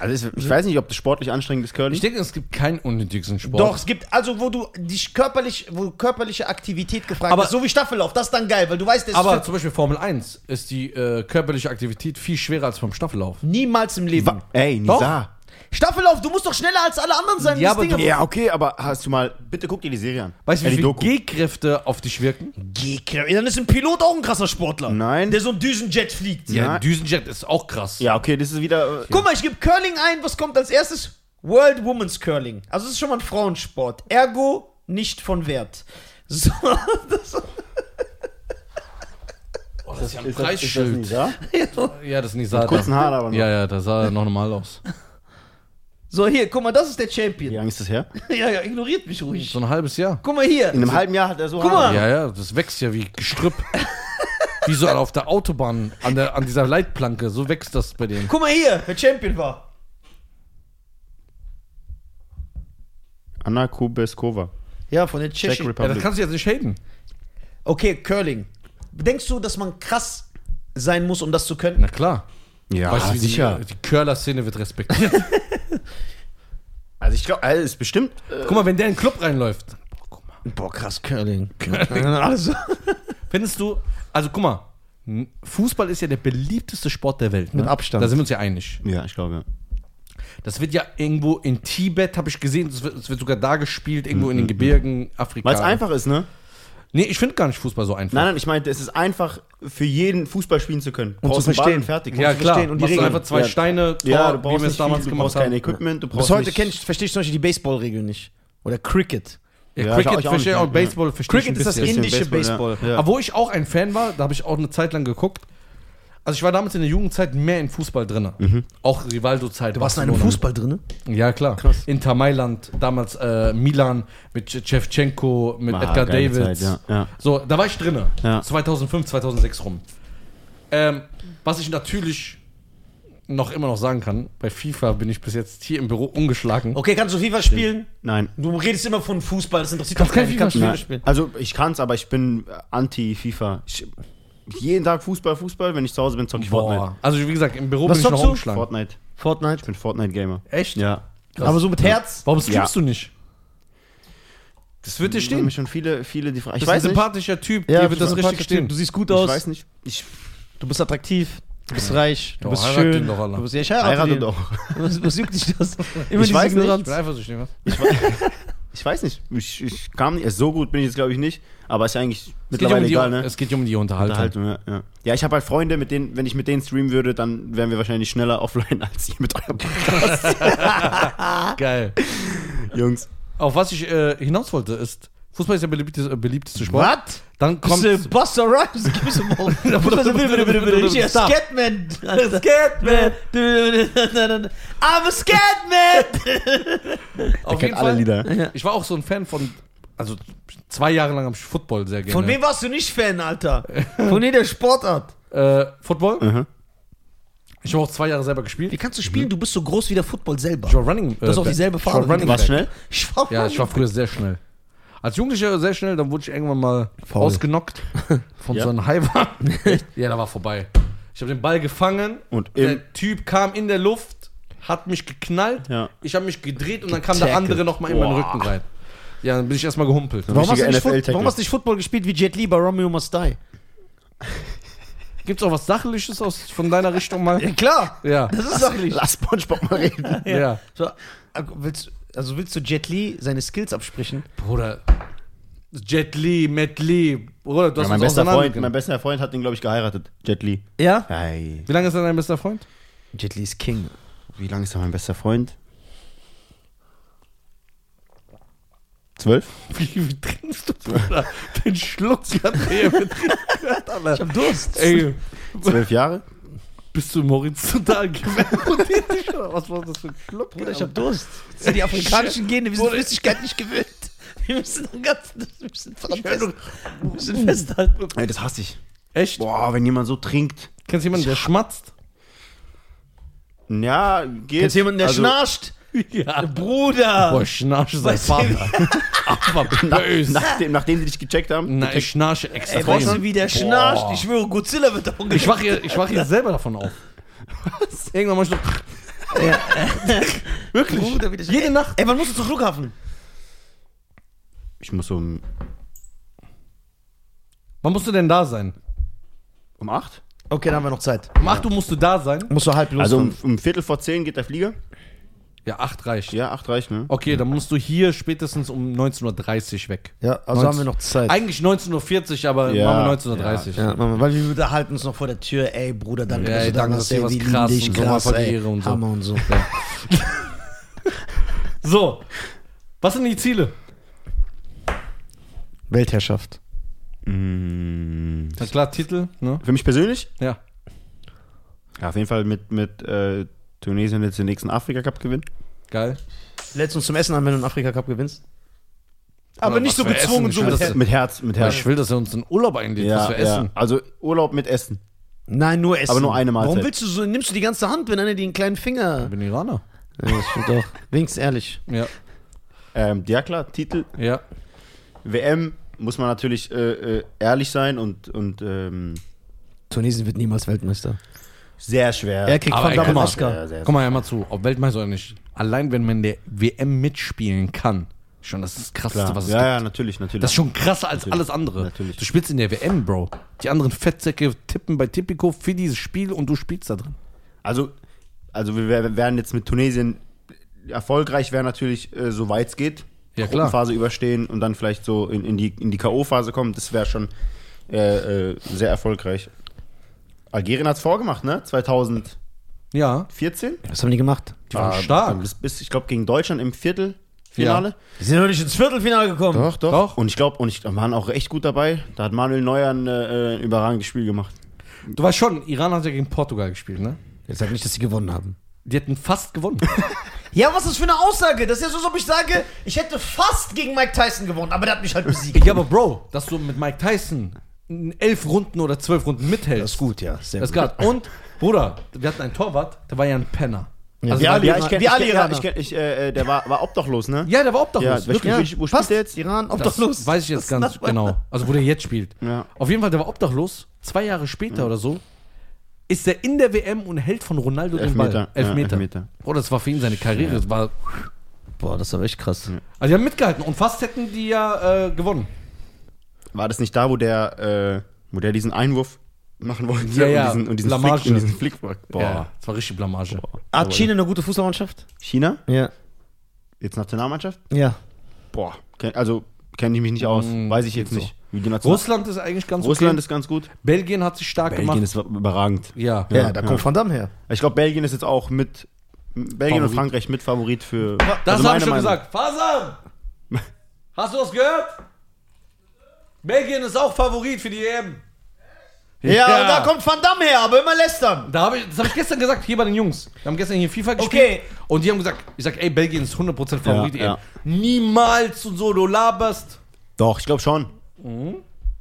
Also, es- ich weiß nicht, ob das sportlich anstrengend ist, Curling. Ich denke, es gibt keinen unnötigsten Sport. Doch, es gibt, also wo du dich körperlich, wo körperliche Aktivität gefragt Aber- ist, so wie Staffellauf, das ist dann geil, weil du weißt, es Aber ist zum Beispiel Formel 1 ist die äh, körperliche Aktivität viel schwerer als beim Staffellauf. niemals im Leben. Wa- äh. Ey, Doch. Nisa. Staffellauf, du musst doch schneller als alle anderen sein. Ja, das aber Ding du- ist- Ja, okay, aber hast du mal. Bitte guck dir die Serie an. Weißt du, äh, wie die viele Doku. Gehkräfte auf dich wirken? Gehkräfte. Dann ist ein Pilot auch ein krasser Sportler. Nein. Der so ein Düsenjet fliegt. Ja. ein Düsenjet ist auch krass. Ja, okay, das ist wieder. Äh, Guck mal, ich gebe Curling ein. Was kommt als erstes? World Women's Curling. Also es ist schon mal ein Frauensport. Ergo nicht von Wert. So, Oh, das ist ja ein ist das, ist das Preisschild. Nisa? ja, das ist Nisa. Kurzen Haaren aber noch. Ja, ja, das sah noch normal aus. so hier, guck mal, das ist der Wie Champion. lange ist das her? Ja, ja, ignoriert mich ruhig. So ein halbes Jahr. Guck mal hier. In einem halben Jahr hat er so. Guck Haare. mal. Ja, ja, das wächst ja wie Gestrüpp. wie so auf der Autobahn, an, der, an dieser Leitplanke. So wächst das bei denen. Guck mal hier, wer Champion war. Anna Kubeskova. Ja, von der Czech Tschechien. Ja, das Republic. kannst du jetzt nicht haten. Okay, Curling. Denkst du, dass man krass sein muss, um das zu können? Na klar. Ja, weißt du, wie Die, die Curler-Szene wird respektiert. Also, ich glaube, also, es ist bestimmt. Äh, guck mal, wenn der in den Club reinläuft. dann- Boah, guck mal. Boah, krass, Curling. also, Findest du, also guck mal, n- Fußball ist ja der beliebteste Sport der Welt. Ne? Mit Abstand. Da sind wir uns ja einig. ja, ich glaube, ja. Das wird ja irgendwo in Tibet, habe ich gesehen, es wird, es wird sogar da gespielt, irgendwo in den Gebirgen, Afrika. Weil es einfach ist, ne? Nee, ich finde gar nicht Fußball so einfach. Nein, nein, ich meinte, es ist einfach für jeden Fußball spielen zu können. zu Brauchst einen Ball verstehen. und fertig. ja, Brauchst klar. verstehen Und die Regeln. einfach zwei Ja. Steine, Tor, Ja, du wie brauchst wir es nicht damals viel, du gemacht brauchst kein haben. Equipment, du brauchst bis heute nicht- kenn ich, verstehe ich zum Beispiel die Baseballregeln nicht. Oder Cricket. Ja, Ja, ich auch Cricket nicht. verstehe ich auch, Ja. Baseball verstehe ich ein Cricket ist das bisschen. bisschen indische Baseball. Baseball, Ja. Aber wo ich auch ein Fan war, da habe ich auch eine Zeit lang geguckt. Also ich war damals in der Jugendzeit mehr in Fußball drin. Auch Rivaldo-Zeit. Du Warst du in einem Fußball drin? Ja, klar. Inter Mailand, damals äh, Milan mit Chevchenko, mit Ah, Edgar geile Davids. Zeit, ja, ja. So, da war ich drinne. Ja. 2005, 2006 rum. Ähm, was ich natürlich noch immer noch sagen kann, bei FIFA bin ich bis jetzt hier im Büro ungeschlagen. Okay, kannst du FIFA spielen? Nein. Du redest immer von Fußball, das interessiert Kannst doch kein keinen. FIFA Kannst du spielen. FIFA Nein. spielen? Also ich kann's, aber ich bin äh, anti-FIFA. Ich- Jeden Tag Fußball, Fußball. Wenn ich zu Hause bin, zocke ich Fortnite. Boah. Also wie gesagt, im Büro Was bin ich noch zockst du? ungeschlagen. Fortnite. Ich Fortnite. bin Fortnite-Gamer. Echt? Ja. Krass. Aber so mit Herz? Warum streamst Ja. du nicht? Das wird dir Da haben stehen. mir schon viele, viele die Frage. Das ist ein sympathischer Typ, dir wird das richtig stehen. Du siehst gut Ich aus. weiß nicht. Ich, Du bist attraktiv. Du bist reich, du Ja, bist heiratet schön. ihn doch alle. Du bist ja, ich heirate Heiratet den. doch. Was, was juckt dich das? Immer Ich diese weiß nicht. Ich Ignoranz. bin eifersüchtig, was? Ich weiß nicht. Ich, ich kam nicht. So gut bin ich jetzt, glaube ich, nicht. Aber ist ja eigentlich Es geht ja um mittlerweile die, egal, ne? Es geht ja um die Unterhaltung. Unterhaltung, ja, ja. ja, ich habe halt Freunde, mit denen, wenn ich mit denen streamen würde, dann wären wir wahrscheinlich schneller offline als ihr mit eurem Podcast. Geil. Jungs. Auf was ich äh, hinaus wollte, ist, Fußball ist der beliebteste, äh, beliebteste Sport. Was? Dann kommt. Bist du Buster Rhymes? Gib es mal. Bitte, bitte, bitte, bitte. Ich bin Stop. Scatman. Scatman. I'm a Scatman. auf kennt alle Lieder. Ich war auch so ein Fan von. Also zwei Jahre lang habe ich Football sehr gerne. Von wem warst du nicht Fan, Alter? Von jeder Sportart. Äh, Football. Mhm. Ich habe auch zwei Jahre selber gespielt. Wie kannst du spielen? Du bist so groß wie der Football selber. Ich war Running. Äh, Du hast auch Back. dieselbe Ich war Farbe. Running Was Back. schnell? Ich war Ja, ich war früher sehr schnell. Als Jugendlicher sehr schnell, dann wurde ich irgendwann mal ausgenockt von Ja. so einem Haiwan. ja, da war vorbei. Ich habe den Ball gefangen Und im- der Typ kam in der Luft, hat mich geknallt, Ja. ich habe mich gedreht und dann kam der andere nochmal in meinen Rücken rein. Ja, dann bin ich erstmal gehumpelt. Warum hast, du Richtige nicht Fut- NFL-Tackle. warum hast du nicht Football gespielt wie Jet Li bei Romeo Must Die? Gibt's auch was Sachliches aus von deiner Richtung mal? Ja, klar. Ja, Das ist sachlich. Lass Spongebob mal reden. ja. So, Ah, willst, also willst du Jet Li seine Skills absprechen? Bruder. Jet Li, Matt Li. Bruder, du Ja, hast mein, uns bester Freund, mein auseinandergenommen. bester Freund hat den, glaube ich, geheiratet. Jet Li. Ja? Ei. Wie lange ist denn dein bester Freund? Jet Li ist King. Wie lange ist er mein bester Freund? Zwölf? Wie, wie trinkst du, Bruder? Den Schluck hat er Ich hab Durst. Ey, Zwölf Jahre? bist du im horizontal gewählt? oder was war das für ein Schluck? Bruder, ich hab Durst. Das sind die afrikanischen Gene, wir sind Flüssigkeit nicht gewöhnt. Wir müssen den ganzen, wir müssen dran fest, wir müssen festhalten. Ey, das hasse ich. Echt? Boah, wenn jemand so trinkt. Kennst du jemanden, der schmatzt? Ja, geht. Jetzt jemand, der Also, schnarcht. Ja. Bruder. Boah, ich schnarche sein Weißt du- Vater. Aber böse. Nachdem, nachdem die dich gecheckt haben, Nein, ich schnarche extra. Ey, weißt du, wie der schnarcht? Ich schwöre, Godzilla wird da ich umgeschwommen. wach hier, ich wach hier selber davon auf. Was? Irgendwann mach ich doch. Wirklich? Bruder, wie der Jede Nacht. Ey, wann musst du zum Flughafen? ich muss um, Wann musst du denn da sein? um acht. Okay, dann haben wir noch Zeit. Um 8 Uhr musst du da sein? Musst du halb los. Also um, um Viertel vor zehn geht der Flieger. Ja, 8 reicht. Ja, acht reicht, ne? Okay, dann musst du hier spätestens um 19.30 Uhr weg. ja, also haben wir noch Zeit. Eigentlich 19.40 Uhr, aber Ja. machen wir 19.30 Uhr. Ja, Mama, weil wir unterhalten uns noch vor der Tür, ey Bruder, danke, Ja, dass ey, du da danke, warst, dass ihr ey, was wir lieben krass dich, und so, krass, voll die ey, Ehre und so. Hammer und so. So. Was sind die Ziele? Weltherrschaft. Mm, Na klar, Titel, ne? Für mich persönlich? Ja. Ja, auf jeden Fall mit, mit äh, Tunesien jetzt den nächsten Afrika-Cup gewinnen. Geil. Letztens zum Essen an, wenn du einen Afrika-Cup gewinnst. Aber Oder nicht was so für gezwungen, so Essen, schön, mit dass Her- Mit Herz, mit Herz. Ich will, dass er uns einen Urlaub einlädt, dass wir essen. Also Urlaub mit Essen. Nein, nur Essen. Aber nur eine Warum Mahlzeit. willst du so, nimmst du die ganze Hand, wenn einer dir einen kleinen Finger... Ich bin Iraner. Ja, das stimmt doch. Wenigstens ehrlich. Ja. Ähm, ja klar, Titel, Ja. WM muss man natürlich äh, äh, ehrlich sein und, und ähm, Tunesien wird niemals Weltmeister. sehr schwer. Er kriegt Aber von ey, guck Double mal. Oscar. Sehr, sehr, Guck mal einmal zu, ob Weltmeister oder nicht. Allein wenn man in der WM mitspielen kann, schon das ist das krasseste, klar. was es ja, ja, gibt. natürlich, natürlich. Das ist schon krasser als Natürlich, alles andere. natürlich. Du spielst in der WM, Bro. Die anderen Fettsäcke tippen bei Tipico für dieses Spiel und du spielst da drin. also, also wir wär- wären jetzt mit Tunesien erfolgreich, wäre natürlich, äh, soweit es geht, Ja, klar. Gruppenphase überstehen und dann vielleicht so in, in die, in die K.O.-Phase kommen. Das wäre schon äh, äh, sehr erfolgreich. Algerien hat es vorgemacht, ne? 2014? Ja. Was haben die gemacht? Die Ah, waren stark. Also Bis, bis, ich glaube, gegen Deutschland im Viertelfinale. Ja. Die sind noch nicht ins Viertelfinale gekommen. Doch, doch. Doch. Und ich glaube, und ich da waren auch echt gut dabei. Da hat Manuel Neuer ein äh, überragendes Spiel gemacht. Du weißt schon, Iran hat ja gegen Portugal gespielt, ne? Jetzt sag nicht, dass sie gewonnen haben. Die hätten fast gewonnen. Ja, was ist das für eine Aussage? Das ist ja so, als ob ich sage, ich hätte fast gegen Mike Tyson gewonnen, aber der hat mich halt besiegt. ja, aber Bro, dass du mit Mike Tyson in elf Runden oder zwölf Runden mithältst. gut, ja. Sehr Das gab. Und, Bruder, wir hatten einen Torwart, der war ja ein Penner. Also, Ja, weil- alle Iraner- kenn- wir alle kenn- Iraner. ich kenn- ich, äh, äh, der war, war obdachlos, ne? ja, der war obdachlos. Ja, wirklich. spielt- wo spielt der jetzt? Iran, Das obdachlos. Weiß ich jetzt ganz genau. Also, wo der jetzt spielt. Ja. Auf jeden Fall, der war obdachlos. Zwei Jahre später oder so ist er in der WM und hält von Ronaldo den Ball. Elfmeter. Ja, Elfmeter. Bruder, das war für ihn seine Karriere. Das war, Boah, das ist aber echt krass. also, die haben mitgehalten und fast hätten die ja äh, gewonnen. War das nicht da, wo der, äh, wo der diesen Einwurf machen wollten. Ja, ja. Und diesen, und diesen Blamage. Flick, und diesen Flick Boah. Ah, Ja, das war richtig Blamage. Hat China eine gute Fußballmannschaft? China, Ja. jetzt Nationalmannschaft? Ja. Boah. Ken, also, kenne ich mich nicht aus. Mm, Weiß ich geht jetzt so. nicht. Wie die Nation Russland ist eigentlich ganz Russland okay. ist ganz gut. Belgien hat sich stark Belgien gemacht. ist überragend. ja. Ja, da kommt Van Damme her. Ich glaube, Belgien ist jetzt auch mit. Belgien und Favorit. Frankreich mit Favorit für. Das also habe meine ich schon Meinung. gesagt. Fasan! Hast du das gehört? Belgien ist auch Favorit für die E EM. Ja, und da kommt Van Damme her, aber immer lästern. Da hab ich, das habe ich gestern gesagt, hier bei den Jungs. Wir haben gestern hier FIFA gespielt. Okay. Und die haben gesagt, ich sag, ey, Belgien ist 100% Favorit. Ja, EM. ja. Niemals und so, du laberst. Doch, ich glaube schon. Mhm.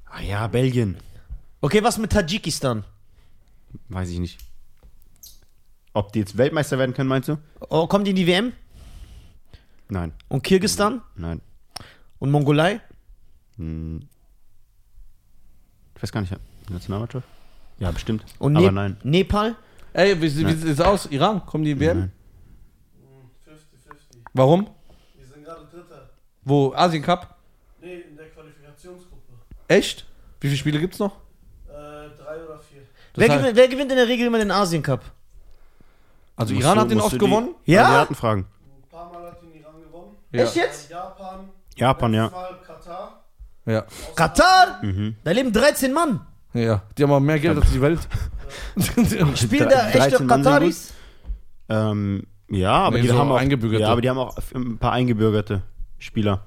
Ah ja, Belgien. Okay, was mit Tadschikistan? Weiß ich nicht. Ob die jetzt Weltmeister werden können, meinst du? Oh, kommt die in die WM? Nein, Und Kirgistan? nein. Und Mongolei? Hm. Ich weiß gar nicht. die Nationalmannschaft? Ja, bestimmt. Und Aber ne nein. Nepal? Ey, wie, wie sieht es aus? Iran, kommen die in die WM? Warum? Wir sind gerade Dritter. Wo? Asien Cup? Nee, in der Qualifikationsgruppe. Echt? Wie viele Spiele gibt's noch? Äh, drei oder vier. Wer, heißt- gewinnt, wer gewinnt in der Regel immer den Asien-Cup? Also Musst Iran du- hat den musst oft du die- gewonnen. Ja? Asiaten fragen. Ein paar Mal hat ihn Iran gewonnen. Ja. Echt jetzt? Japan. Japan, letztes ja. Mal Katar. Ja. Katar? Mhm. Da leben 13 Mann. Ja. Die haben auch mehr Geld als die Welt. Spielen da Dre- 13 echte Mann sind Kataris? Ähm, ja, aber Nee, die so haben auch Eingebürgerte. Ja, aber die haben auch ein paar eingebürgerte Spieler.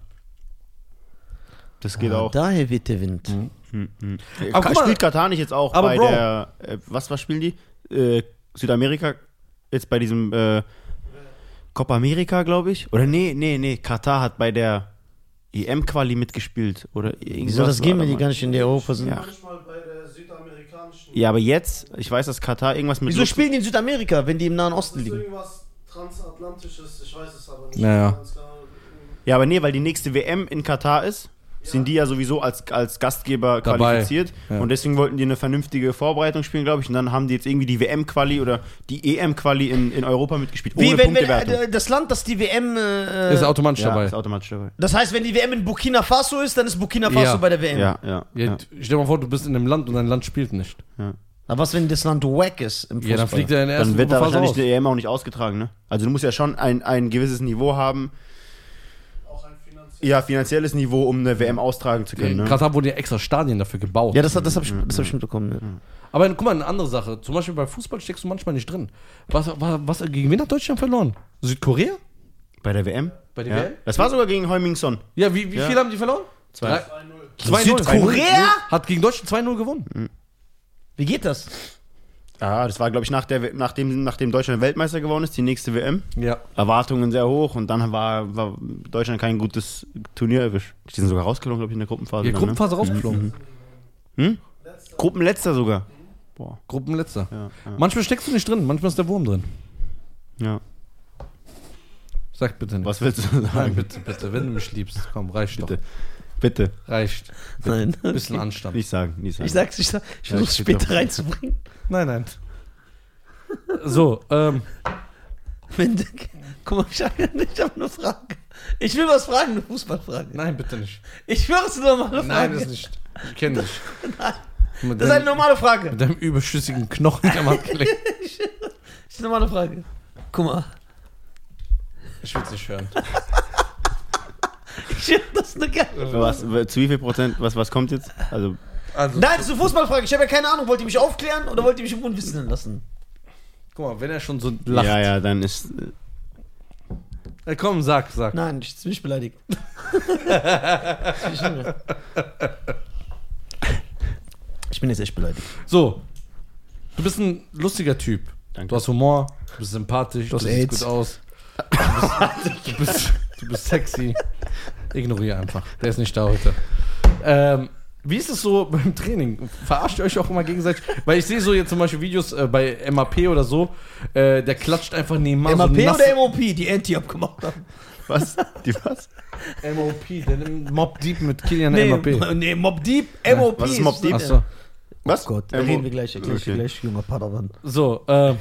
Das geht auch. Ah, Mhm. Daher weht der Wind. Äh, Ah, Aber Ka- guck mal- spielt Katar nicht jetzt auch Aber bei Bro- der äh, was was spielen die? Äh, Südamerika jetzt bei diesem äh, Copa America, glaube ich. Oder nee, nee, nee, Katar hat bei der EM Quali mitgespielt oder irgendwas. Wieso das gehen, war da wenn die mal. gar nicht in der Europa sind? Ja. Manchmal bei der südamerikanischen. Ja, aber jetzt, ich weiß, dass Katar irgendwas mit Wieso Lux- spielen die in Südamerika, wenn die im Nahen Osten Das ist liegen? irgendwas transatlantisches, ich weiß es aber nicht. Naja. Ganz genau. Ja, aber nee, weil die nächste WM in Katar ist, sind die ja sowieso als, als Gastgeber Dabei. qualifiziert. Ja. Und deswegen wollten die eine vernünftige Vorbereitung spielen, glaube ich. Und dann haben die jetzt irgendwie die WM-Quali oder die EM-Quali in, in Europa mitgespielt. Wie ohne wenn, wenn Punktewertung. äh, das Land, das die WM. Äh, ist automatisch ja, dabei. ist automatisch dabei. das heißt, wenn die WM in Burkina Faso ist, dann ist Burkina Faso Ja. bei der WM. Ja, ja. Ja, ja. Stell dir mal vor, du bist in einem Land und dein Land spielt nicht. Aber was, wenn das Land wack ist im Fußball? Ja, dann fliegt er in der ersten Dann wird da Gruppe fast wahrscheinlich aus. die EM auch nicht ausgetragen, ne? Also du musst ja schon ein, ein gewisses Niveau haben, Auch ein finanzielles. ja, finanzielles Niveau, um eine WM austragen zu können, In ne? Katar wurden ja extra Stadien dafür gebaut. ja, das, hat- das habe ich, das hab ich mitbekommen. Ja. Mhm. Aber guck mal, eine andere Sache. Zum Beispiel bei Fußball steckst du manchmal nicht drin. Was, was, was, gegen wen hat Deutschland verloren? Südkorea? Bei der WM? Bei der Ja. WM? Das war sogar gegen Heung-Min-Son. Ja, wie, wie Ja. viel haben die verloren? Zwei. Drei- 3-0. 2-0. Südkorea? Hat gegen Deutschland 2-0 gewonnen. Mhm. Wie geht das? Ja, das war, glaube ich, nach der, nachdem, nachdem Deutschland Weltmeister geworden ist, die nächste WM. Ja. Erwartungen sehr hoch und dann war, war Deutschland kein gutes Turnier erwischt. Die sind sogar rausgelaufen, glaube ich, in der Gruppenphase. Ja, dann, Gruppenphase Mhm. rausgeflogen. ne? Gruppenletzter sogar. Gruppenletzter. Ja, ja. Manchmal steckst du nicht drin, manchmal ist der Wurm drin. ja. Sag bitte nicht. Was willst du sagen? Nein, bitte, bitte, wenn du mich liebst. Komm, reicht Bitte. doch. Bitte. Reicht. Nein. Bisschen Anstand. Nicht sagen, nicht sagen. Ich sag's, ich, sag- ich Ja, versuch's ich krieg später doch- reinzubringen. Nein, nein. So, ähm, Wenn, guck mal, ich habe ich hab eine Frage. Ich will was fragen, eine Fußballfrage. nein, bitte nicht. Ich höre es eine normale Frage. Nein, das nicht. Ich kenne dich. Mit Das ist eine deinem, normale Frage. mit deinem überschüssigen Knochen am Handgelenk. Das ist eine normale Frage. Guck mal, Ich will's nicht hören. ich höre das eine gerne. Was, zu wie viel Prozent, was, was kommt jetzt? Also, Also, Nein, das ist eine Fußballfrage. Ich habe ja keine Ahnung. Wollt ihr mich aufklären oder wollt ihr mich im Unwissenden lassen? guck mal, wenn er schon so lacht. ja, ja, dann ist. äh, Äh, Komm, sag, sag. Nein, ich bin nicht beleidigt. ich bin jetzt echt beleidigt. So. Du bist ein lustiger Typ. Danke. Du hast Humor, du bist sympathisch, du, hast siehst AIDS. gut aus. Du bist, du, bist, du bist sexy. Ignoriere einfach. Der ist nicht da heute. Ähm, wie ist es so beim Training? Verarscht ihr euch auch immer gegenseitig? Weil ich sehe so jetzt zum Beispiel Videos äh, bei MAP oder so, äh, der klatscht einfach nebenan. MAP so nass- oder MOP, die Anti abgemacht haben? Was? Die was? MOP, der nimmt Mob Deep mit Kilian Nee, MAP. nee, Mob Deep, MOP. Was ist Mob Deep? Achso. Was? Ähm, Oh Gott, da reden wir gleich, gleich, Okay. gleich, junger Padawan. So, ähm,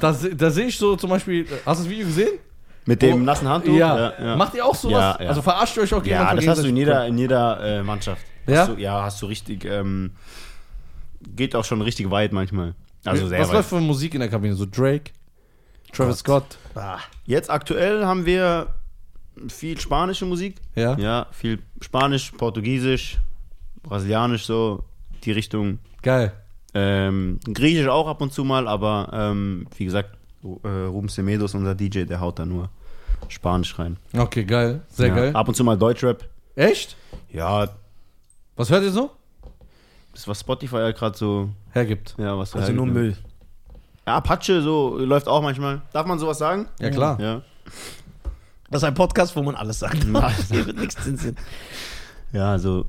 da, se- da sehe ich so zum Beispiel, äh, hast du das Video gesehen? Mit dem Oh, nassen Handtuch? Ja. Macht ihr auch sowas? Ja, ja. Also verarscht ihr euch auch Ja, gegenseitig? das hast du in jeder, in jeder äh, Mannschaft. Ja? Hast du, ja, hast du richtig ähm, geht auch schon richtig weit manchmal. Also sehr Was weit. läuft für Musik in der Kabine? So Drake, Travis Scott. Jetzt aktuell haben wir viel spanische Musik. Ja. Ja, viel Spanisch, Portugiesisch, Brasilianisch so, die Richtung. Geil. Ähm, Griechisch auch ab und zu mal, aber ähm, wie gesagt, Ru- äh, Ruben Semedo ist unser DJ, der haut da nur Spanisch rein. Okay, geil. Sehr ja. geil. Ab und zu mal Deutschrap. Echt? Ja, Was hört ihr so? das war Spotify ja gerade so. Hergibt. Ja, was halt, ne? Also nur Müll. Ja, Apache so läuft auch manchmal. Darf man sowas sagen? Ja, klar. Ja. Das ist ein Podcast, wo man alles sagt. Hier wird nichts in Sinn. Ja, so.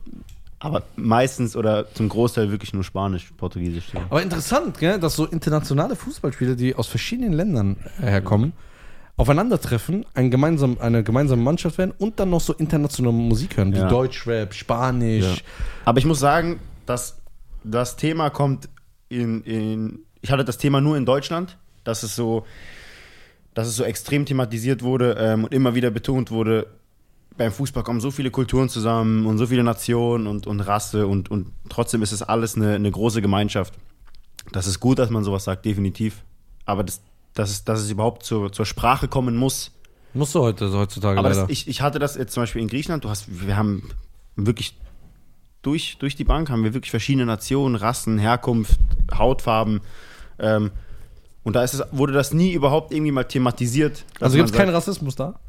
Aber meistens oder zum Großteil wirklich nur Spanisch, Portugiesisch. Ja. Aber interessant, gell, dass so internationale Fußballspieler, die aus verschiedenen Ländern äh, herkommen, aufeinandertreffen, ein gemeinsam, eine gemeinsame Mannschaft werden und dann noch so internationale Musik hören, Ja. wie Deutschrap, Spanisch. Aber ich muss sagen, dass das Thema kommt in, in. Ich hatte das Thema nur in Deutschland, dass es so, dass es so extrem thematisiert wurde ähm, und immer wieder betont wurde. Beim Fußball kommen so viele Kulturen zusammen und so viele Nationen und, und Rasse und, und trotzdem ist es alles eine, eine große Gemeinschaft. Das ist gut, dass man sowas sagt, definitiv. Aber das, dass, es, dass es überhaupt zur, zur Sprache kommen muss, Musst du heute, so heutzutage aber leider. das, ich, ich hatte das jetzt zum Beispiel in Griechenland. Du hast, wir haben wirklich durch, durch die Bank haben wir wirklich verschiedene Nationen, Rassen, Herkunft, Hautfarben. Ähm, und da ist es, wurde das nie überhaupt irgendwie mal thematisiert. dass also gibt es man sagt, keinen Rassismus da?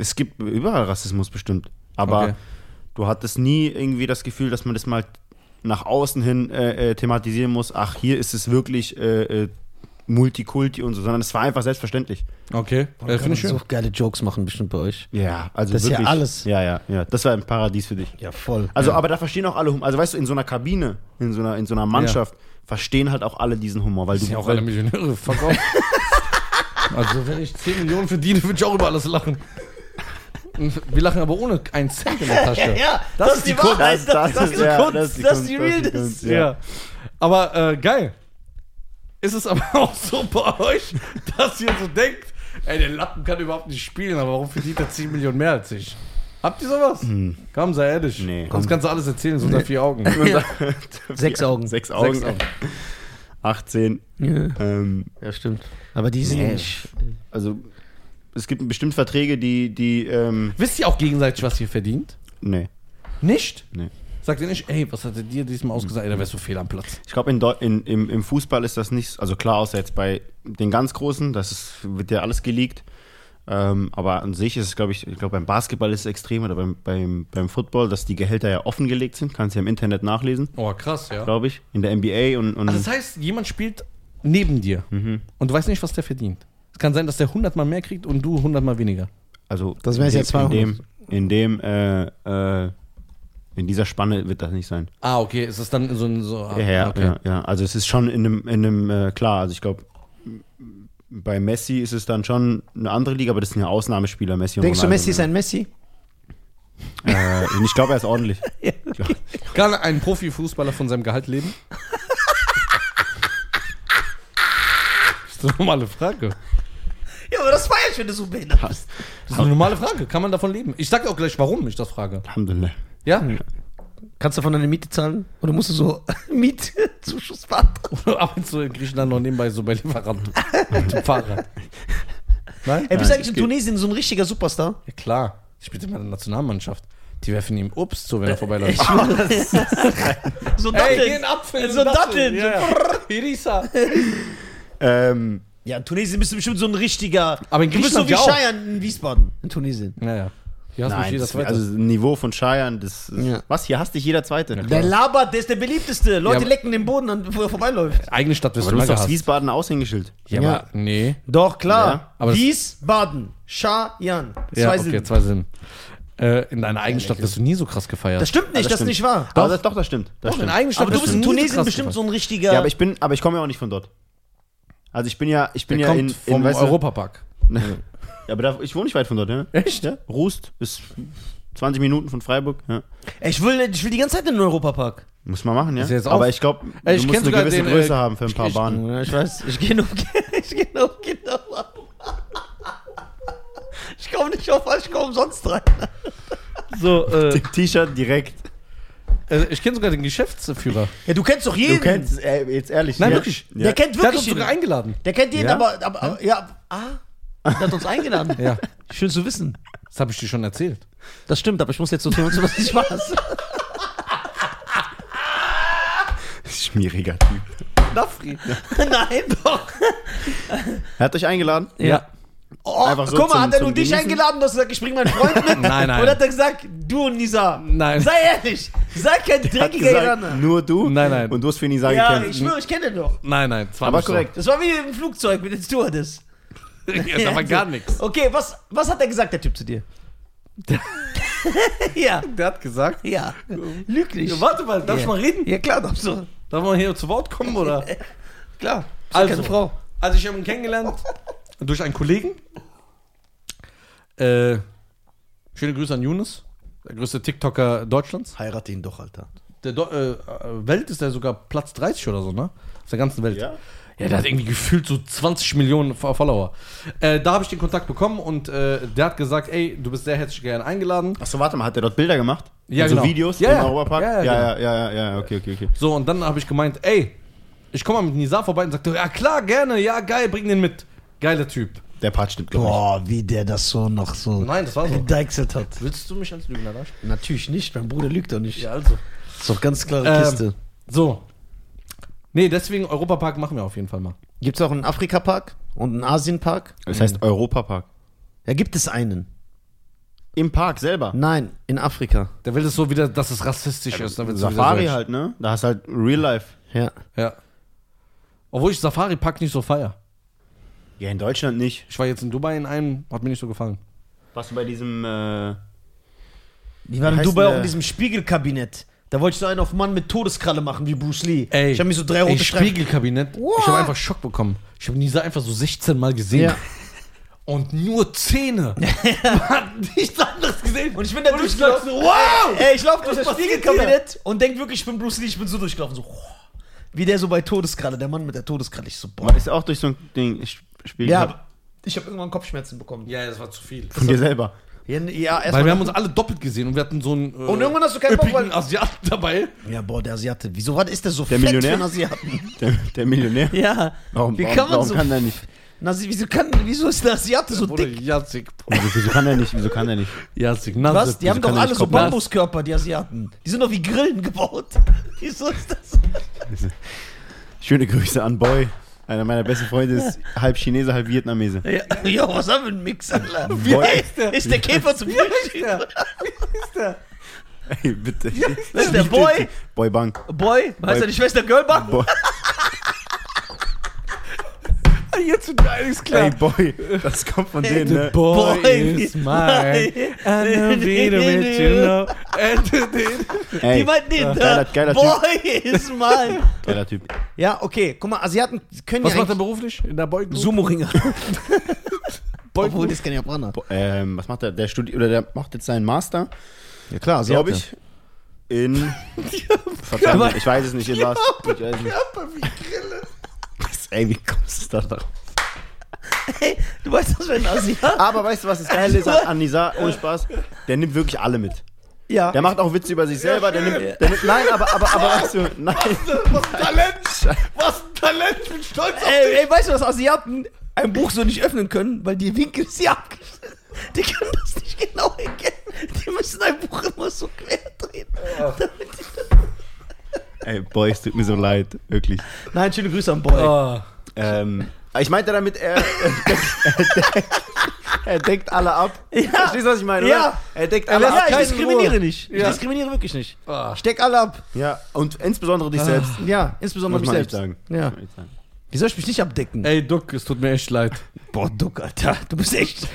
Es gibt überall Rassismus bestimmt. Aber Okay. du hattest nie irgendwie das Gefühl, dass man das mal nach außen hin äh, äh, thematisieren muss. Ach, hier ist es wirklich äh, äh, Multikulti und so, sondern es war einfach selbstverständlich. Okay, äh, finde ich schön. So geile Jokes machen bestimmt bei euch. Ja, also Das ist ja wirklich. alles. Ja, ja, ja. Das war ein Paradies für dich. Ja, voll. Also, aber da verstehen auch alle Humor. Also, weißt du, in so einer Kabine, in so einer, in so einer Mannschaft, verstehen halt auch alle diesen Humor. Weil du, sind ja auch weil, alle Millionäre, fuck off. also, wenn ich 10 Millionen verdiene, würde ich auch über alles lachen. Wir lachen aber ohne einen Cent in der Tasche. Ja, das, ist die Kunst. das, das, ist, ja, Kunst, das ist die Realness. Realness. ja. Ja. Aber äh, geil. Ist es aber auch so bei euch, dass ihr so denkt, ey, der Lappen kann überhaupt nicht spielen, aber warum verdient er 10 Millionen mehr als ich? Habt ihr sowas? Komm, sei ehrlich. Hm. Nee. Sonst kannst du alles erzählen, so unter vier Augen. Sechs Augen. Sechs Augen. Sechs Augen. 18. Ähm, Ja, stimmt. Aber die sind nicht. also, es gibt bestimmt Verträge, die, die, ähm, Wisst ihr auch gegenseitig, was ihr verdient? nee. Nicht? Nee. Sagt ihr nicht, ey, was hat er dir diesmal ausgesagt? Ey, da wärst du fehl am Platz. Ich glaube, in, Deu- in, im, im Fußball ist das nicht, also klar, außer jetzt bei den ganz Großen, das ist, wird ja alles geleakt. Ähm, aber an sich ist es, glaube ich, ich glaube, beim Basketball ist es extrem oder beim, beim, beim Football, dass die Gehälter ja offengelegt sind. Kannst du ja im Internet nachlesen, Oh, krass, ja. glaube ich. In der NBA und. und Also das heißt, jemand spielt neben dir Mhm. und du weißt nicht, was der verdient. Es kann sein, dass der 100 Mal mehr kriegt und du 100 Mal weniger. also Das wär's in jetzt dem- 200. In dem, in dem, äh, äh, in dieser Spanne wird das nicht sein. Ah, okay, es ist dann so ein... So, ah, Ja, ja, okay. ja, ja. Also es ist schon in einem, in einem äh, klar, also ich glaube, bei Messi ist es dann schon eine andere Liga, aber das sind ja Ausnahmespieler, Messi und Denkst du, Ronaldo, Messi ne? ist ein Messi? Äh, und ich glaube, er ist ordentlich. Kann ein Profifußballer von seinem Gehalt leben? das ist eine normale Frage. Ja, aber das feier ich, wenn du so behindert bist. Das ist eine normale Frage. Kann man davon leben? Ich sag dir auch gleich, warum ich das frage. Alhamdulillah. Ja? Kannst du von deiner Miete zahlen? Oder musst du so Mietzuschuss beantragen? Oder arbeitest du in Griechenland noch nebenbei so bei Lieferanten mit dem Fahrrad? Nein? Ey, bist du eigentlich es in geht. Tunesien so ein richtiger Superstar? Ja, klar. Ich spiele in meiner Nationalmannschaft. Die werfen ihm Obst zu, Äh, wenn er vorbeiläuft. So Apfel. So Datteln. Irisa. Ähm, Ja, in Tunesien bist du bestimmt so ein richtiger. Aber in du bist so Griechenland wie ja auch. Scheiern in Wiesbaden. In Tunesien. Naja. Hier hast du nein, jeder das, Zweite. also das Niveau von Scheiern, das ist, Ja. Was? Hier hasst dich jeder Zweite. Der labert, der ist der beliebteste. Leute Ja, aber- lecken den Boden an, bevor er vorbeiläuft. eigene Stadt wirst du aber du mal bist aus gehasst. Wiesbaden ein Aushängeschild. Ja, aber nee. Doch, klar. aber das- Wiesbaden. Schajan. Ja, Zwei okay, Silben. zwei Sinn. Äh, in deiner eigenen Stadt wirst du nie so krass gefeiert. Das stimmt nicht, das, ist stimmt. nicht wahr. Aber das, doch, das stimmt. Das in stimmt. der eigenen Stadt Aber du wirst bist in nie so Tunesien krass bestimmt gefeiert. so ein richtiger. ja, aber ich bin, aber ich komme ja auch nicht von dort. Also ich bin ja, ich bin Der ja kommt in, in vom weißt du- Europapark. Ja, aber da, ich wohne nicht weit von dort, ja. Echt? Ja? Rust ist 20 Minuten von Freiburg. Ja. Ey, ich, will, ich will die ganze Zeit in den Europapark. Muss man machen, ja. Ist ja jetzt auch- aber ich glaube, Ey, du ich kenn musst eine sogar gewisse den, äh, Größe haben für ein paar ich- Bahnen. Ja, ich weiß, ich gehe nur, ich gehe nur genau Ich komme nicht auf, ich komme umsonst rein. So, äh, T-Shirt direkt. Äh, Ich kenne sogar den Geschäftsführer. Ja, du kennst doch jeden. Du kennst, äh, jetzt ehrlich. Nein, ja. wirklich. Ja. Der kennt Der hat wirklich uns jeden. sogar eingeladen. Der kennt jeden, Ja? aber, aber, aber ja. Ah, der hat uns eingeladen. Ja, Schön zu wissen. das habe ich dir schon erzählt. Das stimmt, aber ich muss jetzt so tun, als ob es nicht Spaß. Schmieriger Typ. Dafri. Ja. Nein, doch. Er hat euch eingeladen? ja. Oh, Einfach so guck mal, zum- hat er zum nur dich Genießen? eingeladen und hast gesagt, ich bring meinen Freund mit? Nein, nein. Oder hat er gesagt, du und Nisa? Nein. Sei ehrlich, sei kein Hat dreckiger gesagt, Iraner. nur du? Nein, nein. Und du hast für ihn nicht sagen Ja, können. ich schwöre, ich kenne den doch. Nein, nein, das war Aber nicht korrekt. Das war wie im Flugzeug mit den Stewardess. So. Ja, da war gar nichts. Okay, was, was hat er gesagt, der Typ zu dir? ja, Der hat gesagt. ja. Lüg nicht. Warte mal, darf ich mal reden? Ja, klar, doch so. Darf man hier zu Wort kommen oder? Klar. Also, keine Frau. also ich habe ihn kennengelernt durch einen Kollegen. Äh, schöne Grüße an Younes, der größte TikToker Deutschlands. Heirate ihn doch, Alter. Der Deu- äh, äh, Welt ist er sogar Platz 30 oder so, ne? Auf der ganzen Welt. Ja? Ja, der hat irgendwie gefühlt so 20 Millionen Fo- Follower. Äh, da habe ich den Kontakt bekommen und äh, der hat gesagt, ey, du bist sehr herzlich gerne eingeladen. Achso, warte mal, hat er dort Bilder gemacht? Ja, also genau. Videos Ja, im ja. Europapark? Ja, genau. ja, ja, ja, ja, ja, okay, okay, okay. So, und dann habe ich gemeint, ey, ich komme mal mit Nizar vorbei und sagte, ja klar, gerne, ja geil, bring den mit. Geiler Typ. Der Part stimmt, glaube Boah, Oh, wie der das so noch so Nein, das war so. gedeichselt hat. Willst du mich als Lügner darstellen? Natürlich nicht, mein Bruder lügt doch nicht. Ja, also. Ist doch ganz klare Ähm, Kiste. So. Nee, deswegen Europapark machen wir auf jeden Fall mal. Gibt es auch einen Afrika-Park und einen Asien-Park? ich. Das heißt Europapark. Ja, gibt es einen. Im Park selber. Nein, in Afrika. Der will es so wieder, dass es rassistisch ist. Dann wird's wieder Safari so- halt, ne? Da hast halt Real Life. Ja. Ja. Obwohl ich Safari Park nicht so feier. Ja, in Deutschland nicht. Ich war jetzt in Dubai in einem, hat mir nicht so gefallen. Warst du bei diesem, äh, Die waren Wie in heißt Dubai denn auch der? in diesem Spiegelkabinett. Da wollte ich so einen auf Mann mit Todeskralle machen, wie Bruce Lee. Ey, ich habe mir so drei rote ey, Streifen- Spiegelkabinett. Ich habe einfach Schock bekommen. Ich habe Nisa einfach so 16 Mal gesehen. Ja. Und nur Zähne. Hat nichts anderes gesehen. Und ich bin da sag durchgelaufen. so, wow! Ey, ich laufe durch das passiert Spiegelkabinett und denk wirklich, ich bin Bruce Lee, ich bin so durchgelaufen. So, oh. wie der so bei Todeskralle, der Mann mit der Todeskralle. Ich so, boah. ist auch durch so ein Ding, ich spiele Ja, aber ich habe irgendwann Kopfschmerzen bekommen. Ja, das war zu viel. von dir selber. Ja, ne, ja Weil wir haben erstmal. uns alle doppelt gesehen und wir hatten so einen äh, Und irgendwann hast du keinen Bock, üppigen weil- Asiaten dabei. Ja, boah, der Asiate. Wieso was ist der so Der fett Millionär? für ein Asiaten? Der, der Millionär. Ja. Warum, wie warum, kann man warum so? kann der nicht? Nasi, wieso, kann, wieso ist der Asiate so Bruder, dick? Jacek. Wieso, wieso kann er nicht? Wieso kann er nicht? Jacek, Nase. Was? Die haben kann doch er alle nicht so koppeln? Bambuskörper, die Asiaten. Die sind doch wie Grillen gebaut. Wieso ist das? Schöne Grüße an Boy. Einer meiner besten Freunde ist halb Chinese, halb Vietnamese. Ja, jo, was haben wir denn Mix, Alter? Wie heißt der? Ist der Käfer zum Frühstück? Ey, bitte. Das ist der Boy. Boy Bang. Boy? Heißt Boy. deine Schwester Girlbach? Boy. jetzt und alles Ey, Boy. Das kommt von denen, ne? Boy, Boy is mine, and the freedom it, you know, and the- Ey, Die meint den. Geiler, geiler Typ. ne? Boy ist mein. Geiler Typ. Ja, okay. Guck mal, Asiaten können Was ja macht er eigentlich... beruflich? In der Boy Group? Sumo-Ringer. Obwohl, das ist kein Japaner. Bo- Ähm, was macht der? Der studi oder der macht jetzt seinen Master, Ja klar, Asiate. glaube ich. In. Verdammt, ich weiß es nicht, in was. Ich weiß es nicht. Ey, wie kommst du da drauf? Hey, du weißt, was für ein Asiat? Aber weißt du, was das Geile ist an an Nisa? Ohne Spaß. Der nimmt wirklich alle mit. Ja. Der macht auch Witze über sich selber. Der nimmt, der nimmt, nein, aber, aber, aber weißt du, nein. Was ein Talent, ich bin stolz auf Ey, ey, weißt du, dass Asiaten ein Buch so nicht öffnen können, weil die Winkel ist ja abgeschnitten. Die können das nicht genau erkennen. Die müssen ein Buch immer so quer drehen. Ey, Boy, es tut mir so leid, wirklich. Nein, schöne Grüße an Boy. Oh. Ähm, ich meinte damit, er, er, deckt, er deckt alle ab. Verstehst du, was ich meine? oder? Ja. Er deckt Aber alle ab. ja, ich keinen diskriminiere Ruhe. nicht. Ich Ja. diskriminiere wirklich nicht. Ah. Ich deck alle ab. Ja, und insbesondere dich selbst. Ja, insbesondere Muss mich man echt selbst. sagen. Ja. Muss man echt sagen. Wie soll ich mich nicht abdecken? Ey, Duck, es tut mir echt leid. Boah, Duck, Alter. Du bist echt.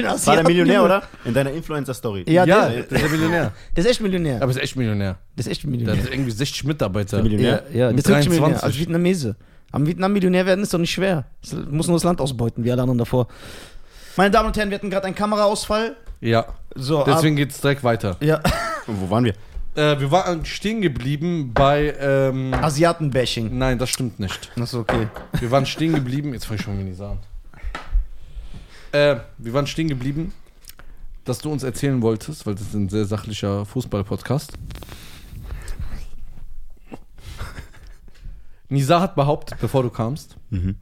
War der Millionär, oder? In deiner Influencer-Story. Ja, Ja, Der, das ist der Millionär. der ist echt Millionär. Aber ist echt Millionär. Der ist echt Der Millionär. hat irgendwie 60 Mitarbeiter. Der Millionär? ja, der Mit ist wirklich Millionär. 23. Als Vietnamese. Am Vietnam Millionär werden ist doch nicht schwer. Es muss nur das Land ausbeuten, wie alle anderen davor. Meine Damen und Herren, wir hatten gerade einen Kameraausfall. Ja. So, Deswegen geht's direkt weiter. ab, ja. Und Wo waren wir? Äh, wir waren stehen geblieben bei. Ähm, Also- Asiaten-Bashing. nein, das stimmt nicht. Das ist okay. Wir waren stehen geblieben. Jetzt fange ich schon wieder nicht an. Äh, wir waren stehen geblieben, dass du uns erzählen wolltest, weil das ist ein sehr sachlicher Fußball-Podcast. Nizar hat behauptet, bevor du kamst, Mhm.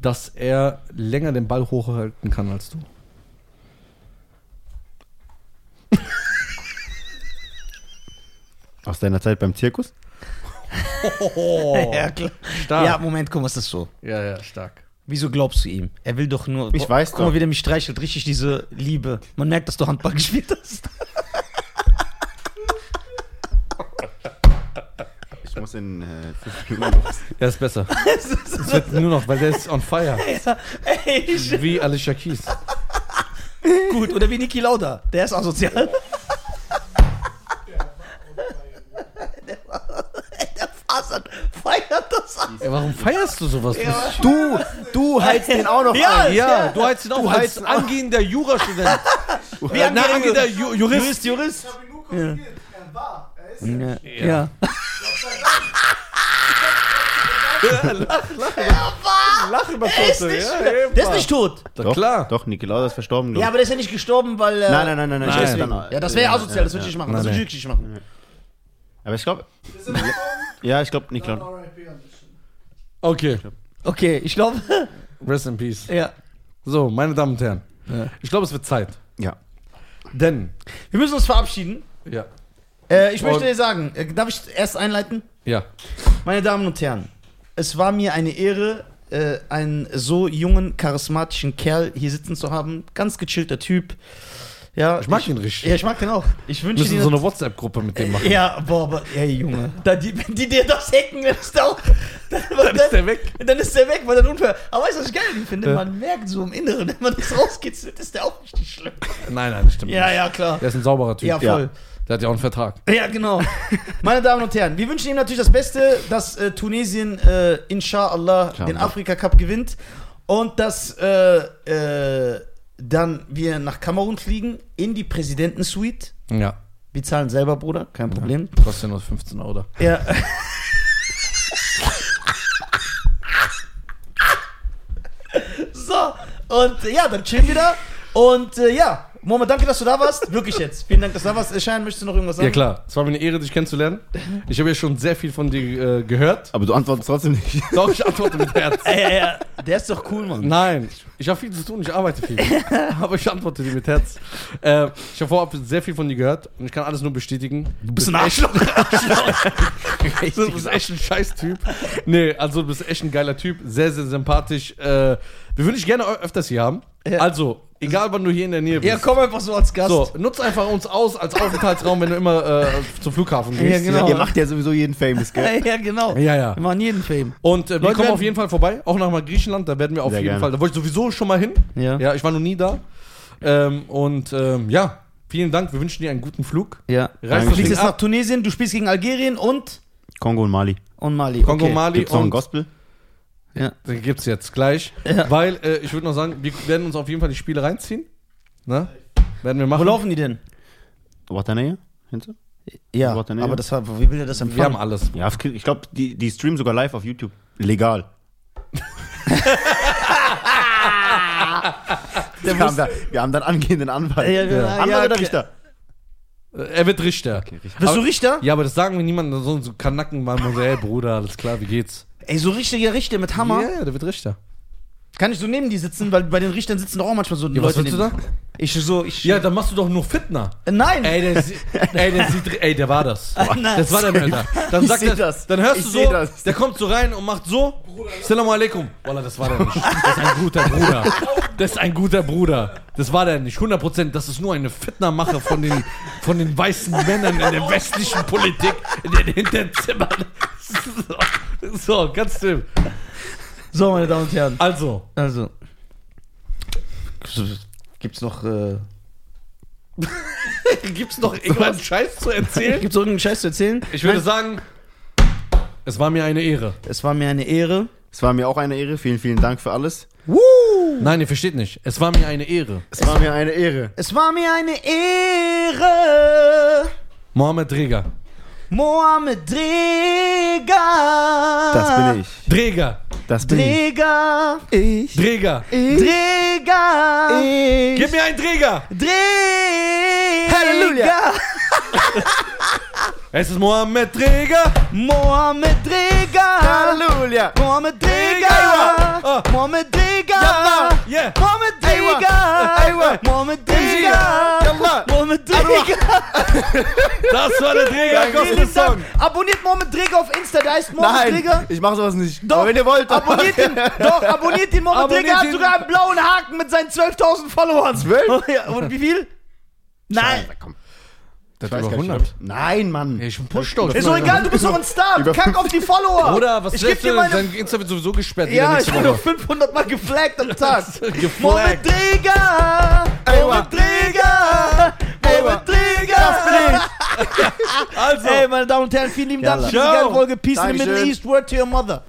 dass er länger den Ball hochhalten kann als du. Aus deiner Zeit beim Zirkus? Oh, Ja, klar. Ja, stark. Moment, guck mal, ist das so? Ja, ja, stark. Wieso glaubst du ihm? Er will doch nur. Ich weiß Guck mal, doch. wie der mich streichelt. Richtig diese Liebe. Man merkt, dass du Handball gespielt hast. Ich muss in äh, fünf Minuten los. Er ist besser. Es wird nur noch, weil der ist on fire. Ey, Wie Alicia Keys. gut. Oder wie Niki Lauda. Der ist asozial. der Fasan feiert das an. Ey, warum feierst du sowas nicht? Du, du heizt den auch noch Ja, ein. Ja, du heizt ihn auch als heizt angehender Jurastudent. Wie Na, angehender Ju Jurist. Jurist. Ich habe ihn nur korrigiert. Er war. Er ist. Ja. Ja. ja. Lach über Kurze. Ja, Der ist nicht tot. Doch, klar. Doch, Niki Lauda ist verstorben. glaub Ja, ich. aber der ist ja nicht gestorben, weil. Äh, nein, nein, nein, nein, Nein. ich weiß Deswegen. dann- Ja, das wäre ja asozial. das würde ich nicht ja. machen. Nein, das würde nee. ich wirklich nicht machen. Aber ich glaube, Ist er gestorben? ja, ich glaube, Niki Dann Lauda. RIP an dich. Okay, Okay, ich glaube. rest in peace. ja. So, meine Damen und Herren. Ich glaube, es wird Zeit. Ja. Denn. Wir müssen uns verabschieden. Ja. Äh, ich Und- möchte dir sagen, äh, darf ich erst einleiten? Ja. Meine Damen und Herren, es war mir eine Ehre, äh, einen so jungen, charismatischen Kerl hier sitzen zu haben. Ganz gechillter Typ. Ja, Ich mag ihn richtig. Ja, ich mag den auch. Ich Wir wünsche müssen dir so eine WhatsApp-Gruppe mit dem machen. Ja, boah, aber, ey, Junge. Da, die, wenn die dir das hacken, dann ist der, auch, dann, dann, Ist der weg? dann ist der weg, weil dann unfair. Aber weißt du, was ich geil an ihm finde? Ja. Man merkt so im Inneren, wenn man das rauskitzelt, ist der auch richtig schlimm. Nein, nein, stimmt. Ja, nicht. ja, klar. Der ist ein sauberer Typ. Ja, voll. Der hat ja auch einen Vertrag. Ja, genau. Meine Damen und Herren, wir wünschen ihm natürlich das Beste, dass äh, Tunesien, äh, inshallah, Inshallah. den Afrika-Cup gewinnt und dass äh, äh, dann wir nach Kamerun fliegen, in die Präsidentensuite. Ja. Wir zahlen selber, Bruder, kein Problem. Kostet ja nur 15 Euro. Ja. so, und äh, ja, dann chillen wir da. Und äh, ja, Mohamed, danke, dass du da warst. Wirklich jetzt. Vielen Dank, dass du da warst. Äh, Schein, möchtest du noch irgendwas sagen? Ja, klar. Es war mir eine Ehre, dich kennenzulernen. Ich habe ja schon sehr viel von dir äh, gehört. Aber du antwortest trotzdem nicht. Doch, ich antworte mit Herz. Ja, ja, ja. Der ist doch cool, Mann. Nein, ich habe viel zu tun, ich arbeite viel. Aber ich antworte dir mit Herz. Äh, ich habe vorab sehr viel von dir gehört und ich kann alles nur bestätigen. Du bist ein Arschloch. du bist echt ein Scheiß-Typ. Nee, also du bist echt ein geiler Typ. Sehr, sehr sympathisch. Äh, wir würden dich gerne ö- öfters hier haben. Ja. Also, egal wann du hier in der Nähe bist. Ja, komm einfach so als Gast. So, nutz einfach uns aus als Aufenthaltsraum, wenn du immer äh, zum Flughafen Ja, gehst. genau. Ihr macht ja sowieso jeden famous, gell? Ja, genau. Ja, ja. Wir machen jeden Fame. Und äh, wir Leute kommen werden- auf jeden Fall vorbei, auch nach mal Griechenland, da werden wir auf Sehr jeden gerne. Fall, da wollte ich sowieso schon mal hin. Ja. Ja, ich war noch nie da. Ähm, und ähm, ja, vielen Dank, wir wünschen dir einen guten Flug. Ja. Reiß Du das fliegst Ding jetzt ab. nach Tunesien, du spielst gegen Algerien und, Kongo und Mali. und Mali. Kongo, okay. Mali Gibt's noch ein und Gospel? den gibt's jetzt gleich, weil äh, ich würde noch sagen, wir werden uns auf jeden Fall die Spiele reinziehen. Ne? Werden wir Wo machen. laufen die denn? Watanae? Hinter? Ja, Warte, nee. aber das war, wie will der das Wir haben empfangen? alles. Ja, ich glaube, die, die streamen sogar live auf YouTube. Legal. wir, haben da, wir haben dann angehenden Anwalt. Ja, genau. ja, ja, Anwalt oder okay. Richter? Äh, Er wird Richter. Bist du Richter? Ja, aber das sagen wir niemandem, sonst so Kanacken waren wir so, ey Bruder, alles klar, wie geht's? Ey, so richtiger Richter mit Hammer. Ja, ja, der wird Richter. Kann ich so neben die sitzen, weil bei den Richtern sitzen doch auch manchmal so Ja, was willst du neben da? die. Ich so, ich. Ja, dann machst du doch nur Fitner. Äh, Nein! Ey, der, sie- ey, der sieht, ey, der war das. Nein. Das war der Mörder. Dann Ah, Ich sagt seh er, das. dann hörst Ich du seh so, das. der kommt so rein und macht so, Salam alaikum. Wallah, das war der nicht. Das ist ein guter Bruder. Das ist ein guter Bruder. Das war der nicht. 100 Prozent. Das ist nur eine Fitnermache von den, von den weißen Männern in der westlichen Politik, in den Hinterzimmern. So, so ganz still. So, meine Damen und Herren. Also, Also. Gibt's noch. Äh, gibt's noch irgendeinen Scheiß zu erzählen? Hm? gibt's noch irgendeinen Scheiß zu erzählen? Ich würde sagen, es war mir eine Ehre. Es war mir eine Ehre. Es war mir auch eine Ehre. Vielen, vielen Dank für alles. Nein, ihr versteht nicht. Es war mir eine Ehre. Es war mir eine Ehre. Es war mir eine Ehre. Mohammed Dreger. Mohamed Dreger. Das bin ich. Dreger. Das bin ich. Dreger. Ich. Dreger. Dreger. Ich. Gib mir einen Dreger. Dreger. Halleluja. Es ist Mohammed Träger. Mohammed Träger! Halleluja! Mohammed Träger. Träger! Mohammed Träger! Jalla. Yeah. Mohammed Aywa. Träger! Aywa. Mohammed Träger! Yalla! Mohammed Träger! Das war der Träger. Vielen Dank. Abonniert Mohammed Träger auf Insta, der heißt Mohammed Nein, Träger. ich mach sowas nicht. Doch. Aber wenn ihr wollt, Abonniert ihn, doch, abonniert den Mohammed Abonniert Träger, hat ihn. sogar einen blauen Haken mit seinen 12.000 Followern. Oh Ja, Und wie viel? Nein. komm. Das Ich weiß war gar nicht, 100. ob- Nein, Mann. Ich bin Push-Doch. Ist doch egal, du bist doch ein Star. Über- Kack auf die Follower. Oder was ich geb willst dir du? meine Dein Insta wird sowieso gesperrt. wieder Ja, ich nächste bin Woche. noch 500 Mal geflaggt am Tag. Geflaggt. Mohamed Träger! Mohamed Träger! Mohamed Träger! Also. Ey, meine Damen und Herren, vielen lieben Dank für diese Ciao. geile Folge. Peace in the Dankeschön. Middle East, word to your mother.